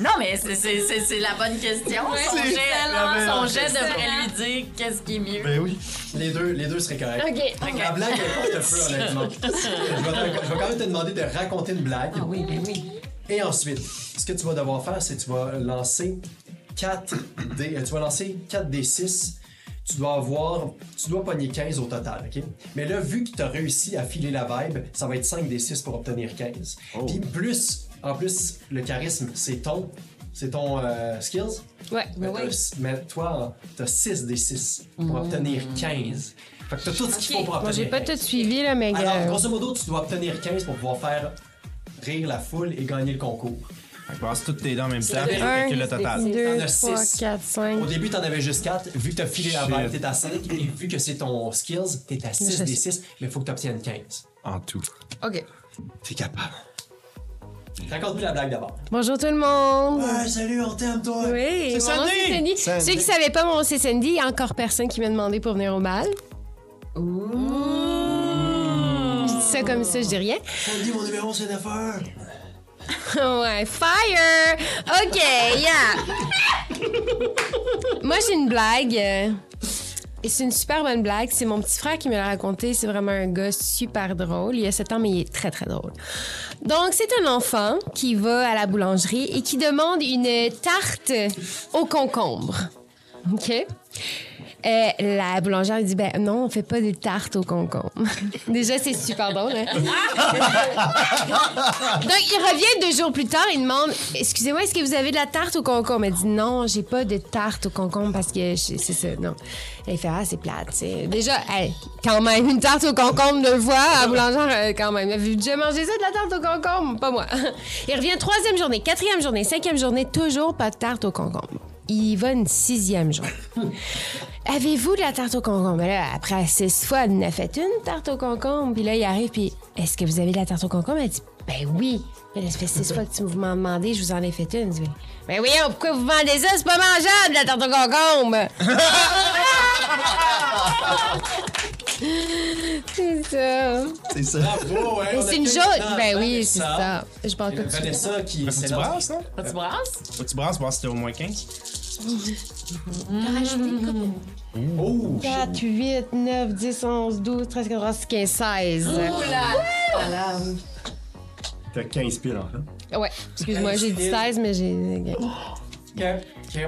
Non, mais c'est- c'est c'est- c'est la bonne question. son
c'est
jet,
la meilleure
son jet devrait lui dire qu'est-ce qui est mieux.
Ben oui.
les, deux, les deux seraient corrects.
Ok.
La blague importe peu, honnêtement. je, vais te- je vais quand même te demander de raconter une blague.
Ah oui, ben oui.
Et ensuite, ce que tu vas devoir faire, c'est que tu vas lancer 4 d tu vas lancer 4 des 6. Tu dois avoir, tu dois pogner 15 au total, OK? Mais là, vu que tu as réussi à filer la vibe, ça va être 5 des 6 pour obtenir 15. Puis plus, en plus, le charisme, c'est ton, c'est ton euh, skills.
Ouais. Mm.
Mais, t'as- mais toi, t'as 6 des 6 pour obtenir 15. Fait que t'as tout ce qu'il faut pour
Moi, j'ai
obtenir
pas
15.
tout suivi, là, mais.
Alors,
euh,
grosso modo, tu dois obtenir 15 pour pouvoir faire rire la foule et gagner le concours.
Fait que passe toutes tes dents en même temps,
un,
puis calcule le total.
T'en as
2,
six.
3, 4, 5.
Au début, t'en avais juste 4. Vu que t'as filé la
Shit.
balle, t'es à 5. Et vu que c'est ton skills, t'es à 6
Je
des
sais.
6. Mais faut que t'obtiennes 15.
En tout.
OK.
T'es capable.
Raconte-nous la blague d'abord.
Bonjour tout le monde.
Ah, salut, on t'aime, toi.
Oui, mon nom c'est Sandy.
Sandy.
Ceux qui savaient pas mon nom c'est Sandy, il y a encore personne qui m'a demandé pour venir au bal. Je dis ça comme ça, je dis rien.
Sandy, mon numéro, c'est d'affaires.
ouais, fire! OK, yeah! Moi, j'ai une blague. euh, Et c'est une super bonne blague. C'est mon petit frère qui me l'a raconté. C'est vraiment un gars super drôle. Il a 7 ans, mais il est très, très drôle. Donc, c'est un enfant qui va à la boulangerie et qui demande une tarte au concombre. OK? Euh, la boulangère lui dit ben non on fait pas des tartes au concombre déjà c'est super drôle hein? Donc, il revient deux jours plus tard, il demande Excusez-moi, est-ce que vous avez de la tarte au concombre Elle dit Non, j'ai pas de tarte au concombre parce que je- c'est ça, non. Elle fait Ah, c'est plate. tu sais. Déjà, hey, quand même, une tarte au concombre, deux fois, à la boulangère, euh, quand même. Avez-vous déjà mangé ça, de la tarte au concombre Pas moi. Il revient troisième journée, quatrième journée, cinquième journée, toujours pas de tarte au concombre. Il va une sixième journée. Avez-vous de la tarte au concombre? Mais Là, après six fois, elle en a fait une tarte au concombre. Puis là, il arrive, puis est-ce que vous avez de la tarte au concombre? Elle dit, ben oui. Mais là, ça fait six fois que tu- vous m'en demandez, je vous en ai fait une. Je dis, ben oui, oh, pourquoi vous vendez ça? C'est pas mangeable, la tarte au concombre! c'est ça.
C'est ça.
Bravo, hein.
Mais
on a
c'est une
fait
joke.
dans-
Ben
dans
oui,
les
c'est
salles.
ça. Je parle pas de ça.
Vanessa qui
Faut que
c'est
tu
là-
brasses, non?
Ah, Tu brasses?
Faut que tu brasses, voir si t'es au moins 15.
Oh,
4, 8, 9, 10, 11, 12, 13, 14, 15, 16.
Euh,
T'as hein? 15 piles, en fait.
Ouais, excuse-moi, j'ai dit 16, mais j'ai.
ok, ok.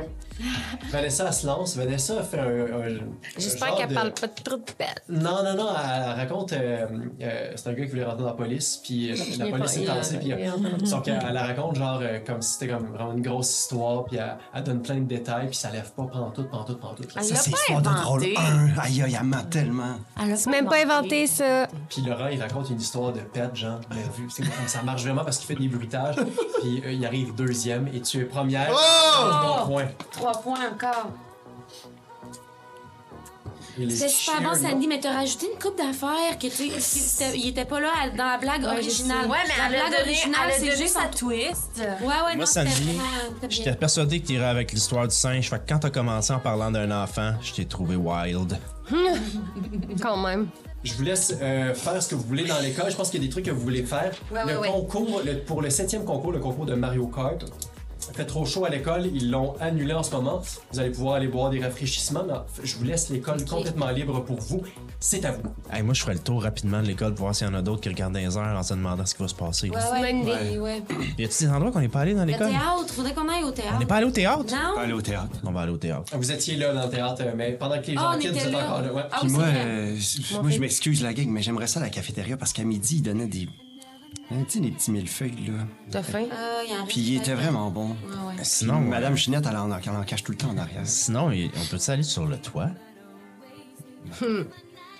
Vanessa elle se lance. Vanessa fait un. un- un
J'espère
genre
qu'elle
de-
parle pas de trop de bêtes.
Non, non, non, elle elle raconte. euh, euh, c'est un gars qui voulait rentrer dans la police, puis euh, la police est lancée, puis. euh, Sauf qu'elle elle la raconte, genre, euh, comme si c'était comme vraiment une grosse histoire, puis elle, elle donne plein de détails, puis ça lève pas pantoute, pantoute, pantoute.
Ça, c'est
pas
histoire de drôle.
inventé.
Un. Aïe, aïe, elle ment tellement.
C'est même pas inventé, ça.
Puis Laurent, il raconte une histoire de pète, genre, mais vu, c'est comme ça marche vraiment parce qu'il fait des bruitages, puis euh, il arrive deuxième, et tu es première. Oh! Bon point.
Trois points encore.
Et les
C'est super
cheers,
bon,
là.
Sandy, mais t'as rajouté une coupe d'affaires que tu sais, qui- c'était- il était pas là à- dans la blague originale.
Ouais, mais
la
elle a
blague
donné,
originale,
elle a
c'est
donné
juste
sa
à
twist.
Ouais, ouais, non,
Moi, Sandy,
c'était- ah, t'as bien-
J'étais persuadé que t'irais avec l'histoire du singe. Fait que quand t'as commencé en parlant d'un enfant, je t'ai trouvé wild.
Quand même.
Je vous laisse euh, faire ce que vous voulez dans l'école. Je pense qu'il y a des trucs que vous voulez faire.
Ouais,
le
ouais, ouais.
concours, le- pour le septième concours, le concours de Mario Kart, fait trop chaud à l'école, ils l'ont annulé en ce moment. Vous allez pouvoir aller boire des rafraîchissements, mais je vous laisse l'école complètement libre pour vous. C'est à vous.
Hey, moi, je ferais le tour rapidement de l'école pour voir s'il y en a d'autres qui regardent dans les airs en se demandant ce qui va se passer.
Ouais, ouais,
Bonne idée.
ouais. ouais.
Y a-t-il des endroits qu'on n'est pas allé dans
Le
l'école?
théâtre, faudrait qu'on aille au théâtre.
On n'est pas allé au théâtre?
Non?
Aller au théâtre.
On va aller au théâtre.
Vous étiez là dans le théâtre, euh, mais pendant que les gens
Ah, on
quittent, vous
était
êtes
là.
encore là. ouais.
Ah
Puis
oui, c'est
moi,
vrai.
euh, moi, je m'excuse la gang, mais j'aimerais ça à la cafétéria parce qu'à midi, ils donnaient des. hein, Tu sais, des petits millefeuilles, là.
T'as faim?
Euh, il y a un
Puis ils étaient
restaurant.
vraiment bons.
Ouais, ouais.
Sinon,
Puis Madame Chinette, elle en, elle en cache tout le temps en arrière.
Sinon, y- on peut-tu aller sur le toit?
Ben, moi,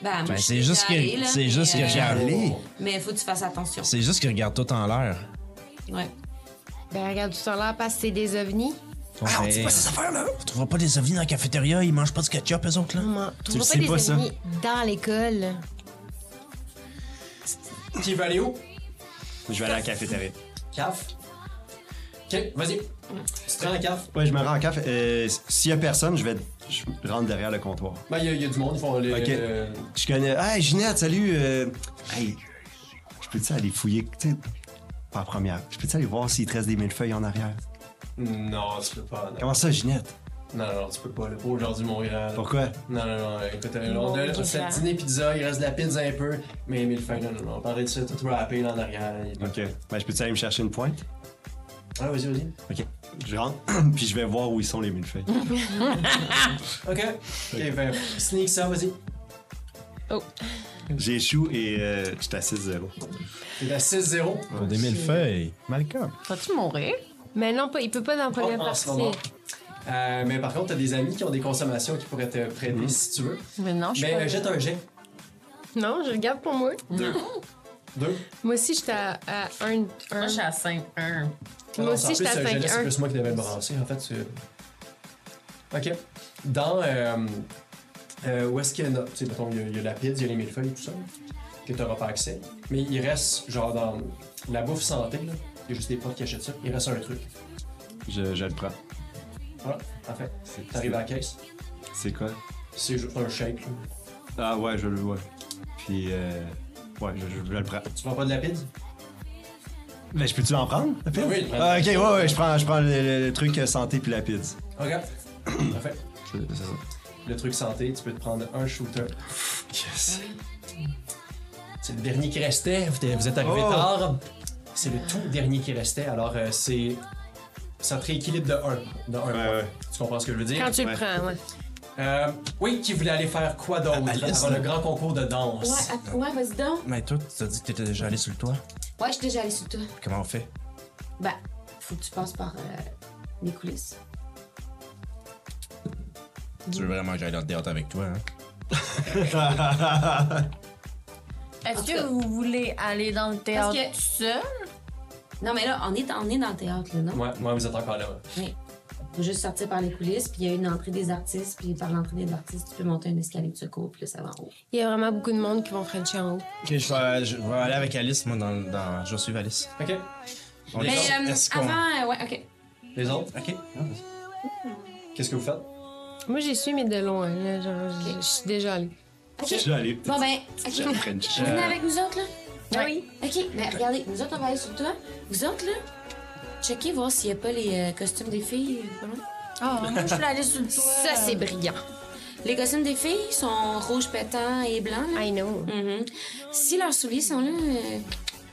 Ben,
je
c'est
suis
juste
déjà
que-
allée, là,
c'est
mais,
juste que
euh,
j'ai
Allez!
Mais faut que tu fasses attention.
C'est juste qu'ils regardent tout en l'air.
Ouais.
Ben, regarde tout à l'heure, parce que c'est des ovnis.
Ah, on
Ben,
dit pas ces affaires-là!
on trouvera pas des ovnis dans la cafétéria, ils mangent pas de ketchup, eux autres, là.
Maman,
le
trouveras
sais pas,
des
ça?
ovnis dans l'école.
Qui veut aller où?
Je vais aller à la cafétéria.
CAF. Ok, vas-y. Tu te rends à CAF.
Ouais, je me rends en caf. Euh, S'il y a personne, je vais je rentre derrière le comptoir.
Ben, il y, a- il y a du monde, ils font les.
Ok.
euh,
Je connais. Hey, Ginette, salut! euh, Hey, je peux-tu aller fouiller? Tu sais, pas la première. Je peux-tu aller voir s'il te reste des millefeuilles en arrière?
Non, tu peux pas. Non,
Comment ça, Ginette?
non, non, tu peux pas. Le pauvre aujourd'hui, mon grand. là.
Pourquoi?
Non, non, non, écoute, euh, on a
Mon
on s'est
grand.
dîner pizza, il reste de la pizza un peu, mais mille fins, non, non, non, on parlait de ça, tout rappé là en arrière. là, il y a pas-
Ok. Ben, je peux-tu aller me chercher une pointe?
Ah, vas-y, vas-y.
Ok. Je rentre, puis je vais voir où ils sont les millefeuilles.
Ok, ok, ben, sneak ça, vas-y.
J'échoue et euh, je t'assise zéro.
T'es à 6-0.
Pour des mille feuilles.
Malcolm.
Vas-tu mourir?
Mais non, pas, il peut pas dans la première
Oh, en ce
partie.
moment. Euh, mais par contre, t'as des amis qui ont des consommations qui pourraient te prêter si tu veux.
Mais non, je suis
Mais
pas.
euh, jette un jet.
Non, je regarde pour moi.
Deux. Deux.
Moi aussi, j'étais à, à un, un.
Moi, je suis à 5-1.
Puis Moi
Non, c'est en
aussi, j'étais
plus,
à
euh, Jeunesse, C'est
5-1.
plus moi qui devais me brasser, en fait. c'est- OK. Dans... euh, euh, où est-ce qu'il y en a... Tu sais, mettons, il y a- il y, a la pizza, il y a les millefeuilles et tout ça, que tu n'auras pas accès. Mais il reste, genre, dans la bouffe santé, là, il y a juste des potes qui achètent ça, il reste un truc.
Je, je le prends.
Voilà, en fait. T'arrives à la caisse,
C'est quoi?
c'est juste un shake, là.
Ah ouais, je le vois. Puis, euh, ouais, je, je- je le prends.
Tu prends pas de la pizza?
Mais Ben, je peux-tu l'en prendre? La pizza?
Oui, oui, prends.
Ah, ok, ouais, ouais, je prends, je prends le, le- le truc euh, santé puis la pizza.
OK. Parfait.
C'est ça.
Le truc santé, tu peux te prendre un shooter.
Yes.
C'est le dernier qui restait. Vous êtes- vous êtes arrivé
Oh!
tard. C'est le tout dernier qui restait. Alors, euh, c'est. Ça te rééquilibre de 1. De un point.
ouais.
Tu comprends ce que je veux dire?
Quand tu le
Ouais.
prends, ouais.
Euh, oui, qui voulait aller faire
Ah,
quoi d'autre
Alice,
avant le
là.
grand concours de danse?
Ouais, att- ouais, vas-y donc.
Mais toi, tu t'as dit que t'étais déjà allé sur le toit.
Ouais, je suis déjà allée sous toi.
Comment on fait?
Ben, faut que tu passes par euh, les coulisses.
Tu
Mm.
veux vraiment que j'aille dans le théâtre avec toi, hein?
En
Est-ce
tout
que
cas-
vous voulez aller dans le théâtre
Parce que-
tout seul?
Non, mais là, on est, on est dans le théâtre, là, non?
Ouais, ouais, vous êtes encore là. ouais.
Faut juste sortir par les coulisses, puis il y a une entrée des artistes, puis par l'entrée des artistes, tu peux monter un escalier de secours, puis là, ça va en haut.
Il y a vraiment beaucoup de monde qui vont French en haut.
Ok, je vais, je vais aller avec Alice, moi, dans, dans- Je vais suivre Alice.
OK.
On
Mais,
est
Mais
dans-
euh,
est-ce qu'on-
avant, euh, ouais, ok.
Les autres,
Ok.
Ah,
qu'est-ce que vous faites?
Moi, j'y suis, mais de loin. Là, genre, je- je suis déjà allée.
Je
Ok.
suis allé.
Bon, ben, ok.
French.
Vous venez avec nous autres, là?
Ouais.
oui. OK, mais regardez, nous autres, on va aller sur toi. Vous autres, là, checkez voir s'il n'y a pas les euh, costumes des filles. euh, pas loin.
Ah, moi, je voulais aller sur le toit.
Ça, c'est brillant.
Les costumes des filles sont rouges pétants et blancs. là.
I know.
Mhm. Si leurs souliers sont là, euh,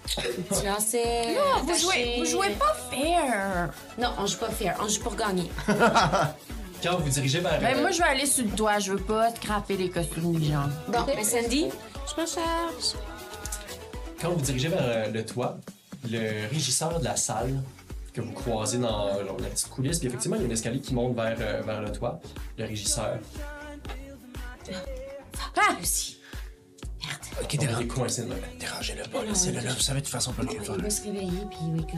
tu leur sais. Non,
Vous jouez, vous jouez pas fair.
Non, on joue pas fair, on joue pour gagner.
Quand vous dirigez vers.
Ben, moi, je veux aller sur le toit. Je veux pas scraper les costumes des gens.
Bon, mais Sandy,
Je me charge.
Quand vous dirigez vers euh, le toit, le régisseur de la salle que vous croisez dans euh, la petite coulisse, puis effectivement, il y a un escalier qui monte vers, euh, vers le toit. Le régisseur,
Ah!
aussi.
Ok,
on
dérange-
est coincé dedans.
dérangez-le pas, laissez-le Oh, là. Vous savez, de toute façon, on peut rien faire.
Il va se réveiller, puis oui, que-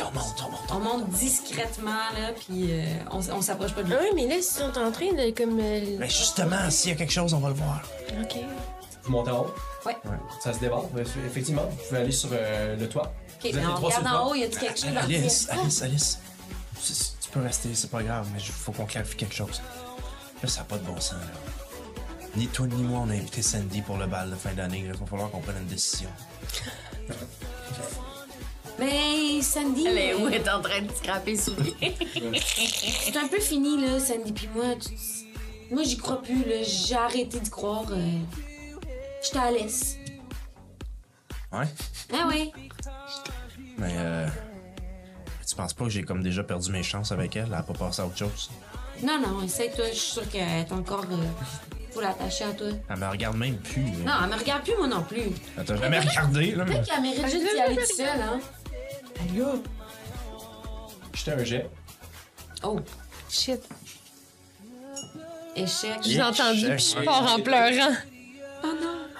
Ok, on monte, on monte.
On monte discrètement, là, puis euh, on, s- on s'approche pas de lui.
Oui, mais là, ils sont en train de comme. euh,
Mais justement, s'il y a quelque chose, on va le voir.
OK.
Vous montez en haut.
Ouais.
Ça se débarque. Effectivement, vous pouvez aller sur euh, le toit.
Ok,
Vous êtes
on
les trois sur
regarde
le
en
toit.
haut, il y a du quelque chose. dans le
Ah, Alice,
ciel.
Alice, Alice. Tu- Tu peux rester, c'est pas grave, mais il faut qu'on clarifie quelque chose. Là, ça n'a pas de bon sens, là. Ni toi ni moi, on a invité Sandy pour le bal de fin d'année. là. Il va falloir qu'on prenne une décision.
Mais Ben, Sandy,
Elle est où elle est en train de scraper sous pied.
c'est un peu fini, là, Sandy. Puis moi, tu- moi j'y crois plus, là. J'ai arrêté d'y croire. euh. J'étais à l'aise.
Ouais.
Ah ouais.
Mais euh, tu penses pas que j'ai comme déjà perdu mes chances avec elle? Elle a pas passé à autre chose.
Non, non, essaye-toi. Je suis sûre qu'elle est encore. euh, faut l'attacher à toi.
Elle me regarde même plus. là.
Non, elle me regarde plus, moi non plus.
Elle t'a jamais regardé, là. mais-
Peut-être qu'elle mérite juste d'y aller toute seule, hein.
J'étais un jet.
Oh,
Shit.
échec.
Je l'ai entendu,
chef,
puis je
ouais.
pars en pleurant.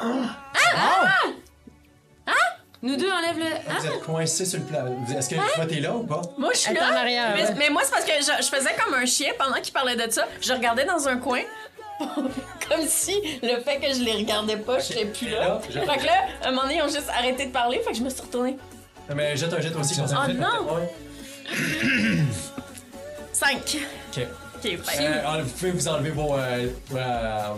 Ah.
Ah!
Nous deux, enlève le.
Ah,
Vous êtes coincé sur le plat. Vous- Est-ce que toi, t'es là ou pas?
Moi, je suis
Elle est
là.
en arrière.
Mais,
ouais.
mais moi, c'est parce que je, je faisais comme un chien pendant qu'il parlait de ça. Je regardais dans un coin. comme si le fait que je les regardais pas, j'étais plus là.
Là, je-
Fait que là, à un moment donné, ils ont juste arrêté de parler. Fait que je me suis retournée.
Non, Mais jette un jet aussi.
Oh, non!
Ouais.
5.
Ok.
Ok, fait.
Euh, alors, vous pouvez vous enlever vos. euh, euh,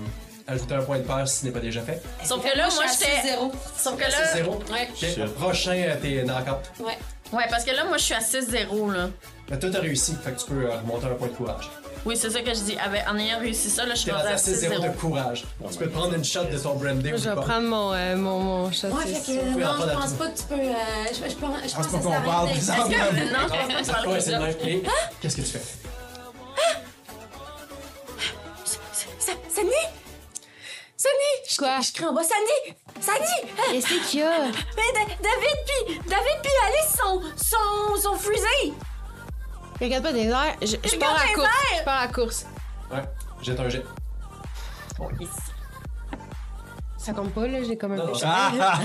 ajouter un point de passe si ce n'est pas déjà fait.
Sauf que là, moi,
je suis à
j'étais.
6-0.
Sauf que
C'est
là.
zéro.
Ouais.
Ok. Le prochain, euh, t'es knock-out.
Ouais.
Ouais, parce que là, moi, je suis à 6-0, là.
Mais toi, t'as réussi. Fait que tu peux euh, remonter un point de courage.
Oui, c'est ça que je dis. Avec- en ayant réussi ça, là, je suis
T'es
rendue
rendu
à
à 6-0 de
6-0.
courage. tu peux te prendre une shot de ton brandy
Moi,
ou
je vais
pas.
prendre mon, euh, mon, mon shot,
Ouais,
c'est
fait
sûr.
que.
Oui, on
Non,
parle
je
à
pense
tout.
pas que tu peux. euh, je, je pense, je pense
pas
que ça
qu'on parle
s'arrête.
des
Est-ce que-
armes.
Non, je pense pas que tu parles
Ouais,
comme
c'est
ça.
le même. Et qu'est-ce que tu fais?
Sa- Sandy! Sandy! Je,
Quoi?
je crie en bas. Sandy! Sandy! Ah,
Qu'est-ce qu'il y a?
Mais Da- David puis David puis Alice sont sont sont frisés.
Regarde pas des airs. Je, je pars
Regarde
à
les
course.
airs.
Je pars à course.
Ouais. Jette un jet.
Ça compte pas, là. J'ai comme
Non,
un
non.
peu chaud.
Ah,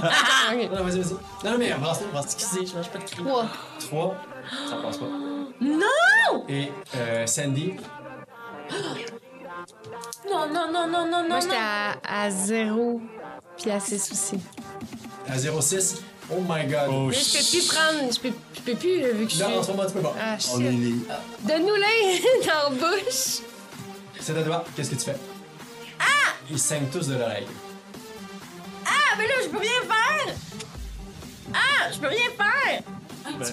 Ok.
Ah!
non, vas-y, vas-y. Non, non, mais avance-toi, avance-toi.
Excusez, je mange pas de crime.
Trois.
3, ça passe pas. Non! Et euh, Sandy,
Non non non non
Moi,
non non.
j'étais à, à zéro, puis à six aussi.
à 0,6. Oh my god.
Oh,
Mais je peux plus prendre. Je peux, je peux plus, là, vu que je
Là, en ce
suis.
moment, tu peux pas.
Ah,
Oh,
on est
shit.
les-
Donne-nous-les dans la bouche.
C'est à toi. Qu'est-ce que tu fais? Ah! Ils saignent tous de l'oreille.
Ah, mais là, je peux rien faire! Ah, je peux rien faire! Ben.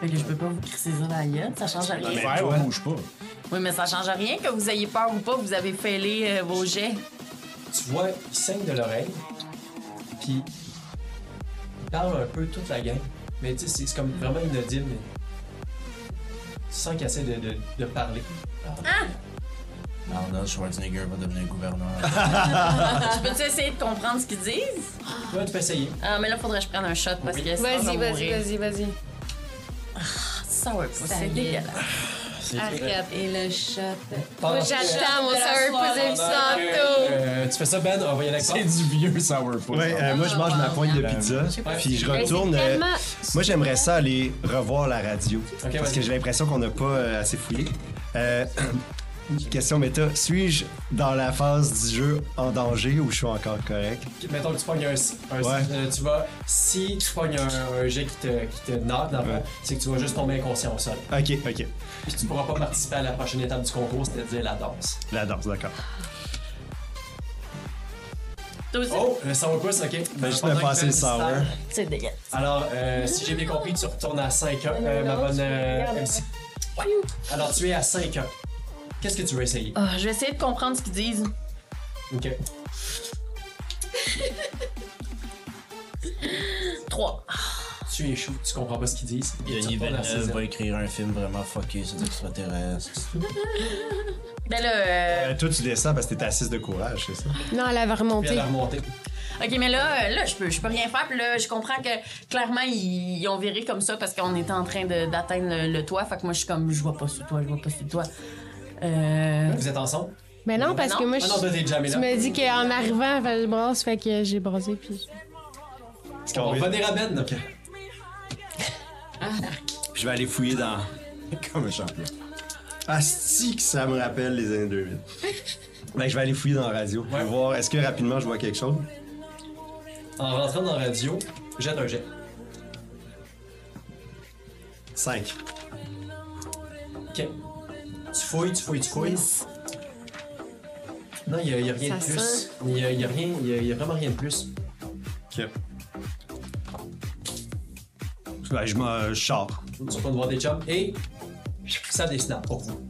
Fait que je peux pas vous crisser ça dans la gueule, ça change rien.
Mais
Ouais,
Ben, toi,
ouais.
bouge pas.
Oui, mais ça change rien que vous ayez peur ou pas, vous avez fêlé euh, vos jets.
Tu vois, ils saignent de l'oreille, puis ils parlent un peu toute la gang. Mais tu sais, c'est- c'est comme vraiment inaudible. Mais... Tu sens qu'ils essaient de, de, de parler.
Arnold Schwarzenegger va devenir gouverneur.
Je peux-tu essayer de comprendre ce qu'ils disent?
Toi, tu peux essayer.
Ah, mais là, faudrait que je prenne un shot parce que sinon, je vais
Vas-y, vas-y,
Ah, mourir.
vas-y, vas-y.
Sour puss, c'est dégueulasse.
Arrête.
Et le chat.
Moi,
Pendant-
j'attends mon
de la
sour
soirée,
poussé
pendant que,
tantôt.
euh, tu fais ça, Ben, on va y aller avec toi.
C'est du vieux sourpuss.
Ouais, euh, moi, je mange ma pointe de pizza,
pas.
puis je
Mais c'est
retourne. euh,
tellement-
Moi, j'aimerais ça aller revoir la radio.
Ok,
parce que
vas-y.
j'ai l'impression qu'on n'a pas euh, assez fouillé. Euh, question méta. Suis-je dans la phase du jeu en danger ou je suis encore correct?
Mettons que tu pognes un. un
Ouais.
euh, tu vas, si tu pognes un, un jet qui te, qui te knock dans le fond,
Ouais.
c'est que tu vas juste tomber inconscient au sol.
OK, OK.
Puis tu pourras pas participer à la prochaine étape du concours, c'est-à-dire la danse.
La danse, d'accord.
Toi aussi,
Oh, le sour pouce, ok.
Ben, je
Pendant
fais passer
qu'il fait
le sour. Euh,
mystère.
C'est dégueulasse.
Alors, euh, si j'ai bien compris, tu retournes à 5 ans, ma bonne euh, MC. Ouais. Alors, tu es à 5 ans. Qu'est-ce que tu veux essayer?
Ah, je vais essayer de comprendre ce qu'ils disent.
Ok.
3.
Tu échoues, tu comprends pas ce qu'ils disent. Et tu retournes à 6 ans.
va écrire un film vraiment fucké sur des extraterrestres.
Ben là, euh,
Euh, toi, tu descends parce que t'es assise de courage, c'est ça?
Non, elle avait
Puis elle
remonté.
a remonté.
OK, mais là, euh, là je peux, je peux rien faire. Puis là, je comprends que clairement, ils, ils ont viré comme ça parce qu'on était en train de- d'atteindre le, le toit. Fait que moi, je suis comme, je vois pas sur toi, je vois pas sur toi. Euh,
Vous êtes ensemble?
Mais non, parce
Non.
que moi,
Ah non, toi,
je.
t'es jamais
Tu
là.
m'as dit qu'en arrivant, fallait que je brasse, fait que j'ai brassé, puis.
On va revenir à Ben.
Je vais aller fouiller dans. Comme un champion. Asti que ça me rappelle les années 2000. Ben, je vais aller fouiller dans la radio pour
Ouais.
voir est-ce que rapidement je vois quelque chose.
En rentrant dans la radio, jette un jet.
5.
Ok. Tu fouilles, tu fouilles, tu fouilles. Non, il n'y a, rien de
Ça
plus.
sent.
Il n'y a, y a rien, il y a- y a vraiment rien de plus.
Ok. Ben, je me charre.
Sur ton devoir des chums. Et ça des snaps pour vous.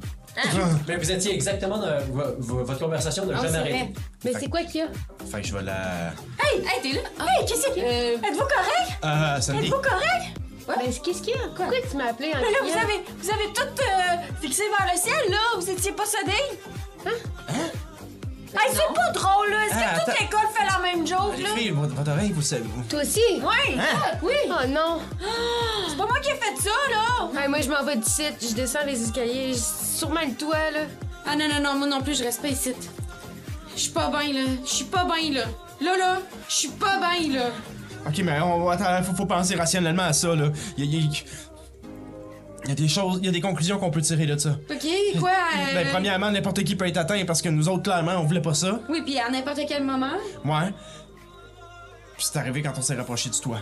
Mais vous étiez exactement dans vo- vo- votre conversation de
Ah,
jeune
c'est
arrêté.
vrai. Mais c'est quoi qu'il y a?
Fait que je vais la.
Hey, t'es là? Hey, qu'est-ce qu'il y a? Êtes-vous correct?
Ah, Sandy.
Êtes-vous correct?
Euh, Ben, c'est- qu'est-ce qu'il y a? Pourquoi tu m'as appelé en
Mais là, vous
criant?
avez, vous avez tout euh, fixé vers le ciel, là. Vous étiez pas sodés. Hein? Hey, c'est pas drôle, là. Est-ce
Ah,
que toute
attends.
l'école fait la même joke,
Les
là?
filles, votre, votre oreille, vous savez. vous-
Toi aussi?
Ouais!
Hein?
Oui! Oh non!
C'est pas moi qui ai fait ça, là!
Ouais, moi, je m'en vais d'ici, je descends les escaliers, je- sûrement le toit, là.
Ah non, non, non, moi non plus, je reste pas ici. Je suis pas bien, là. Je suis pas bien, là. Là, là, je suis pas bien, là.
Ok, mais on, attends, faut, faut penser rationnellement à ça, là. Il y, a- il y a- il y a des choses, il y a des conclusions qu'on peut tirer de ça.
OK, quoi? euh,
Ben, premièrement, n'importe qui peut être atteint parce que nous autres, clairement, on voulait pas ça.
Oui, puis à n'importe quel moment.
Ouais. Puis c'est arrivé quand on s'est rapproché du toit.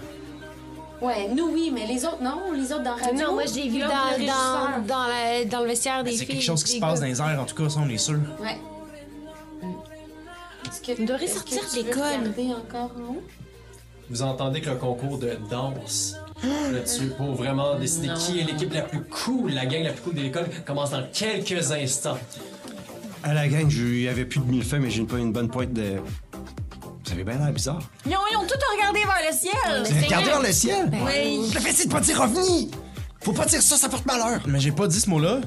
Ouais, nous, oui, mais les autres, non. Les autres dans la radio.
Ah, non, moi, je l'ai
puis
vu
là,
dans,
le régisseur.
dans, dans, la- dans le vestiaire des
Ben, C'est
filles.
quelque chose qui
des
se passe dans
gars.
les airs, en tout cas, ça, on est sûr.
Ouais. Est-ce que-
On devrait
est-ce que
sortir
tu
de
veux
l'école.
regarder encore nous?
Vous entendez que le concours de danse là-dessus pour vraiment décider qui est l'équipe la plus cool, la gang la plus cool de l'école commence dans quelques instants.
À la gang, je lui avais plus de mille feuilles, mais j'ai pas une bonne pointe de. Vous avez bien l'air bizarre.
Ils ont, ils ont tout regardé vers le ciel!
Vous avez regardé vers le ciel?
Ben
Oui. Le fait, c'est de pas dire ovni! Faut pas dire ça, ça porte malheur!
Mais j'ai pas dit ce mot-là.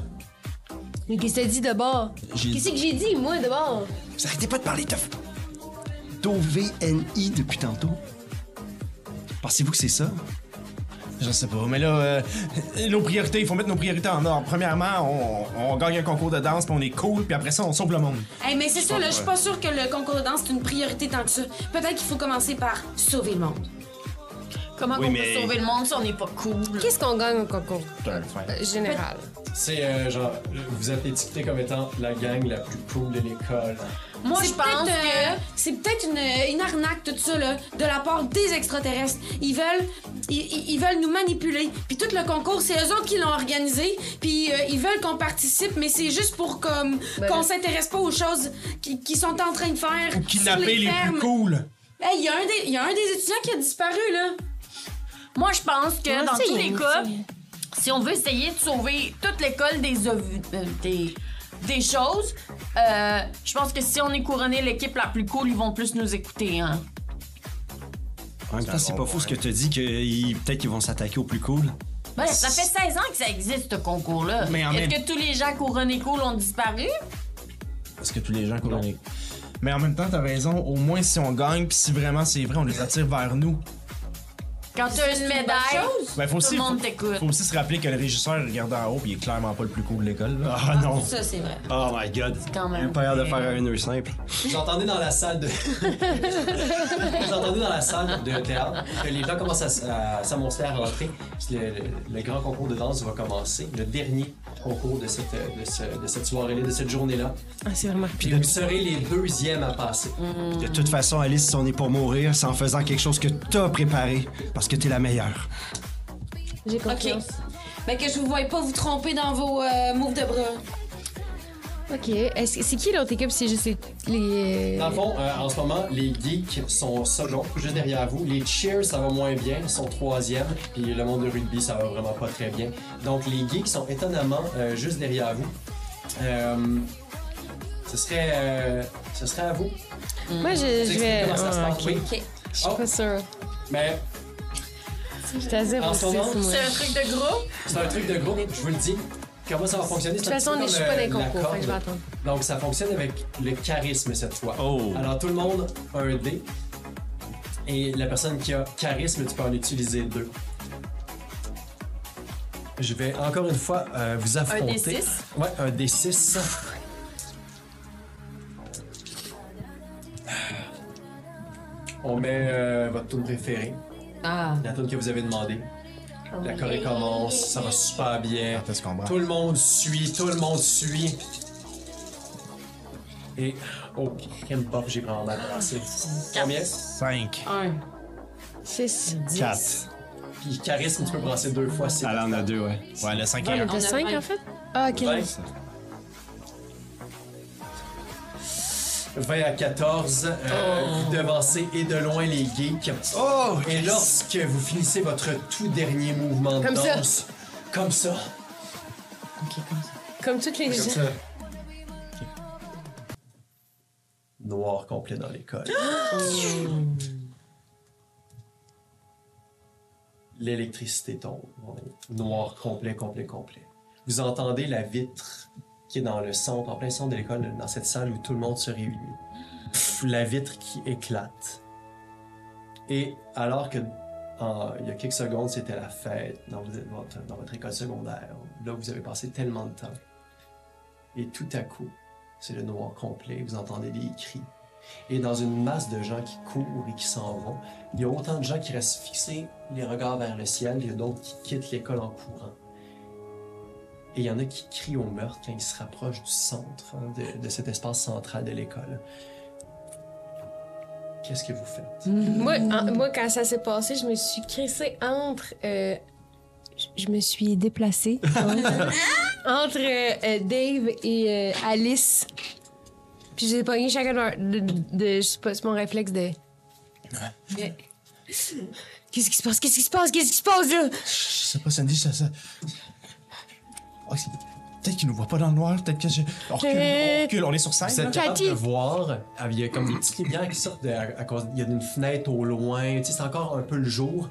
Mais qu'est-ce que t'as dit de bord?
J'ai-
Qu'est-ce que j'ai dit, moi, de bord?
Vous arrêtez pas de parler de. D'OVNI depuis tantôt. Pensez-vous que c'est ça?
Je sais pas, mais là, euh, nos priorités, il faut mettre nos priorités en ordre. Premièrement, on, on gagne un concours de danse, puis on est cool, puis après ça, on sauve le monde.
Hey, mais c'est ça, là, je suis pas sûre que le concours de danse est une priorité tant que ça. Peut-être qu'il faut commencer par sauver le monde.
Comment
Oui,
on
mais-
peut sauver le monde si on n'est pas cool?
Qu'est-ce qu'on gagne au concours?
Putain, ouais.
euh, Général.
C'est euh, genre, vous êtes étiqueté comme étant la gang la plus cool de l'école.
Moi,
je pense que-
euh, C'est peut-être une, une arnaque, tout ça, là, de la part des extraterrestres. Ils veulent... Ils, ils- ils veulent nous manipuler. Puis tout le concours, c'est eux autres qui l'ont organisé. Puis euh, ils veulent qu'on participe, mais c'est juste pour comme qu'on s'intéresse pas aux choses qui, qui sont en train de faire
Ou
sur
kidnapper
les,
les,
fermes.
plus cool.
Hey, il y, a un des- il y a un des étudiants qui a disparu, là.
Moi, je pense que
Moi
dans
aussi,
tous les
moi
cas, si on veut essayer de sauver toute l'école des, ov- euh, des, des choses, euh, je pense que si on est couronné l'équipe la plus cool, ils vont plus nous écouter. Hein.
En même temps, c'est pas faux ce que tu dis, que ils- peut-être qu'ils vont s'attaquer au plus cool.
Ouais, ça fait 16 ans que ça existe, ce concours-là.
Mais en
Est-ce
même-
que tous les gens couronnés cool ont disparu?
Parce que tous les gens qu'on est. Mais en même temps, t'as raison, au moins si on gagne, puis si vraiment c'est vrai, on les attire vers nous.
Quand tu as une médaille,
Ben, faut
tout
aussi,
le monde
faut,
t'écoute.
faut aussi se rappeler que le régisseur il regarde en haut, puis il est clairement pas le plus cool de l'école. là.
Ah non!
Ça, c'est vrai.
Oh my god!
quand même
J'ai pas l'air de
vrai.
faire un nœud simple.
Vous entendez dans la salle de... Vous entendez dans la salle de théâtre que les gens commencent à, s- à s'amonceler à rentrer. Puis Le, le- le grand concours de danse va commencer, le dernier concours de cette, euh, de ce- de cette soirée-là, de cette journée-là.
Ah, c'est vraiment.
Puis vous serez les deuxièmes à passer.
De toute façon, Alice, on est pour mourir, c'est en faisant quelque chose que t'as préparé, parce que t'es la meilleure.
J'ai
OK.
confiance.
Ben que je vous voie pas vous tromper dans vos euh, moves de bras.
OK. Est-ce que- c'est qui l'autre équipe? C'est juste les. les-
Dans le fond, euh, en ce moment, les geeks sont seconds, juste derrière vous. Les cheers, ça va moins bien, sont troisième. Puis le monde de rugby, ça va vraiment pas très bien. Donc les geeks sont étonnamment euh, juste derrière vous. Euh, ce serait, euh, ce serait à vous. Vous
Moi, je, je
expliquez
vais.
comment ça se
Ah,
passe. Oh, ben,
ok.
Oui.
Je suis pas sûre.
Mais
Je suis à zéro
En ce
six,
moment,
moi.
C'est un truc de groupe.
c'est un truc de groupe, je vous le dis. Comment ça va fonctionner?
De toute façon, je suis
euh,
pas dans les concours, fait que je vais attendre.
Donc ça fonctionne avec le charisme cette fois.
Oh!
Alors tout le monde a un dé. Et la personne qui a charisme, tu peux en utiliser deux. Je vais encore une fois euh, vous affronter.
D6?
Ouais, un D6. On met euh, votre tune préférée.
Ah.
La tune que vous avez demandé.
Ah
La choré commence, ça va super bien.
Quand est-ce qu'on va?
Tout le monde suit, tout le monde suit. Et. Oh, crème pop, j'ai vraiment mal passé. Combien?
5.
Six.
4.
Puis charisme, tu peux brasser deux fois, c'est
Elle en a deux, ouais.
Ouais, le 5
Il
et
y
un.
en a cinq, en fait? Ah, ok.
vingt. 20 à 14. euh,
Oh.
Vous devancez et de loin les geeks.
Oh!
Et lorsque vous finissez votre tout dernier mouvement de
Comme ça.
danse, comme ça,
Comme toutes les gens.
noir complet dans l'école. L'électricité tombe. Noir complet, complet, complet. Vous entendez la vitre qui est dans le centre, en plein centre de l'école, dans cette salle où tout le monde se réunit. Pff, la vitre qui éclate. Et alors que, en- il y a quelques secondes, c'était la fête dans, vous- votre, dans votre école secondaire, là où vous avez passé tellement de temps. Et tout à coup, c'est le noir complet, vous entendez des cris. Et dans une masse de gens qui courent et qui s'en vont, il y a autant de gens qui restent fixés, les regards vers le ciel, il y a d'autres qui quittent l'école en courant. Et il y en a qui crient au meurtre quand ils se rapprochent du centre, hein, de, de cet espace central de l'école. Qu'est-ce que vous faites?
Moi, en- moi, quand ça s'est passé, je me suis crissée entre. euh, je- je me suis déplacée entre, entre, euh, euh, Dave et euh, Alice. Puis j'ai pogné chacun de, leur- de, de- de- Je sais pas, c'est mon réflexe de. Qu'est-ce qui se passe? Qu'est-ce qui se passe? Qu'est-ce qui se passe là?
Je sais pas, Sandy, ça. ça...
Ah,
Oh, c'est- peut-être qu'il nous voit pas dans le noir, peut-être que je. On recule, on recule, on est sur scène.
Vous
là.
êtes capable
Cathy!
de voir, ah, il y a comme des petites lumières qui sortent de- à, à cause. Il y a une fenêtre au loin, tu sais, c'est encore un peu le jour.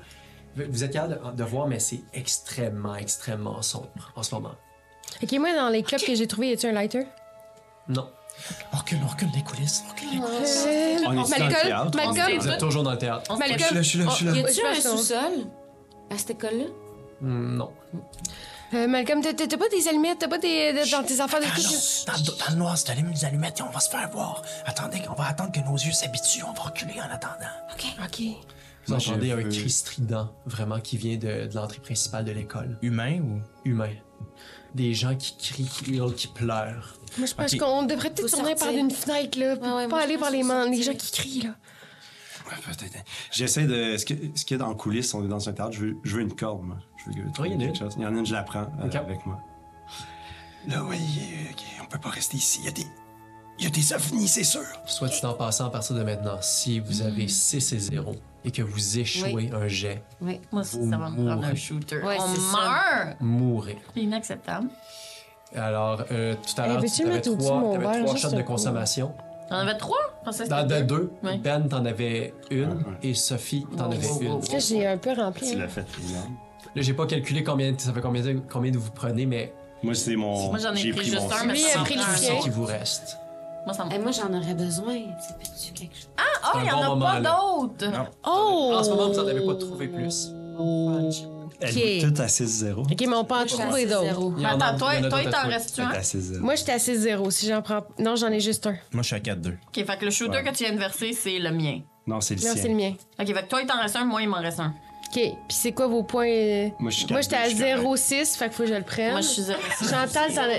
Vous- Vous êtes capable de, de voir, mais c'est extrêmement, extrêmement sombre en ce moment.
Ok, moi, dans les clubs que j'ai trouvé, y a-tu un lighter?
Non.
On recule, on recule des coulisses. on recule des coulisses.
On est dans le
Malcolm?
théâtre.
Malcolm?
Vous êtes toujours dans le théâtre.
Malcolm? Oh,
Je suis là, je suis là,
Y
je suis là.
a-tu
Ouais,
un
je pense-
sous-sol à cette école-là?
Hmm, Non.
Euh, Malcolm, t'as- t'as t'as pas des allumettes? T'as pas des. de- dans tes affaires de
Ah non,
tout?
dans, le- dans le noir, c'est allume les allumettes et on va se faire voir. Attendez, on va attendre que nos yeux s'habituent, on va reculer en attendant.
Ok.
Vous
Moi,
entendez
j'ai
un
vu-
cri strident, vraiment, qui vient de, de l'entrée principale de l'école.
Humain ou.
Humain. Des gens qui crient, qui hurlent, qui pleurent.
Moi, je pense
Ok.
qu'on devrait peut-être
Faut
tourner par
sortir.
une fenêtre, là. pour
Ouais, ouais,
pas
moi, je
aller
pense
par les,
faut
mains, les
sortir.
gens qui crient, là.
Ouais, peut-être. J'essaie de. Est-ce que- ce qu'il y a dans la coulisse, on est dans un théâtre, je veux, je veux une corde, moi. Je veux trouver
il y en a
quelque
une.
chose. Oh, Il y en a une, je la prends euh,
Ok.
avec moi. Là, oui, euh, ok, on peut pas rester ici. Il y a des. Il y a des ovnis, c'est sûr.
Soit dit en passant, à partir de maintenant, si vous
Hmm.
avez 6 et 0 et que vous échouez un jet,
Oui.
Moi aussi,
Vous
ça va me prendre
mourrez.
un shooter.
Ouais,
On
c'est ça.
meurt!
mourrez.
C'est inacceptable.
Alors, euh, tout à
Eh,
l'heure, tu
veux-tu
avais
mettre au-dessus de
trois,
mon
t'avais
verre,
trois
juste
shots de
un coup?
consommation.
T'en avais trois? Je pensais que
Dans de
c'était
deux,
Ouais.
Ben, t'en avais une et Sophie, t'en
Oh,
avais
oh,
une.
oh,
Là, j'ai un peu rempli.
Tu
hein.
l'as fait, Liliane.
Là, j'ai pas calculé combien, ça fait combien, de- combien de vous prenez, mais
Moi, c'est mon.
Moi, j'en ai pris juste
mon
un,
sac.
mais
Lui, il
ça
a
me
pris le
prend un
c'est
sien.
ce
autre.
qui vous reste.
Moi, ça me
Eh, moi, j'en aurais besoin. C'est plus quelque chose.
Ah, oh,
un
il y en
bon
a
moment,
pas
là.
d'autres!
Non.
Oh!
En ce moment, vous n'en avez pas trouvé plus.
Elle est toute à 6-0.
Ok, mais on peut en trouver d'autres.
Il y en a-
Attends,
il y en
toi,
a d'autres
toi, il
à
t'en
trouver.
reste-tu
Elle
un?
est à 6-0.
Moi, j'étais à 6-0. Si j'en prends. Non, j'en ai juste un.
Moi, je suis à 4-2.
Ok, fait que le shooter que tu viens de verser, c'est le mien.
Non, c'est le
Non, c'est le
sien.
mien.
Ok, fait que toi, il t'en reste un, moi, il m'en reste un.
Ok, puis c'est quoi vos points? euh?
Moi, je suis
Moi, j'étais
quatre-deux,
à
je suis correct.
0,6, fait que faut que je le prenne.
Moi, je suis zéro.
Chantal, t'en as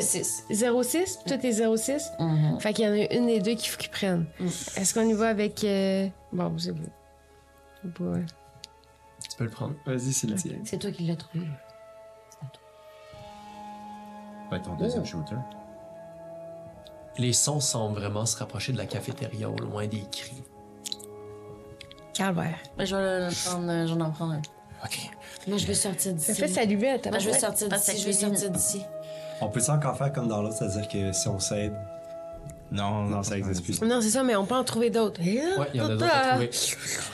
0,6, puis toi, t'es 0,6.
Mm-hmm.
Mhm.
Fait qu'il y en a une des deux qu'il faut qu'ils prennent. Est-ce qu'on y va avec. euh, Bon, c'est bon. C'est beau, hein. ouais.
Tu peux le prendre.
Vas-y, c'est le tien.
C'est toi qui l'as trouvé.
Ouais, ton deuxième shooter.
Les sons semblent vraiment se rapprocher de la cafétéria au loin des cris.
Calvaire.
Mais Ben, je vais le prendre, euh, j'en en prends un.
Ok.
Moi, je veux
Ça
sortir d'ici.
fait hein, s'allumer à ta
Moi, je veux sortir
Parce
d'ici.
que
Je veux
Kevin-
sortir d'ici.
On peut encore faire comme dans l'autre, c'est-à-dire que si on s'aide.
Non,
Non, ça existe plus.
Non, c'est ça, mais on peut en trouver d'autres.
Ouais, il y en a d'autres à trouver.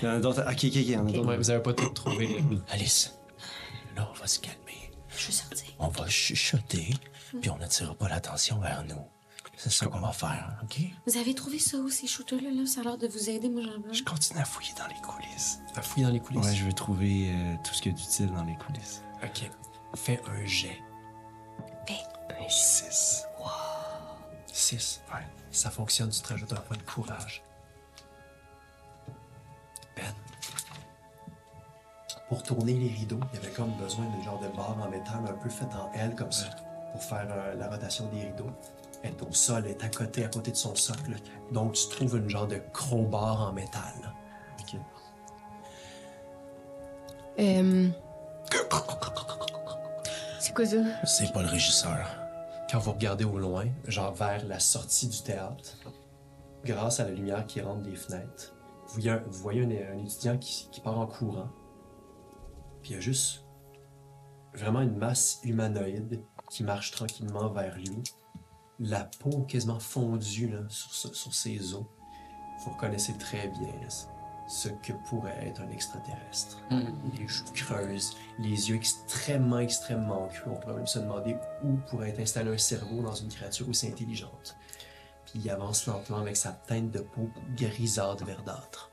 Il y en a d'autres. Ok, ok, ok, il y en a d'autres.
Ouais, vous n'avez pas tout trouvé.
Alice, là, on va se calmer.
Je veux sortir.
On va chuchoter, puis on n'attirera pas l'attention vers nous. C'est ça qu'on va faire, OK?
Vous avez trouvé ça où, ces shooters-là? Là? Ça a l'air de vous aider, moi, j'en veux.
Je continue à fouiller dans les coulisses.
À fouiller dans les coulisses.
Ouais, je veux trouver euh, tout ce qu'il y a d'utile dans les coulisses.
Ok. Fais un jet.
6.
6. Ouais. Ça fonctionne, tu te rajoutes un point de courage. Ben. Pour tourner les rideaux, il y avait comme besoin d'un genre de barre en métal un peu faite en L comme ça pour faire euh, la rotation des rideaux. Et ton sol est à côté, à côté de son socle. Donc tu trouves une genre de crowbar en métal.
Euh, C'est quoi ça?
C'est pas le régisseur.
Quand vous regardez au loin, genre vers la sortie du théâtre, grâce à la lumière qui rentre des fenêtres, vous voyez un, vous voyez un- un étudiant qui, qui part en courant. Puis il y a juste vraiment une masse humanoïde qui marche tranquillement vers lui. La peau quasiment fondue là, sur, ce- sur ses os. Vous reconnaissez très bien là, ce- ce que pourrait être un extraterrestre. Les joues creuses, les yeux extrêmement, extrêmement creux. On pourrait même se demander où pourrait être installé un cerveau dans une créature aussi intelligente. Puis il avance lentement avec sa teinte de peau grisâtre verdâtre.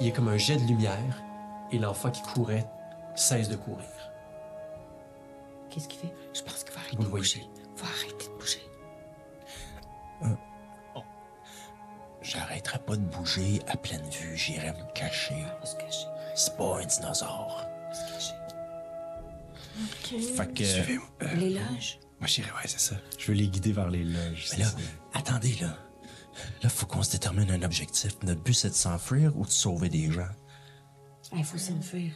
Il y a comme un jet de lumière et l'enfant qui courait cesse de courir.
Qu'est-ce qu'il fait?
Je pense qu'il va
Vous le voyez.
faut arrêter de bouger.
J'arrêterai pas de bouger à pleine vue, j'irai me cacher. C'est pas un dinosaure. Fait que.
Suivez-moi. Euh,
Les loges.
moi, j'irai, ouais, c'est ça.
Je veux les guider vers les loges.
Mais là, attendez, là. Là, faut qu'on se détermine un objectif. Notre but, c'est de s'enfuir ou de sauver des gens.
Il faut s'enfuir.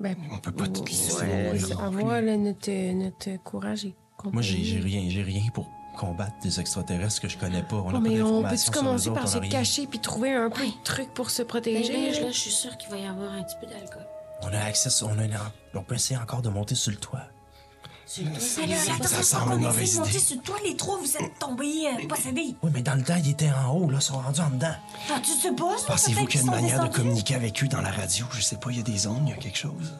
Ben,
On peut pas tout laisser mourir.
on voit là, notre, notre courage et compagnie.
Moi, j'ai j'ai rien, j'ai rien pour combattre des extraterrestres que je connais pas. On a
Oh,
pas
mais on
d'informations
peut-tu
sur
commencer
eux autres,
par
on a
se
rien.
cacher puis trouver un peu de trucs pour se protéger?
là, je suis sûre qu'il va y avoir un petit peu d'alcool.
On a accès, sur- on a une- on peut essayer encore de monter sur le toit.
C'est toi,
Ça,
c'est là,
ça
là, attends,
semble une
on essaie de
mauvaise
monter
idée.
sur toi, les trois, vous êtes tombés euh, possédés.
Oui, mais dans le temps, ils étaient en haut, là, ils sont rendus en dedans.
Ah, tu te bosses,
Pensez-vous
peut-être
qu'il y a
qu'ils
une
sont
manière de
descendus?
communiquer avec eux dans la radio? Je sais pas, il y a des ondes, il y a quelque chose.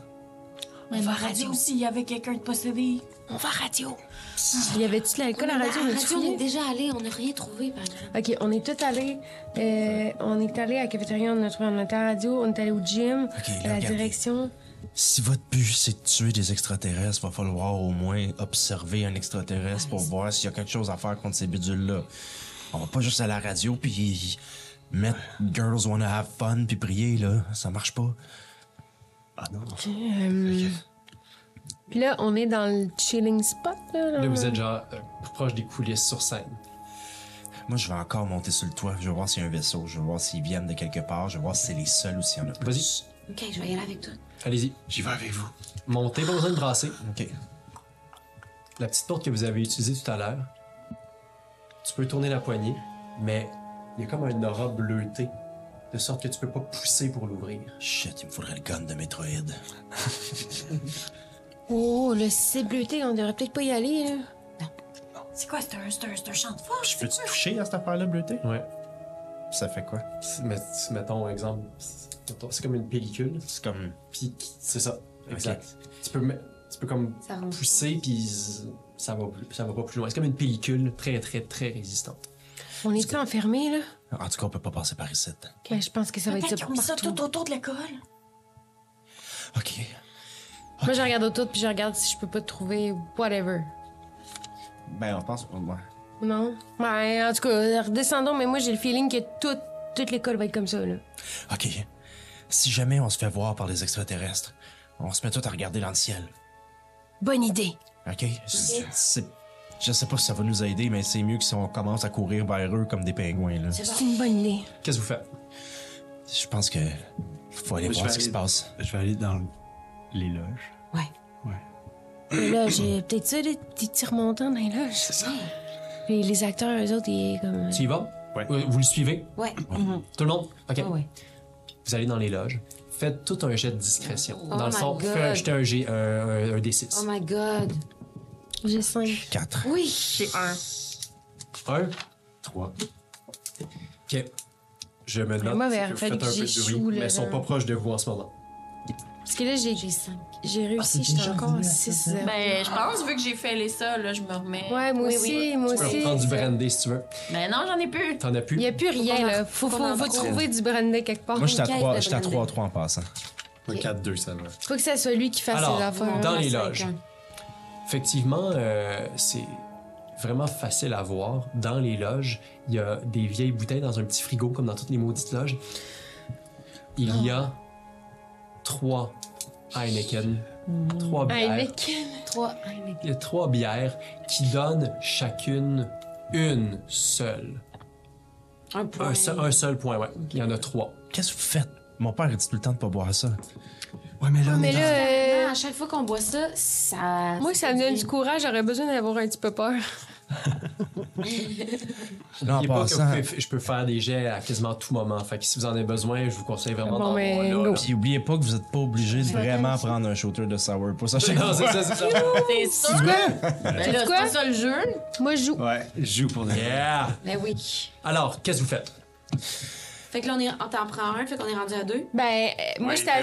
On va à la radio s'il y avait quelqu'un de possédé.
On va radio.
Il y avait-tu de l'alcool à la radio? On a-tu
on
fouillé?
est déjà allé, on n'a rien trouvé, par exemple.
Ok, on est tous allés. euh, on est allés à la cafétéria, on a trouvé on a été à la radio, on est allés au gym,
Ok,
à
là,
la
regardez.
direction.
Si votre but, c'est de tuer des extraterrestres, va falloir au moins observer un extraterrestre pour voir s'il y a quelque chose à faire contre ces bidules-là. On va pas juste à la radio, puis mettre « Girls Wanna Have Fun », puis prier, là. Ça marche pas.
Ah non.
Euh, Puis là, on est dans le chilling spot. Là,
Là, vous êtes genre euh, proche des coulisses sur scène.
Moi, je vais encore monter sur le toit. Je vais voir s'il y a un vaisseau. Je vais voir s'ils viennent de quelque part. Je vais voir si c'est les seuls ou s'il y en a plus.
Vas-y,
Ok, je vais y aller avec toi.
allez-y.
J'y vais avec vous.
Montez, pas besoin de brasser.
OK.
La petite porte que vous avez utilisée tout à l'heure, tu peux tourner la poignée, mais il y a comme un aura bleuté, de sorte que tu peux pas pousser pour l'ouvrir.
Shit, il me faudrait le gun de Metroid.
Oh, le c'est bleuté, on devrait peut-être pas y aller. Là.
C'est quoi, c'est un, c'est un, c'est un champ de force?
Je peux-tu toucher à cette affaire-là, bleutée?
Ouais.
Ça fait quoi?
Si- mais- si, mettons, exemple, mettons, c'est comme une pellicule,
C'est comme...
puis qui- c'est ça. Exact. Tu, peux, me- tu peux comme
Ça rentre.
pousser, puis z- ça va, plus- ça va pas plus loin. C'est comme une pellicule très, très, très résistante.
On est-tu enfermés, là?
En tout cas, on peut pas passer par ici.
Ben, je pense que ça va être ça
Peut-être
pour
qu'ils ont mis ça
partout.
tout autour de l'école.
OK.
Moi, je regarde autour, puis je regarde si je peux pas trouver whatever.
Ben, on pense... Ouais.
Non? Ben, en tout cas, redescendons, mais moi, j'ai le feeling que tout, toute l'école va être comme ça, là.
OK. Si jamais on se fait voir par des extraterrestres, on se met tout à regarder dans le ciel.
Bonne idée.
OK? C'est- c'est- Je sais pas si ça va nous aider, mais c'est mieux que si on commence à courir vers eux comme des pingouins, là.
C'est une bonne idée.
Qu'est-ce que vous faites?
Je pense que... Faut aller
Moi, je
voir
vais
ce qui se
aller-
passe.
Je vais aller dans les loges.
Mais là, j'ai peut-être ça, des petits petits remontants dans les loges. C'est ça. Puis les acteurs, eux autres, ils comme.
Tu y vas?
Ouais.
Euh, Vous le suivez?
Ouais. Mm-hmm.
Tout le monde? OK.
ouais.
Vous allez dans les loges. Faites tout un jet de discrétion. dans le
Oh my
sens,
God.
faites jeter un, jet- un, un- un D6.
Oh my god.
J'ai cinq.
4.
Oui.
J'ai un.
Un.
Trois.
Ok. Je me note.
Moi, ben,
que vous
fait
faites
que
un peu
j'échoue,
de bruit,
là,
mais ils sont
genre.
pas proches de vous en ce moment.
Parce que là, j'ai.
J'ai cinq.
J'ai réussi, j'étais encore à 6
Ben, je pense, vu que j'ai fait les ça, là, je me remets.
Ouais, moi aussi, moi
Tu peux
aussi.
reprendre du brandy si tu veux.
Mais non, j'en ai plus.
T'en as plus.
Il n'y a plus rien,
en-
là. Faut,
faut
faut,
en
faut
trouver.
trouver du brandy quelque part.
Moi, j'étais à
Une caisse
3,
de
j'étais à
brandy.
3, 3 en passant.
Un 4-2, ça va.
Faut que ça soit lui qui fasse
Alors,
ses affaires.
dans
hein. Ouais,
les
cinq
loges.
ans.
Effectivement, euh, c'est vraiment facile à voir. Dans les loges, il y a des vieilles bouteilles dans un petit frigo, comme dans toutes les maudites loges. Il y a trois Heineken, trois bières.
Hey, mec.
Trois. Ah, mais-
Il y a trois bières qui donnent chacune une seule.
Un point.
Un, seul, un seul point, ouais. Il y en a trois.
Qu'est-ce que vous faites? Mon père il dit tout le temps de pas boire ça.
Ouais, mais là, on
Mais
est dans-
là,
Ah,
Non,
euh,
à chaque fois qu'on boit ça, ça.
moi, ça me donne du courage. J'aurais besoin d'avoir un petit peu peur.
Là, en
N'oubliez pas que
passant.
vous pouvez- je peux faire des jets à quasiment tout moment. Fait que si vous en avez besoin, je vous conseille vraiment
Bon,
d'en
ben,
avoir là,
go.
là.
Puis oubliez pas que vous êtes pas obligé de vraiment prendre un shooter de sour pour ça chaque
Non, c'est
fois.
ça, Oh, c'est ça.
C'est sûr. Ben là, c'est
quoi?
pas ça le jeu.
Moi, je joue.
Ouais, je joue pour des.
Yeah!
Ben oui.
Alors, qu'est-ce que vous faites?
Fait que là, on est- on t'en prend un, fait qu'on est rendu à deux.
Ben, euh, moi, j'étais à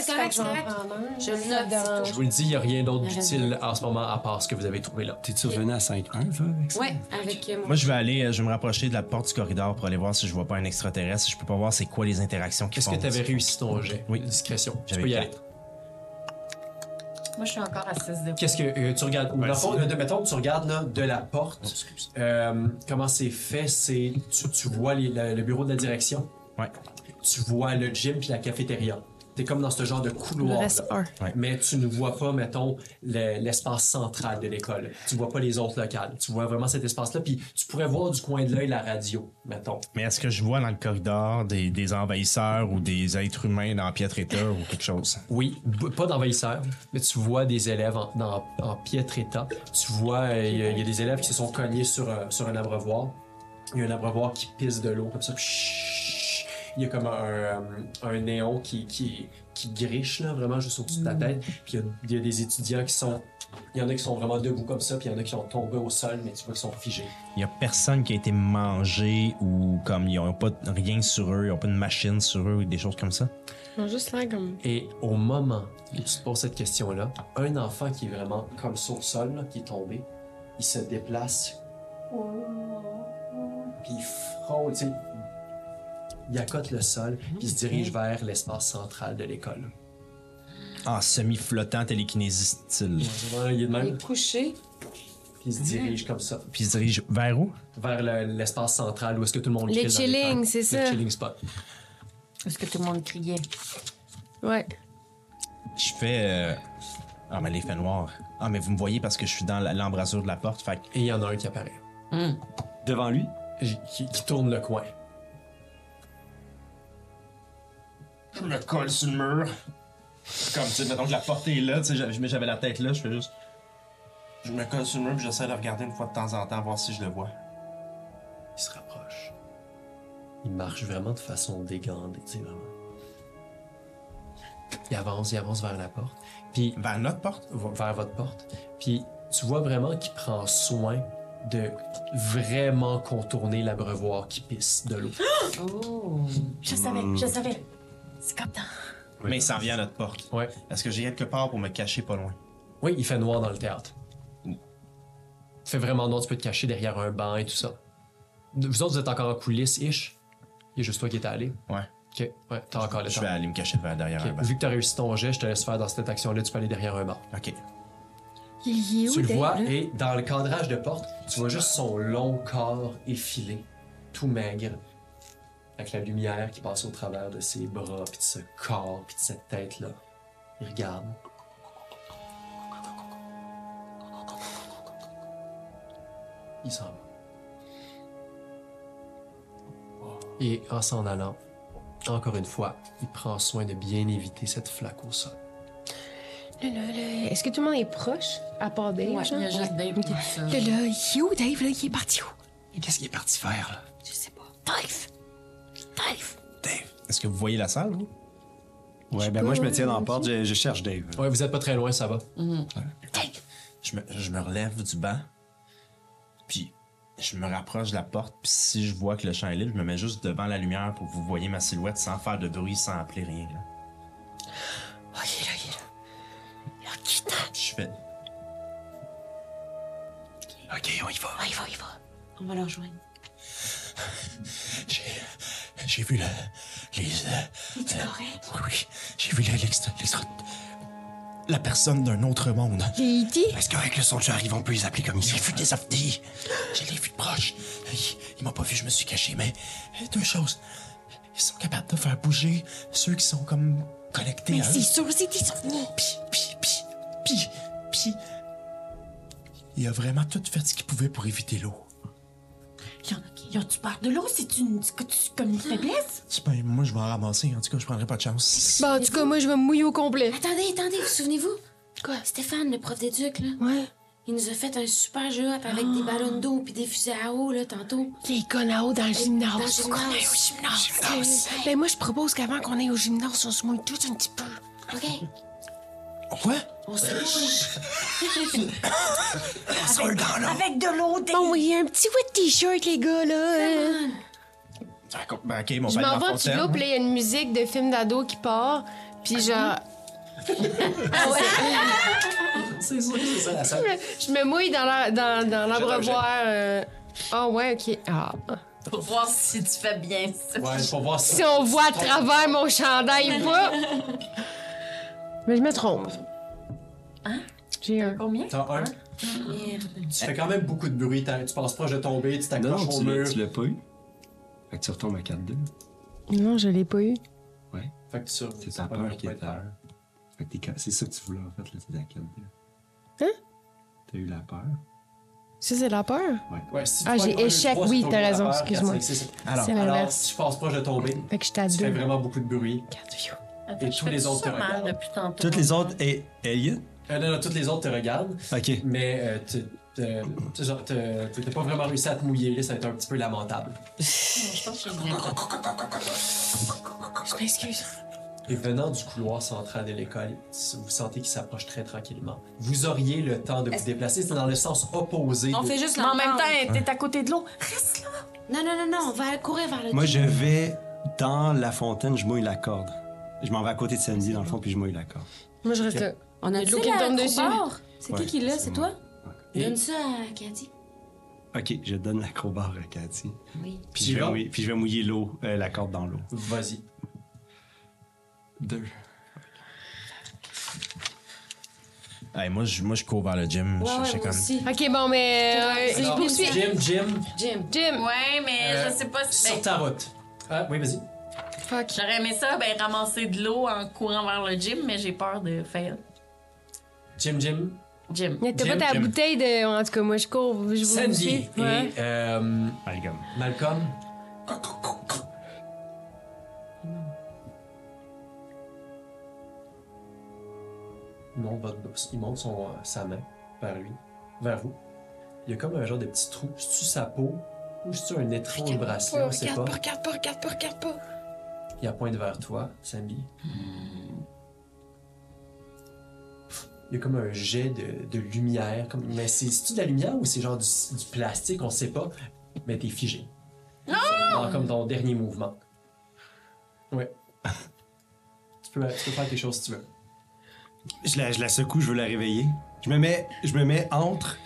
C'est
fait que je vais en
correct,
prendre un.
Je le
Ça
note.
donne-
Je vous le dis, il n'y a rien d'autre d'utile en ce moment à part ce que vous avez trouvé là.
T'es-tu revenu à 5-1, ça, avec ça?
Ouais, avec euh,
Moi, je vais aller, euh, je vais me rapprocher de la porte du corridor pour aller voir si je vois pas un extraterrestre, si je peux pas voir c'est quoi les interactions qu'ils
Qu'est-ce
font.
que tu avais réussi ton jet?
Oui.
Discrétion. Tu
J'avais
peux y
quatre.
aller.
Moi, je suis encore à 6 de
Qu'est-ce que euh, tu regardes? Dans le fond, euh, de, mettons, tu regardes là, de la
Oh,
porte. euh, comment c'est fait? C'est tu, tu vois les- la- le bureau de la direction.
Ouais.
Tu vois le gym puis la cafétéria. T'es comme dans ce genre de
Il
couloir.
me reste
là.
un.
Ouais.
Mais tu ne vois pas, mettons, le- l'espace central de l'école. Tu vois pas les autres locales. Tu vois vraiment cet espace-là. Puis tu pourrais voir du coin de l'œil la radio, mettons.
Mais est-ce que je vois dans le corridor des, des envahisseurs ou des êtres humains dans piètre état ou quelque chose?
Oui, b- pas d'envahisseurs, mais tu vois des élèves en, dans- en piètre état. Tu vois, euh, il y, a- il y a des élèves qui se sont cognés sur, un- sur un abreuvoir. Il y a un abreuvoir qui pisse de l'eau comme ça. Chut. Il y a comme un, euh, un néon qui, qui, qui griche, là, vraiment juste au-dessus de ta tête. Puis il y a- il y, a des étudiants qui sont. Il y en a qui sont vraiment debout comme ça, puis il y en a qui sont tombés au sol, mais tu vois qu'ils sont figés.
Il y a personne qui a été mangé ou comme ils ont pas de- rien sur eux, ils ont pas de machine sur eux ou des choses comme ça?
Ils ont juste l'air comme.
Et au moment où tu te poses cette question-là, un enfant qui est vraiment comme sur le sol, là, qui est tombé, il se déplace. Puis il frôle, tu sais. Il accote le sol, puis il se dirige vers l'espace central de l'école.
En Ah, semi-flottant télékinésie style.
Voilà, Il est de
Il
même,
est couché.
puis il se dirige comme ça,
Puis ils se dirigent vers où?
vers le- l'espace central où est-ce que tout le monde
Les
chill dans
chilling,
temps.
c'est
Le
ça.
chilling spot.
Est-ce que tout le monde criait?
Ouais.
Je fais. euh, Ah, mais les faits noirs. Ah, mais vous me voyez parce que je suis dans la- l'embrasure de la porte. Fait que
Et il y en a un qui apparaît,
Devant lui?
j- qui, qui tourne le coin.
Je me colle sur le mur. Comme, tu sais, mettons que la porte est là, tu sais, j'avais- mais j'avais la tête là, je fais juste. Je me colle sur le mur, puis j'essaie de le regarder une fois de temps en temps, voir si je le vois.
Il se rapproche. Il marche vraiment de façon dégandée, tu sais, vraiment. Il avance, il avance vers la porte, puis
Vers notre porte
va- vers votre porte. Puis tu vois vraiment qu'il prend soin de vraiment contourner l'abreuvoir qui pisse de l'eau.
Je savais, je
Hmm.
savais. C'est comme
Hein?
dans...
Mais il s'en vient à notre porte.
Ouais.
Est-ce que j'ai quelque part pour me cacher pas loin
Oui, il fait noir dans le théâtre. Il fait vraiment noir, tu peux te cacher derrière un banc et tout ça. Vous autres, vous êtes encore en coulisses-ish. Il y a juste toi qui est allé.
Ouais.
Ok, ouais, t'as encore le
Je
temps.
vais aller me cacher vers- derrière
Ok,
un banc.
Vu que t'as réussi ton jet, je te laisse faire dans cette action-là, tu peux aller derrière un banc.
Ok.
Il est où,
Tu le
Dave,
vois
là?
et dans le cadrage de porte, tu vois juste son long corps effilé, tout maigre, avec la lumière qui passe au travers de ses bras, puis de ce corps, puis de cette tête-là. Il regarde. Il s'en va. Et en s'en allant, encore une fois, il prend soin de bien éviter cette flaque au sol.
Là, là, là, Est-ce que tout le monde est proche, à part Dave?
Ouais,
genre?
il y a juste Dave qui dit ça.
Là, là, il est où, Dave? Là, il est parti où?
Qu'est-ce qu'il est parti faire, là?
Je sais pas. Dave! Dave!
Est-ce que vous voyez la salle, vous
Ouais, ben moi, je me tiens
Oh,
dans la porte, je, je cherche Dave.
Ouais, vous êtes pas très loin, ça va.
je me, je me relève du banc, puis je me rapproche de la porte, puis si je vois que le champ est libre, je me mets juste devant la lumière pour que vous voyez ma silhouette sans faire de bruit, sans appeler rien. Là.
Oh, il est là, il est là. Il est quitté.
Je fais.
Ok, on y va.
Ah, il va, il va.
On va le rejoindre.
J'ai, j'ai vu la. Les. euh,
Et tu l'aurais?
oui, oui. J'ai vu la- l'extra. l'extra- La personne d'un autre monde.
Il est E.T.?
Est-ce qu'avec le son que j'arrive, on peut les appeler comme ils J'ai vu des afdis. Je l'ai vu de proche. Ils, ils m'ont pas vu, je me suis caché. Mais deux choses. Ils sont capables de faire bouger ceux qui sont comme connectés
Mais
à
c'est
eux.
sûr, c'est des souvenirs.
Pis, pis, pis, pis, pis. Il a vraiment tout fait ce qu'il pouvait pour éviter l'eau.
Y en a qui- y ont-tu peur de l'eau? C'est une, c'est que tu- comme une faiblesse?
C'est pas- moi, je vais en ramasser. En tout cas, je prendrai pas de chance.
Bon, Bah, en tout cas, moi, je vais me mouiller au complet.
Attendez, attendez, vous souvenez-vous? Quoi? Stéphane, le prof d'éduc, là.
Ouais.
Il nous a fait un super jeu avec des ballons d'eau puis des fusées à eau, là, tantôt.
Les gonao dans le
Dans le
gymnase.
gymnase.
Faut qu'on aille au gymnase. Euh, Ben moi, je propose qu'avant qu'on aille au gymnase, on se mouille tous un petit peu.
OK.
Quoi?
On se mouille.
Seul dans l'eau.
Avec de l'eau, des...
Bon, oui, un petit wet t-shirt, les gars, là. hein.
Ben, ok, mon
Je
père dans
m'en vais
la
au
fontaine.
studio, puis là, il y a une musique de film d'ado qui part. Puis genre,
C'est ça, c'est ça la salle.
je me mouille dans la- dans- dans l'abreuvoir. euh. Ah ouais, OK. Ah.
Pour voir si tu fais bien ça.
Ouais, pour voir si.
Si on voit à travers mon chandail ou pas. Mais je me trompe.
Hein?
J'ai un...
Combien?
T'as un. Tu fais quand même beaucoup de bruit, t'as- tu passes proche de tomber, tu
Non,
t'accroches
non,
au
tu l'as-
mur.
tu l'as pas eu. Fait que tu retombes à 4-2.
Non, je l'ai pas eu.
Fait que tu sur-
C'est
ça
ta
va
peur
pas
qui est
être-
peur. Fait que t'es ca- c'est ça que tu voulais en fait, là, t'es à 4-2.
Hein?
T'as eu la peur.
Ça, c'est la peur.
Ouais, si tu
Ah,
prends
j'ai
le premier
échec,
trois,
oui,
c'est
t'as
au
raison,
peur, quatre,
excuse-moi.
cinq, six, sept.
Alors,
C'est
Alors,
l'inverse. Ah,
tu passes proche de tomber,
Fait que j'étais à
tu fais
deux.
vraiment beaucoup de bruit.
Attends,
Et
je
tous
fais
les
tout
autres te
ça mal
regardent.
depuis tantôt.
Toutes les autres, et Elliot?
Euh, non, non, toutes les autres te regardent,
Ok.
mais euh, tu- euh, tu genre, te- t'as pas vraiment réussi à te mouiller, là, ça va être un petit peu lamentable.
Je pense que je voudrais pas.
Je m'excuse.
Et venant du couloir central de l'école, vous sentez qu'il s'approche très tranquillement. Vous auriez le temps de vous déplacer, c'est dans le sens opposé.
On
de-
fait juste
Mais en même
l'entendre.
temps, t'es à côté de l'eau.
Non, non, non, non, on va courir vers le
Moi, je vais dans la fontaine, je mouille la corde. Je m'en vais à côté de Sandy, dans le fond, puis je mouille la corde.
Moi, je reste là.
On a
de l'eau qui me tombe dessus.
C'est
Ouais,
qui qui l'a?
c'est
C'est
moi.
toi?
Et-
Donne ça à Cathy.
Ok, je donne l'acrobat à Cathy.
Oui.
Puis
Tu
je, vais
vas?
mouiller, puis je vais mouiller l'eau, euh, la corde dans l'eau.
Vas-y.
Deux.
Hey, moi, je, moi, je cours vers le gym. je
Ouais,
cherchais
ouais, moi
comme.
aussi.
OK, bon, mais... euh,
Alors,
je poursuis. Ben.
Jim, Jim,
Jim.
Jim!
Ouais, mais
Euh,
je sais pas si.
sur
ben,
ta route. Ah, oui, vas-y.
Fuck.
J'aurais aimé ça, ben, ramasser de l'eau en courant vers le gym, mais j'ai peur de fail.
Jim, Jim,
Jim.
T'as
Jim,
pas ta
Jim.
bouteille de... En tout cas, moi, je cours. Je vous
Sandy
suis. Ouais.
et euh,
Malcolm.
Malcolm. Il monte, votre- il monte son, euh, sa main vers lui, vers vous. Il y a comme un genre de petit trou. C'est-tu sa peau ou c'est-tu un étrange bracelet? On sait pas.
regarde pas, regarde pas, regarde pas.
Il pointe vers toi, Sammy. Il y a comme un jet de, de lumière. Comme... Mais c'est- c'est-tu de la lumière ou c'est genre du, du plastique, on sait pas. Mais t'es figé. Non! Comme ton dernier mouvement. Ouais. tu, peux, tu peux faire quelque chose si tu veux.
Je la, je la secoue, je veux la réveiller. Je me mets, je me mets entre.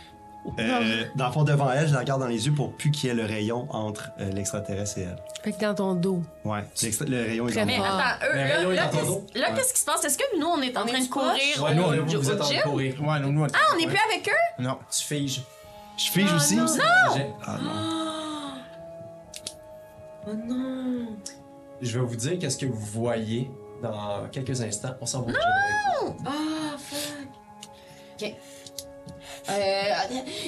euh, dans le fond, devant elle, je la regarde dans les yeux pour plus qu'il y ait le rayon entre euh, l'extraterrestre et elle.
Fait que dans ton dos.
Ouais, l'extra- le rayon est
Très
dans
bien.
le-
Attends, eux,
Mais
là,
Rayon est
là,
dans ton dos.
qu'est-ce là,
Ouais.
qu'est-ce qui se passe? Est-ce que nous, Ah. on est en train de courir?
Ouais,
au-
non, vous, vous
au
êtes en train
gym?
de courir.
Ouais, non, non.
Ah, on n'est plus avec eux?
Non.
Tu figes.
Je fige aussi.
J'ai-
Ah non.
Oh non.
Je vais vous dire qu'est-ce que vous voyez dans quelques instants. On s'en va au gym avec vous.
Ah, fuck. OK. Euh,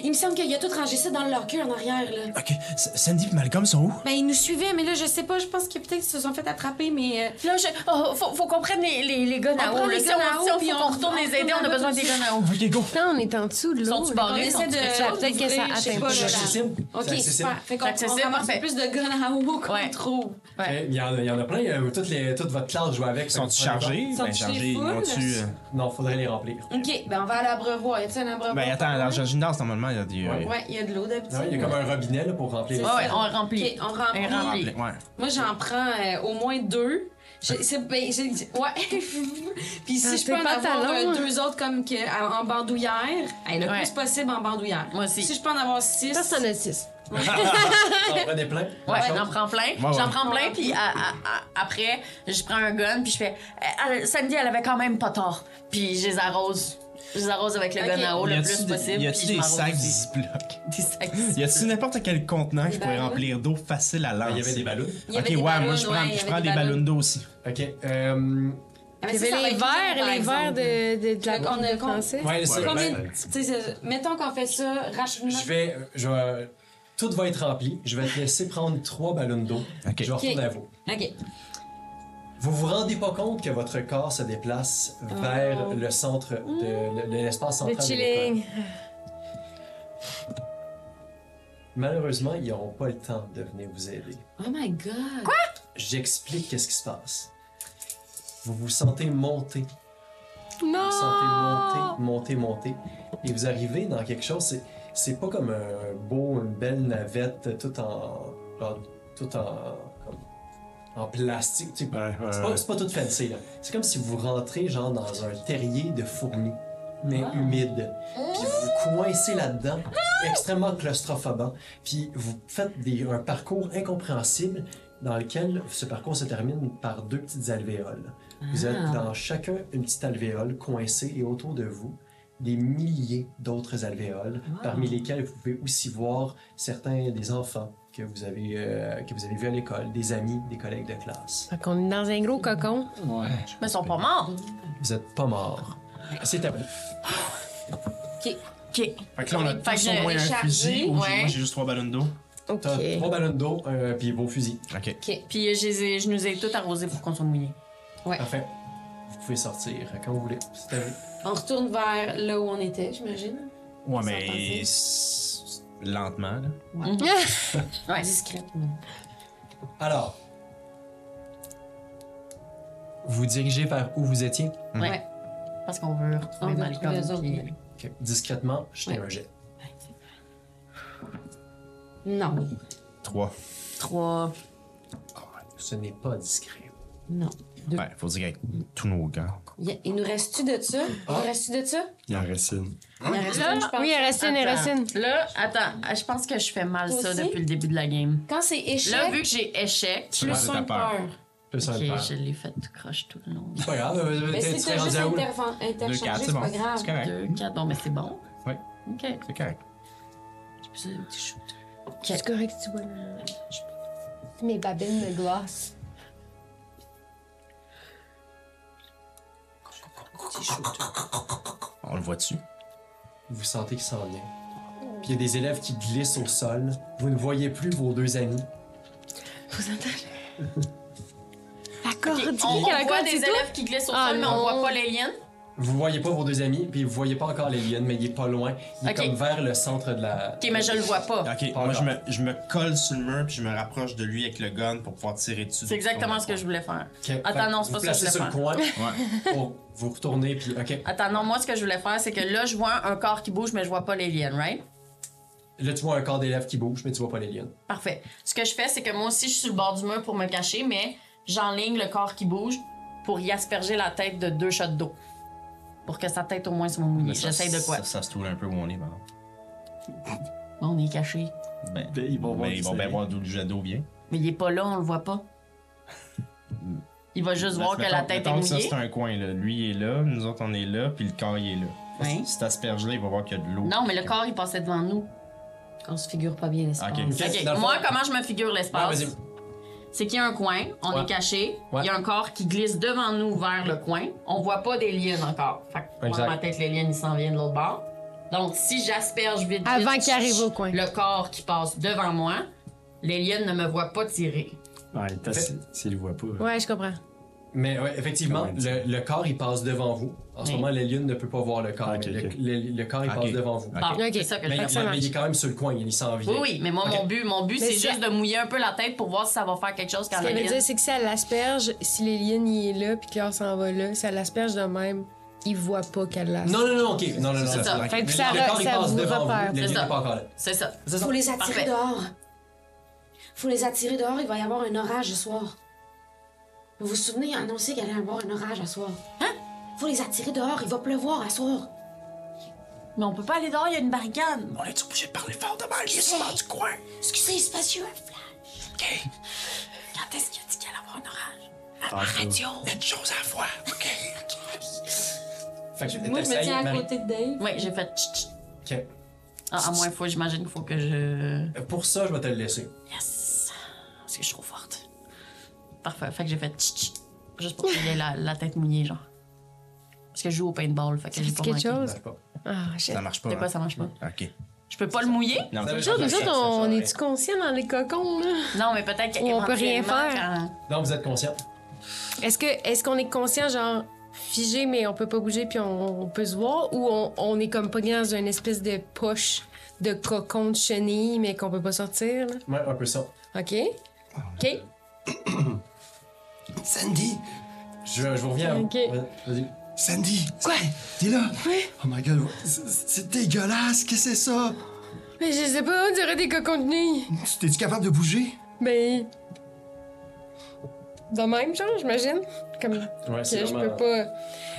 il me semble qu'il a tout rangé ça dans leur cul en arrière, là.
Ok, S- Sandy et Malcolm sont où?
Ben, ils nous suivaient, mais là, je sais pas, je pense que peut-être qu'ils se sont fait attraper, mais... euh,
Là, je... oh, faut, faut qu'on prenne les, les, les
On prend
gonao. là.
les
Si on,
gonao,
si on
puis
faut
on-
qu'on retourne
on
les aider,
retourne
on a
là-bas
besoin des gonao.
Ok, go.
Putain, on est en dessous de l'eau.
Sont-tu
là.
On
barrés?
essaie
Sont-tu
de...
très-
peut-être que ça
je sais
atteint
pas,
pas.
C'est
là.
accessible. C'est
OK,
accessible.
super. Fait qu'on
C'est accessible,
on ramasse
parfait.
plus de gonao qu'on
Ouais.
trouve.
Ouais.
Eh, Il y, en a- il y en a plein, euh, toutes les, toute votre classe joue avec.
Sont-ils chargés?
Sont-ils
Ben, chargés. Ils
full?
ont-tu. euh,
Non, faudrait les remplir.
OK, ben on va à l'abreuvoir. Y a-t-il un abreuvoir?
Ben, attends, dans le gymnase, normalement, il y a des. euh,
Ouais, il y a de l'eau d'habitude.
Ouais, il y a comme un robinet là, pour remplir.
Ouais, ouais, on remplit.
OK, on remplit.
On remplit.
Ouais.
Moi, j'en prends euh, au moins deux. J'ai- c'est- ben, j'ai- j'ai- ouais. Puis
Dans
si je
tes
peux en avoir
pantalons.
euh, deux autres comme que, euh, en, en bandoulière, hey, le
Ouais.
plus possible en bandoulière.
Moi aussi.
Si je peux en avoir six.
Personne n'a six.
T'en prenais plein.
Ouais,
Chose.
j'en prends plein.
ouais.
J'en prends plein, puis à- à- à- après, je prends un gun, puis je fais. euh, elle- Sandy, elle avait quand même pas tort. Puis je les arrose. Je les arrose avec le
Ok.
gun à eau
Y
le
a-tu
plus possible.
des, y a-tu
puis
des
je m'arrose
sacs
aussi.
Ziploc?
Des sacs
Y a-tu n'importe quel contenant que je pourrais
ballons.
Ben,
remplir d'eau facile à lancer?
Ah, Ben, Il y avait des ballons.
Il y
Ok,
avait
ouais,
des
moi
ballons,
je prends,
ouais, il y
je
avait
prends des ballons d'eau aussi.
Ok. Euh,
Ah,
Il
mais
y
ça,
avait
ça va
les
être nous,
verres,
par
les verres
exemple.
de, de, de la
Fait qu'on
Coupe
a-
du français.
ouais, c'est-
Combien
ben,
de- tu sais, c'est- Mettons qu'on fait ça rapidement.
je vais, euh, je vais- Tout va être rempli. Je vais te laisser prendre trois ballons d'eau.
Ok.
Je vais retourner
Ok.
à vous.
Ok.
Vous vous rendez pas compte que votre corps se déplace vers le centre de, le- l'espace
Le
central. de l'école.
chilling.
Malheureusement, ils n'auront pas le temps de venir vous aider.
Oh my god!
J'explique qu'est-ce qui se passe. Vous vous sentez monter
Non!
Vous sentez monter, monter, monter. Et vous arrivez dans quelque chose, c'est, c'est pas comme un beau, une belle navette euh, tout en. en- tout en. comme- en plastique. tu sais.
Ouais,
Euh,
ouais,
c'est, pas,
ouais.
c'est pas tout fancy, là. C'est comme si vous rentrez, genre, dans un terrier de fourmis, mais humide. Puis vous vous coincez là-dedans, extrêmement claustrophobant. Puis vous faites des, un parcours incompréhensible dans lequel ce parcours se termine par deux petites alvéoles. Vous êtes dans chacun une petite alvéole coincée et autour de vous, des milliers d'autres alvéoles, parmi lesquelles vous pouvez aussi voir certains des enfants que vous avez, euh, que vous avez vus à l'école, des amis, des collègues de classe.
Fait qu'on est dans un gros cocon.
Ouais.
Mais ils sont pas morts.
Vous êtes pas morts. C'est à vous.
OK.
Fait que là, on a
Fait
tous
que
au moins un
recharger,
fusil. ou j'ai-
ouais.
Moi, j'ai juste trois ballons d'eau.
OK.
T'as trois ballons d'eau euh, puis vos fusils.
Ok.
Puis euh, je, les ai- je nous ai tous arrosés pour qu'on soit mouillés.
Enfin, vous pouvez sortir quand vous voulez. C'est à vous.
On retourne vers là où on était, j'imagine.
Ouais,
passer.
mais. s- Lentement, là.
Ouais.
Discrètement.
Alors, vous dirigez vers où vous étiez.
Parce qu'on veut retrouver
On
dans
veut
les
retrouver les
corps.
autres,
puis-
mais-
Ok. Discrètement, jetez
Ouais.
un jet.
Non,
Trois.
Trois.
Ce n'est pas discret.
non.
Ouais, faut dire avec tous nos gars.
Y a- Il nous reste-tu de ça? Il
Ah.
nous reste-tu de ça?
Hein?
Il en reste une.
Il nous reste
Là,
une, je pense.
Oui, Racine et
Attends.
Racine.
Là, attends, ah, je pense que je fais mal
Toi
ça
aussi?
depuis le début de la game.
Quand c'est échec,
Là, vu que j'ai échec,
Ouais, c'est
plus
ta
soin de
peur.
peur.
Plus un
ok,
père.
je l'ai fait tout croche tout le long.
C'est pas grave. euh,
Mais
t'es- tu
si t'as
serais rendu
juste
à où, là?
interfa-
Deux, quatre,
interchangé,
c'est
c'est
bon.
pas grave.
C'est correct.
Deux, quatre, bon, mais c'est bon.
Oui.
Ok.
C'est correct.
J'ai plus de petit shoot.
C'est correct, tu vois. le- Mes babines me glacent.
On le voit-tu?
Vous sentez qu'il s'en vient. Puis il y a des élèves qui glissent au sol. Vous ne voyez plus vos deux amis.
La corde,
Ok,
dis-lui
On, on
qu'il y a la
voit
corde,
des
c'est tout.
élèves qui glissent au
Ah
sol, mais
non.
on voit pas les liens.
Vous voyez pas vos deux amis, puis vous voyez pas encore les lions, mais il est pas loin. Il est
Ok.
comme vers le centre de la.
Ok, mais je le vois pas.
Ok,
Pas
moi je
grave.
me, je me colle sur le mur puis je me rapproche de lui avec le gun pour pouvoir tirer dessus.
C'est exactement ce que je voulais faire.
Ok,
Attends,
fait
non, c'est
vous
pas ça que je
placez sur le
voulais
coin.
Ouais.
pour vous retournez, puis ok.
Attends, non, moi, ce que je voulais faire, c'est que là, je vois un corps qui bouge, mais je vois pas les liens, right?
Là, tu vois un corps d'élève qui bouge, mais tu vois pas les lions.
Parfait. Ce que je fais, c'est que moi aussi, je suis sur le bord du mur pour me cacher, mais j'enligne le corps qui bouge pour y asperger la tête de deux shots d'eau. Pour que sa tête au moins soit mouillée.
Mais ça-
J'essaye de quoi?
Ça, ça se trouve un peu où on est, par exemple.
Bon, on est caché.
Ben,
Ben, ils vont voir
mais ils
du
vont bien
soleil.
voir d'où le jet d'eau vient.
Mais il est pas là, on le voit pas. Il va juste voir que
Ben, Mettons-
la tête est
mettons que Ça,
mouillée.
c'est un coin, là. Lui est là, nous autres, on est là, puis le corps, il est là.
Oui.
Si t'asperges là, il va voir qu'il y a de l'eau.
Non, mais le corps, il passait devant nous.
On se figure pas bien l'espace.
Ok.
Ok,
Ok,
dans le
Moi,
fond-
comment je me figure
Ouais,
l'espace?
vas-y.
c'est qu'il y a un coin, on
Ouais.
est caché, il
Ouais.
y a un corps qui glisse devant nous vers le coin, on voit pas des liens encore. Fait que moi,
Exact.
dans ma tête, les liens, ils s'en viennent de l'autre bord. Donc, si j'asperge vite, vite,
Avant qu'il arrive au coin.
le corps qui passe devant moi, les liens ne me voient pas tirer.
Ouais, t'as- s'il s'il le voit pas.
Ouais, je comprends.
Mais ouais, effectivement,
Quand même.
le, le corps, il passe devant vous. En ce
Oui.
moment, les lions ne peut pas voir le corps.
Ah, ok,
mais
ok.
Le, le- le corps, il
Ok.
passe devant vous.
Ok.
Bon,
Ok.
c'est ça que je
Mais,
fais.
il-
ça
mais
marche.
il est quand même sur le coin, il s'en vient.
Oui, oui, mais moi, mon but, mon but,
Mais
c'est
c'est-
juste de mouiller un peu la tête pour voir si ça va faire quelque chose quand
Ce
les
qu'elle veut
liens...
dire, c'est que si elle l'asperge, si l'alien y est là, puis que l'or s'en va là, si elle l'asperge de même, il voit pas qu'elle l'asperge.
Non, non, non, ok. Non, non, non.
C'est ça.
ok.
Fait que
Mais
ça
le
re-
corps, il
ça
passe
vous
devant
repère.
vous. Le
C'est
lion
ça.
n'est pas encore là.
C'est ça.
C'est ça.
Faut les attirer
Parfait.
dehors. Faut les attirer dehors, il va y avoir un orage ce soir. Vous vous souvenez, il a annoncé qu'il allait y avoir un orage à soir. Hein? Faut les attirer dehors, il va pleuvoir à soir.
Mais on peut pas aller dehors, il y a une barricade.
On est obligé de parler fort demain, il est souvent du coin.
Excusez, il se passe un flash.
Ok.
Quand est-ce qu'il a dit qu'il allait avoir un orage?
Une chose à la fois. Ok.
Fait que
Moi, je me
t'essayes,
tiens à
Marie.
côté de Dave.
Oui, j'ai fait... tch, tch.
Ok.
Ah, à moins, faut, j'imagine qu'il faut que je...
Pour ça, je vais te le laisser.
Yes! Parce que je suis trop forte. Parfait. Fait que j'ai fait tch, tch, juste pour qu'il ait la, la tête mouillée, genre. Parce que je joue au paintball, fait que
Ça
j'ai
dit
pas manqué.
quelque chose?
Lâche pas.
Ah, shit.
Ça marche pas.
C'est quoi,
hein?
ça marche pas?
Ok.
Je peux pas le mouiller?
Non,
Ça-
Genre, nous
ça- ça-
autres,
ça-
on
ça-
est-tu conscients dans les cocons, là?
Non, mais peut-être qu'il
Ou on peut rien faire.
Non, vous êtes conscient.
Est-ce que est-ce qu'on est conscient, genre, figé, mais on peut pas bouger, puis on, on peut se voir, ou on, on est comme pogné dans une espèce de poche? de cocon de chenille, mais qu'on peut pas sortir. là.
Ouais, un peu ça.
OK? OK.
Sandy!
Je, je vous reviens.
Ok.
Ouais, Vas-y.
Sandy! Quoi? T'es là? Oui? Oh my god, c'est- c'est dégueulasse! Qu'est-ce que c'est ça?
Mais je sais pas, on dirait des cocons de chenille.
Tu- T'es-tu capable de bouger?
Ben. De même, genre, j'imagine. Comme.
Ouais,
que
c'est
je
vraiment-
peux pas.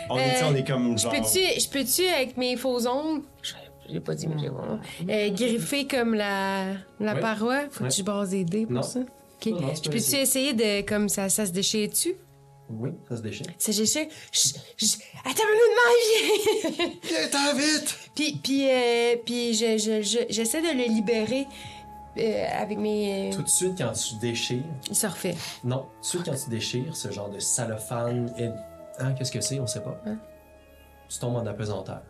On, est, tu sais,
Euh,
on est comme
Je
genre.
peux-tu, je peux-tu, avec mes faux ongles, je je l'ai pas dit, mais je l'ai pas, hein, euh, griffer comme la, la
Ouais.
paroi? Faut
Ouais.
que je brasse des dés pour
Non.
ça? Ok.
Non, non, tu
je
peux
peux-tu
essayer.
essayer. de, comme ça, ça se déchire dessus?
Oui, ça se déchire.
Ça se déchire? Chut, chut. Attends, mais nous de viens!
Viens, t'en vite!
puis, puis, euh, puis je, je- je- j'essaie de le libérer euh, avec mes...
Tout de suite, quand tu déchires,
Il se refait.
non, tout de suite, quand tu déchires ce genre de cellophane, et... hein, qu'est-ce que c'est, on sait pas.
Hein?
Tu tombes en apesanteur.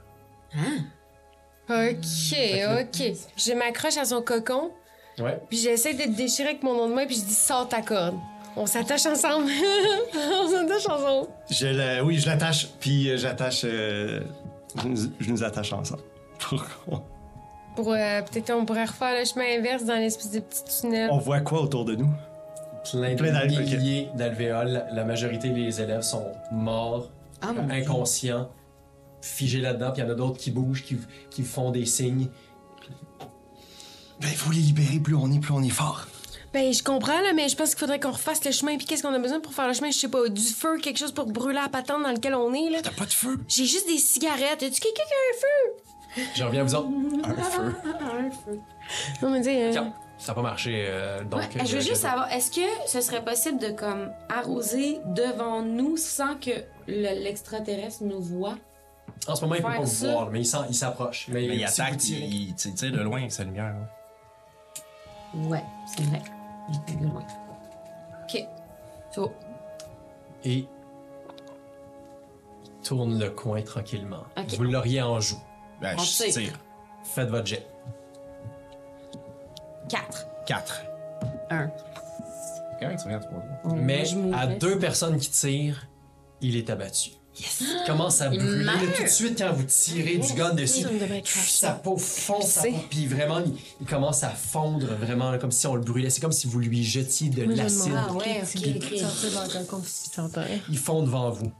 OK, OK. Je m'accroche à son cocon,
Ouais.
puis j'essaie de le déchirer avec mon nom de main, puis je dis « sors ta corde ». On s'attache ensemble. On s'attache ensemble.
Je la- oui, je l'attache, puis euh, j'attache. euh, je, nous, je nous attache ensemble. Pour-
Pour, euh, peut-être on pourrait refaire le chemin inverse dans l'espèce de petit tunnel.
on voit quoi autour de nous?
Plein
Plein d'al-
de
ok.
milliers d'alvéoles. La majorité des élèves sont morts,
Ah, mon
inconscients, figés là-dedans. Puis il y en a d'autres qui bougent, qui, qui font des signes.
Ben, il faut les libérer, plus on est, plus on est fort.
Ben, je comprends, là, mais je pense qu'il faudrait qu'on refasse le chemin. Puis qu'est-ce qu'on a besoin pour faire le chemin? Je sais pas, du feu, quelque chose pour brûler la patente dans lequel on est, là.
T'as pas de feu?
J'ai juste des cigarettes. As-tu quelqu'un qui a un feu?
Je reviens à vous autres.
Ah.
Un feu.
Non, mais dis, euh,
Tiens, Ça n'a pas marché, euh, donc...
Ouais, je veux juste savoir, est-ce que ce serait possible de comme arroser devant nous sans que le- l'extraterrestre nous voit?
En ce moment, il peut
Faire
pas vous
ça.
voir, mais il s'en- il s'approche. Mais,
Mais il
si vous
attaque,
tirez-
il, il tire tire de loin avec sa lumière. ouais.
Ouais, c'est vrai. Il est loin.
et tourne le coin tranquillement.
Ok.
Vous l'auriez en joue.
Ben,
On
je
tire.
tire.
Faites votre jet.
4.
4.
Un.
C'est correct, tu regardes trois.
Mais
je m'ouvre.
à deux personnes qui tirent, il est abattu. Il Commence à brûler là, tout de suite quand vous tirez du gun dessus.
ça me devrait cracher.
Sa peau fond, sa
Pissé.
peau, puis vraiment, il, il commence à fondre vraiment là, comme si on le brûlait. C'est comme si vous lui jetiez de l'acide.
Ah ouais, ok, ok.
Sortir dans un consistant.
Il fond devant vous.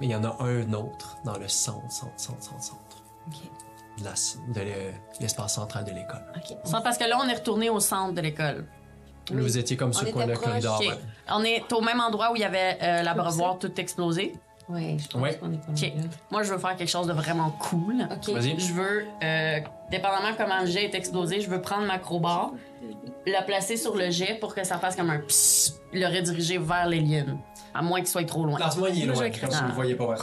Mais il y en a un autre dans le centre, centre, centre, centre, centre. De la- de l'e- l'espace central de l'école.
Parce que là, on est retourné au centre de l'école.
Là, Vous étiez comme sur le
était
coin de
proche,
corridor.
Ok.
Ah ouais.
On est au même endroit où il y avait euh, l'abreuvoir tout explosé.
Ouais, je pense
Ouais.
qu'on est pas
Ok.
mal
Moi, je veux faire quelque chose de vraiment cool.
là. Ok.
Vas-y.
Je veux, euh, dépendamment comment le jet est explosé, je veux prendre ma crowbar, la placer sur le jet pour que ça fasse comme un psss, le rediriger vers les liens. À moins qu'il soit trop loin.
Placement, il est loin, comme si vous ne voyez pas. ouais.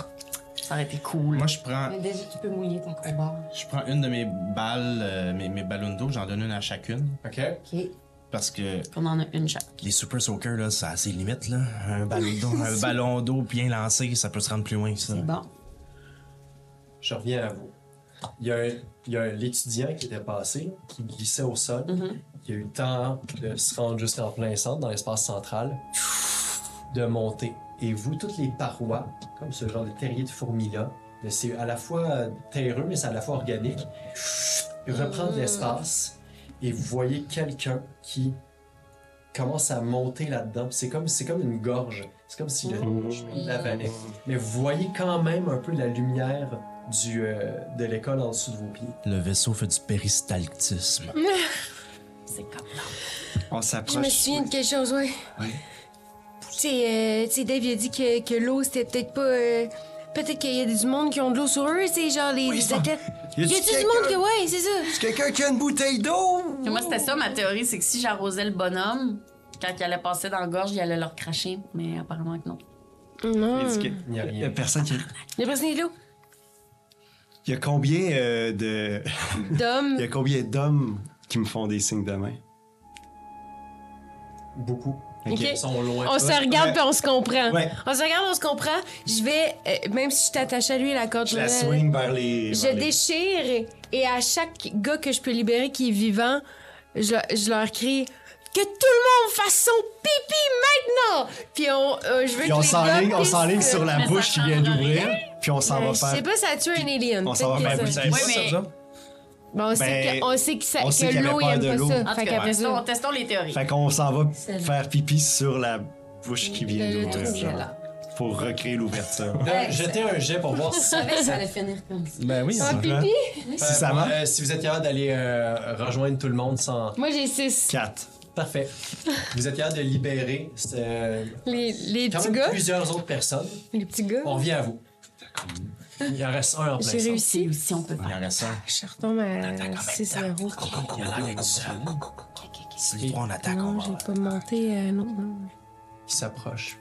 Ça aurait été cool.
Moi, je prends,
Mais déjà, tu peux mouiller ta crowbar.
je prends une de mes balles, euh, mes, mes ballons d'eau, j'en donne une à chacune.
OK.
Parce que
On en a une chaque.
les Super Soakers, là, ça a ses limites, là. Un ballon d'eau, un ballon d'eau bien lancé, ça peut se rendre plus loin, que ça.
Bon.
Je reviens à vous. Il y a, un- il y a un- l'étudiant qui était passé, qui glissait au sol. Il a eu le temps de se rendre jusqu'en plein centre, dans l'espace central, de monter. Et vous, toutes les parois, comme ce genre de terrier de fourmis-là, mais c'est à la fois euh, terreux, mais c'est à la fois organique, reprendre l'espace. Et vous voyez quelqu'un qui commence à monter là-dedans. C'est comme, c'est comme une gorge. C'est comme si le
Mm.
chemin l'avalait. Mais vous voyez quand même un peu la lumière du, euh, de l'école en dessous de vos pieds.
Le vaisseau fait du péristaltisme.
C'est comme.
je
On
me
s'approche.
souviens de quelque chose, ouais.
Ouais.
Tu sais, euh, tu sais, Dave, il a dit que, que l'eau, c'était peut-être pas. euh, peut-être qu'il y a du monde qui ont de l'eau sur eux, c'est genre les, les athlètes.
Y a-tu
Y a-tu du
quelqu'un-
monde que. Ouais, c'est ça.
Est-ce quelqu'un qui a une bouteille d'eau?
Moi, c'était ça, ma théorie, c'est que si j'arrosais le bonhomme, quand il allait passer dans la gorge, il allait leur cracher. Mais apparemment que non.
Non.
Est-ce que-
Il n'y a
Il y a
rien.
personne qui.
Il a personne qui a de l'eau.
Il y a combien euh, de. Il y
Dom.
a combien d'hommes qui me font des signes de main?
Beaucoup.
Ok.
Ils sont loin.
On se regarde
Ouais.
puis on se comprend.
Ouais.
On se regarde, on se comprend. Je vais, euh, même si je t'attache à lui, la corde,
Je la
vais-
swing vers les.
Je
vers les-
déchire et à chaque gars que je peux libérer qui est vivant, je, je leur crie que tout le monde fasse son pipi maintenant. Puis on, euh, je veux
Puis
que
on
les gars
s'enligne, on
puissent-
s'enligne sur la
Mais ça
bouche qui
change
vient d'ouvrir. Puis on s'en
Euh,
va
je sais
faire.
pas, ça a tué un alien.
On
Peut-être
s'en va
que
faire.
ça-
vous savez
Oui,
pas, ça,
mais-
ça?
Ben, on, sait
Ben,
que, on sait que, ça-
on sait
que
qu'il avait
l'eau, il
peur
aime
de
pas
l'eau.
ça.
En
Fait
tout cas,
qu'après
testons,
ça,
testons les théories.
Fait qu'on s'en va
C'est-
faire pipi sur la bouche qui vient
Le
d'ouvrir.
trou,
genre,
là.
Pour recréer l'ouverture.
Ah
Euh, Jetez un jet pour voir si,
Je savais que Ah, ça allait finir comme ça.
Ben oui,
Ah,
Voilà.
pipi?
Si ça marche.
euh, si vous êtes capable d'aller euh, rejoindre tout le monde sans.
Moi, j'ai six.
4.
Parfait. Vous êtes capable de libérer ce-
Les, les
quand
petits
même
gars.
plusieurs autres personnes.
Les petits gars.
On revient à vous. Il en reste un en plein
J'ai
centre.
réussi.
Si on peut
Il en reste un.
Je retombe à 6 euros.
Il y en a une seule. Si les trois on attaque, on
Non,
va.
j'ai pas monté. euh, non, non.
qui s'approche.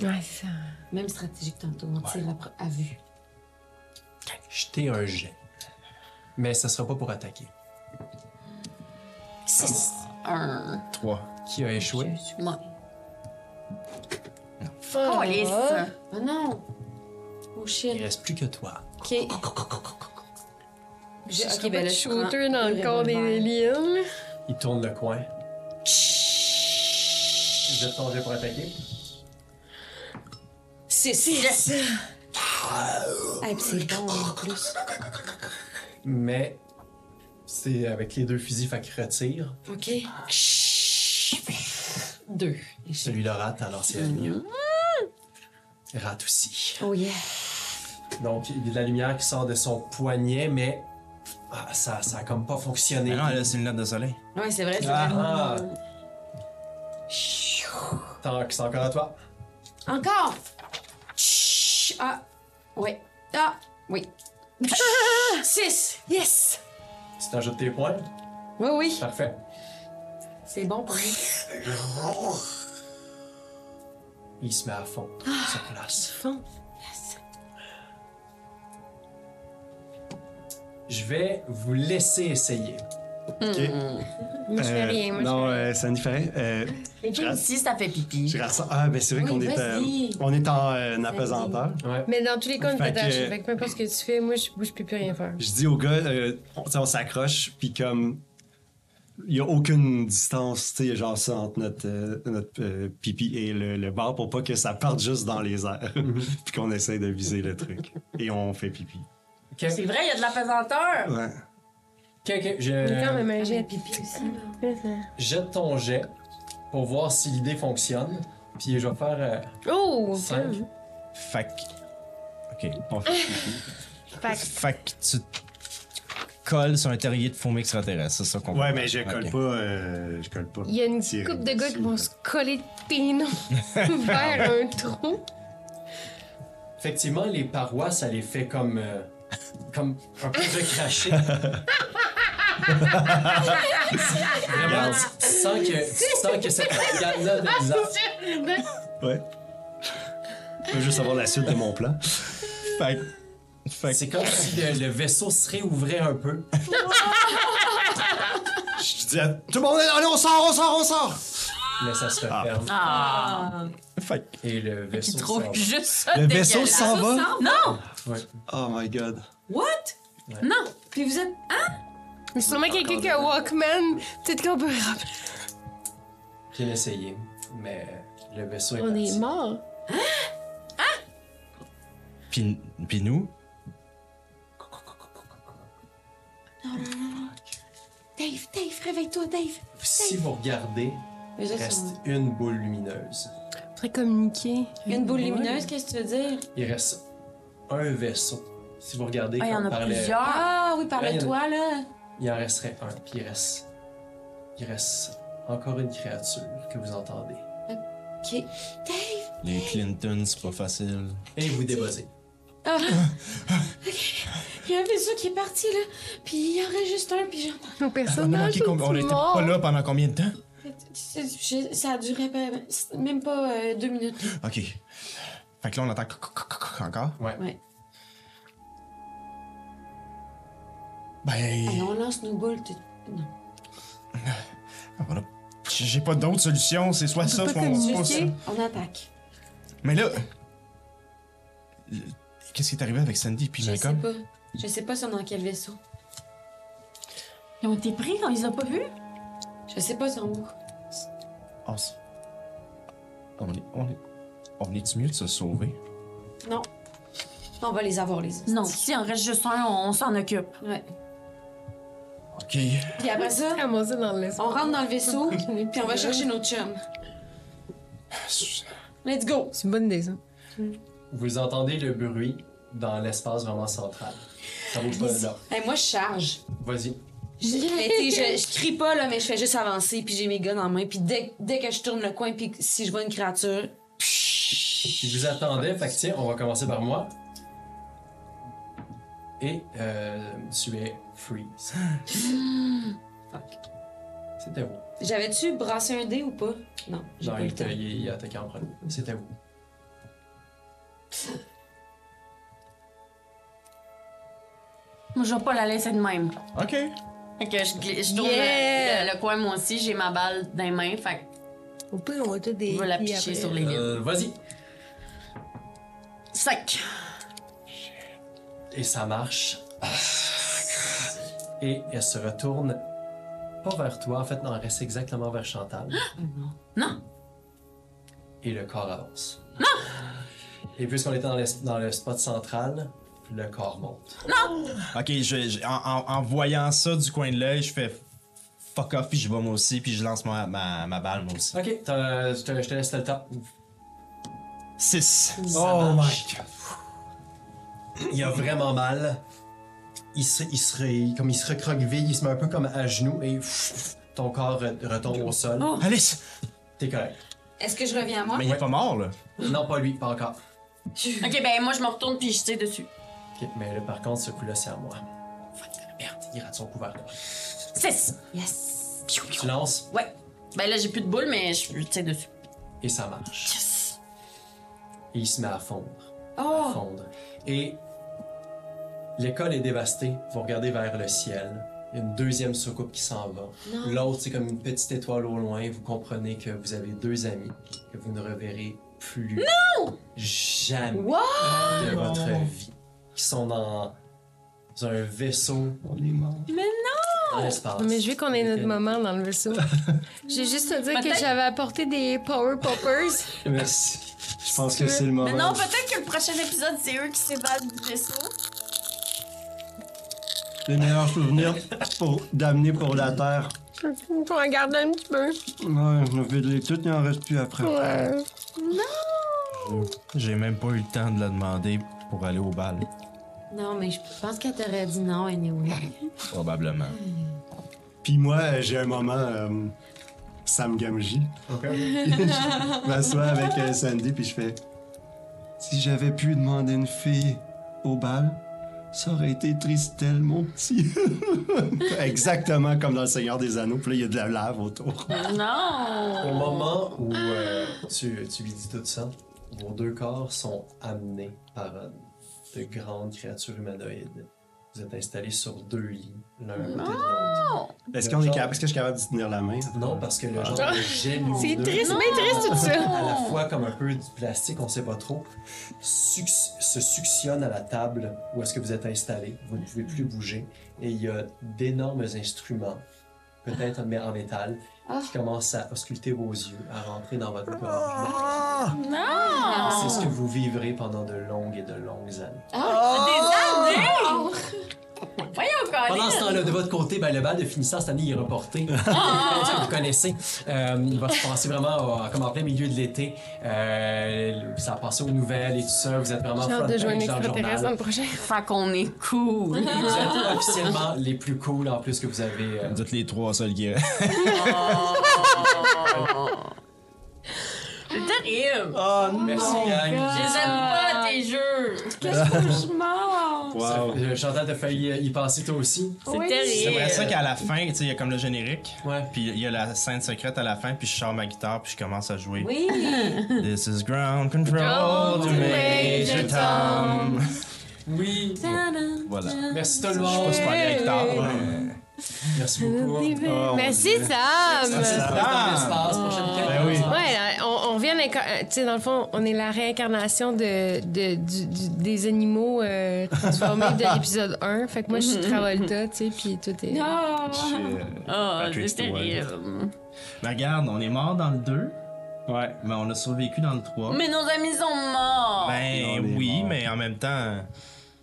Ouais, c'est ça.
Même stratégie que tantôt, on tire à, pro- à vue.
Jetez un jet. Mais ça sera pas pour attaquer.
6, 1.
Qui a échoué?
Moi.
Oh,
Oh, les ça.
Oh non! Oh shit.
Il reste plus que toi.
Ok. Je- ok, ben là, je prends
shooter dans le
le
corps des
revolver.
aliens. là.
Il tourne le coin. Vous êtes ton jet pour attaquer?
C'est c'est. Ah, puis c'est bon en plus.
Mais c'est avec les deux fusils, fait qu'il retire.
Ok. Deux.
Celui-là rate, alors c'est la lumière. Rate aussi.
Ah. Oh yeah.
Donc, il y a de la lumière qui sort de son poignet, mais ah, ça, ça a comme pas fonctionné.
Mais non, là, c'est une lettre de soleil.
Ouais, c'est vrai, c'est vrai.
Ah, ah. Tant que c'est encore à toi.
Encore!
Chut. Ah. Ouais.
Ah!
Oui.
6!
Yes!
Tu t'ajoutes tes points.
Oui, oui.
Parfait.
C'est bon pour lui.
Il se met à fond
Ah,
sur place.
fond.
Je vais vous laisser essayer.
OK.
Mm, Moi, je fais
Euh,
rien. Moi, je
non,
fais
euh, ça ne fait rien. Euh,
Si ça fait pipi.
je ressens- Ah, ben c'est vrai
Oui,
qu'on est, euh,
vas-y.
on est en euh, apesanteur.
Ouais.
Mais dans tous les cas, on est
Fait que-
attaché. Fait que peu importe ce que tu fais, moi, je bouge, je peux plus rien faire.
Je dis au gars, euh, on, t'sais, on s'accroche, puis comme. Il n'y a aucune distance, tu sais, genre ça, entre notre, euh, notre euh, pipi et le, le bar pour pas que ça parte juste dans les airs.
Mhm.
puis qu'on essaie de viser le truc. Et on fait pipi.
Ok,
C'est vrai, il y a de la pesanteur.
Ouais.
ok, ok,
Il est quand
Je
même un jet.
Ah, pipi aussi.
jette ton jet pour voir si l'idée fonctionne. Puis je vais faire euh,
Oh!
5.
Fait que,
On fait-
fait que tu te colles sur un terrier de fumée extraterrestre, c'est ça qu'on
Ouais, mais je colle
Ok.
pas. euh, je colle pas.
Il y a une
Tirer
couple de gars qui
dessus,
vont
là.
se coller tes noms vers un trou.
Effectivement, les parois, ça les fait comme. euh, comme un peu recracher. Vraiment, tu sens que, tu sens que cette organe-là
Ah,
de bizarre.
Ouais. Je veux juste avoir la suite de mon plan.
Fait que- fait que-
C'est comme si le, le vaisseau se réouvrait un peu.
Je dis à tout le monde, allez, on sort, on sort, on sort!
Mais ça se
Ah.
referme.
Ah.
Ah.
fait que-
Et le vaisseau.
Trouve
s'en va.
Ah. juste ça.
Le vaisseau
dégueulasse.
s'en va?
Non!
Ouais.
Oh my god.
What?
Non!
Puis vous êtes.
Mais sûrement quelqu'un qui a un Walkman. Peut-être qu'on peut rappeler.
J'ai essayé, mais le vaisseau est
On
parti.
est mort.
Puis, puis nous,
Dave, Dave, réveille-toi, Dave.
Si vous regardez,
Mais là,
reste une boule lumineuse.
Faudrait communiquer.
Une boule lumineuse, qu'est-ce que tu veux dire?
Il reste un vaisseau. Si vous regardez,
Ah, il y en
comme
a
par le-
plusieurs.
Ah oui,
Ouais, il y en a-
parle-toi, là.
il en resterait un. Puis il reste, il reste encore une créature que vous entendez.
Ok. Dave.
les Clinton, c'est pas facile.
Et vous débossez.
Ah. Ok. Il y a un vaisseau qui est parti, là. Puis il y en aurait juste un, puis j'entends.
Nos
On a
personnages
manqué
sont
combien- Ah, on était
morts.
pas là pendant combien de temps?
Je- Ça a duré ben, même pas euh, deux minutes.
Ok. Fait que là, on attaque encore.
Ouais.
Ben,
Allez, on lance nos boules. t'es- Non.
on a- Ah, j'ai pas d'autre solution. C'est soit ça,
pas
soit on
communiquer.
soit ça.
On attaque.
Mais là, qu'est-ce qui est arrivé avec Sandy puis
Je sais
Malcolm?
pas. Je sais pas si on est dans quel vaisseau.
Ils ont été pris, on les a pas vus.
Je sais pas si on
On s- on Ah, est, on est, On est-tu mieux de se sauver?
Non. On va les avoir, les autres.
Non, si en reste juste un, on, on s'en occupe.
Ouais.
Ok.
Puis après ça,
Ramassé dans le
on rentre dans le vaisseau, puis on va chercher nos chums. Let's go!
C'est une bonne idée, ça.
Vous entendez le bruit dans l'espace vraiment central. Ça bouge pas là.
Hey, moi, je charge.
Vas-y.
Mais tu sais, je, je crie pas, là, mais je fais juste avancer, puis j'ai mes guns en main, puis dès, dès que je tourne le coin, puis si je vois une créature,
Je vous attendais, fait que tiens, on va commencer par moi. Et euh, tu es freeze. Fuck. C'était vous.
j'avais-tu brassé un dé ou pas? Non, j'ai
Genre,
pas eu
il,
le temps.
t'a- il- il a attaqué en premier. C'était vous.
Moi, je vais pas la laisser de même.
Ok.
Fait que je, gli- je tourne euh,
Yeah!
le, le- le coin, moi aussi, j'ai ma balle dans les mains, fait que
Au pire, on va tout des.
je vais la
puis
picher
après-
sur les lignes.
Euh, Vas-y.
5.
Et ça marche. Ah, Et elle se retourne pas vers toi, en fait, non, elle reste exactement vers Chantal.
Ah! Non.
Et le corps avance. Non! Et puisqu'on était dans le, dans le spot central, le corps monte.
Ok, je, je- en, en- en voyant ça du coin de l'œil, je fais fuck off, puis je vais moi aussi, puis je lance ma, ma, ma balle moi aussi.
Ok, t'as- je te, je te laisse le temps.
6.
oh my god. Il a vraiment mal. Il se, il se ré- comme il se recroqueville, il se met un peu comme à genoux et pff, ton corps re- retombe au sol.
Oh.
Alice!
T'es correct.
Est-ce que je reviens à moi?
Mais il est pas mort, là.
Non, pas lui, pas encore.
Ok, ben moi, je me retourne puis je tire dessus.
Ok, mais là, par contre, ce coup-là, c'est à moi. Fuck, Merde, il rate son couvert.
6.
Yes!
Tu lances
Ouais. Ben là, j'ai plus de boule, mais je je tire dessus.
et ça marche. Et il se met à fondre. à
Oh!
fondre. Et l'école est dévastée. Vous regardez vers le ciel. Il y a une deuxième soucoupe qui s'en va. L'autre, c'est comme une petite étoile au loin. Vous comprenez que vous avez deux amis que vous ne reverrez plus jamais de votre vie. Qui sont dans un vaisseau. On est mort.
Mais
non! L'espace.
Mais je veux qu'on ait
Ah,
notre
Lequel-
moment dans le vaisseau. J'ai juste à dire que j'avais apporté des Power Poppers.
Merci. Je pense que c'est le moment.
Mais non, peut-être que le prochain épisode, c'est eux qui s'évadent du vaisseau.
Oh,
Le meilleur souvenir pour d'amener pour la Terre.
On va en garder un petit peu.
Ouais, je vais les toutes, il en reste plus après.
Ouais.
J'ai même pas eu le temps de la demander pour aller au bal.
Non, mais je pense qu'elle t'aurait dit non, anyway.
Probablement.
Puis moi, euh, j'ai un moment euh, Sam Gamji. je m'assois avec euh, Sandy, puis je fais Si j'avais pu demander une fille au bal, ça aurait été Tristel, mon petit. Exactement comme dans Le Seigneur des Anneaux, puis là, il y a de la lave autour.
Non!
Au moment où euh, tu, tu lui dis tout ça, vos deux corps sont amenés par euh, de grandes créatures humanoïdes. Vous êtes installés sur deux lits, l'un à côté de l'autre.
Est-ce qu'on est capable, est-ce que je suis capable de tenir la main?
Non, parce que le genre de génouilleux,
C'est triste, mais triste tout ça.
à la fois comme un peu du plastique, on sait pas trop, suc- se suctionne à la table où est-ce que vous êtes installés. Vous ne pouvez plus bouger. Et il y a d'énormes instruments, peut-être mais en métal,
Ah.
qui commencent à ausculter vos yeux, à rentrer dans votre gorge. C'est ce que vous vivrez pendant de longues et de longues années.
Voyons, Colin!
Pendant ce temps-là, de votre côté, ben, le bal de finissant cette année il est reporté.
Ah.
Ça, vous connaissez. Euh, il va se passer vraiment euh, comme en plein milieu de l'été. Euh, ça a passé aux nouvelles et tout ça. Vous êtes vraiment
J'ai hâte de
front-page
jouer un
dans le
extraterrestre dans
journal.
le prochain.
Fait qu'on est cool.
Vous êtes officiellement les plus cool en plus que vous avez. euh,
Vous êtes les trois seuls qui.
C'est terrible.
Merci,
Oh
gang.
Je les aime pas, tes jeux.
Wow.
Euh, Chantal, t'as failli euh, y passer toi aussi.
C'est terrible.
J'aimerais ça qu'à la fin, tu sais, il y a comme le générique.
Ouais.
Puis il y a la scène secrète à la fin, puis je sors ma guitare, puis je commence à jouer.
Oui!
This is ground control to Major Tom.
Oui.
Voilà.
Merci tout le
Je
monde.
passe pas la guitare. mais-
Merci beaucoup.
Merci, Sam.
Dans l'espace, prochaine quête.
Ben oui.
Ouais, là, on, on vient d'inca- euh, Tu sais, dans le fond, on est la réincarnation de, de- du- du- des animaux euh, transformés de l'épisode 1. Fait que moi, je suis Travolta, tu sais, puis tout est.
Ah.
Je suis, euh,
Oh,
Patrick
c'est
Stewart.
terrible.
Ben, Mais regarde, on est mort dans le 2.
Ouais.
Mais on a survécu dans le
Oh.
3.
Mais nos amis sont morts!
Non,
Ben
mais
oui,
bon.
mais en même temps,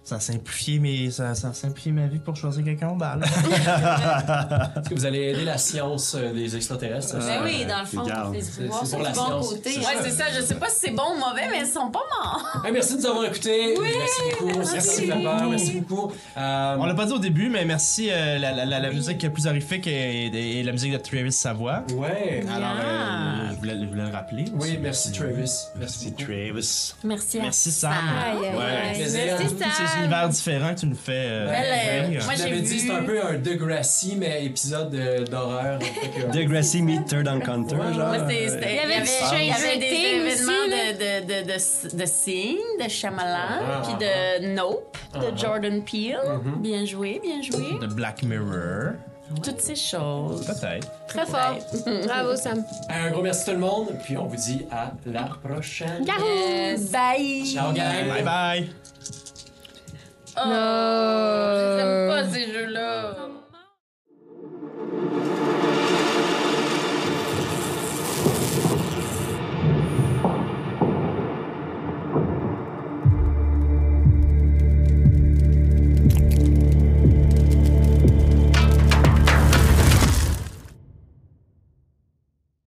ça a simplifié, mes- ça, ça a simplifié ma vie pour choisir quelqu'un au bal.
Est-ce que vous allez aider la science euh, des extraterrestres? ça,
Ben
ça,
oui,
euh,
dans le fond,
regarde.
les
C'est-
pouvoirs
c'est
sont
pour
du
la
bon
science,
côté.
c'est
hein.
Ouais, c'est ça, je sais pas si c'est bon ou mauvais, mais ils sont pas morts!
Hey, merci de nous avoir écoutés. merci beaucoup. Merci. Ça fait peur. Merci beaucoup. Euh,
on l'a pas dit au début, mais merci, euh, la, la- la- la musique plus horrifique et, et- et la musique de Travis Savoie.
Ouais.
Alors, euh,
Yeah.
je, voulais, je voulais le rappeler.
Oui, merci Travis. Merci
C'est
beaucoup.
Travis.
Merci à
Merci, Sam.
Aïe, aïe, aïe.
plaisir.
Merci,
Tous ces
Sam.
univers différents que tu nous fais. euh,
Belle,
vivre.
euh, moi,
Je
j'ai
l'avais dit,
vu-
c'est un peu un Degrassi, mais épisode euh, d'horreur. Fait que-
Degrassi meet Third Encounter,
Ouais,
genre.
Ah, ouais,
C'était- c'était- Il y avait,
du
il y avait
Stranger
des
Things
événements
aussi,
de, de, de, de, de Sing, de Shyamalan,
Ah,
puis
ah,
de Nope,
Ah,
de Jordan Peele.
Mhm.
Bien joué, bien joué.
De Black Mirror.
Toutes ces choses.
Peut-être.
Très fort. Bravo, Sam.
Un gros merci tout le monde, puis on vous dit à la prochaine.
Yahoo!
Yes. Euh, Bye!
Euh, Ciao, gang.
Bye bye.
No.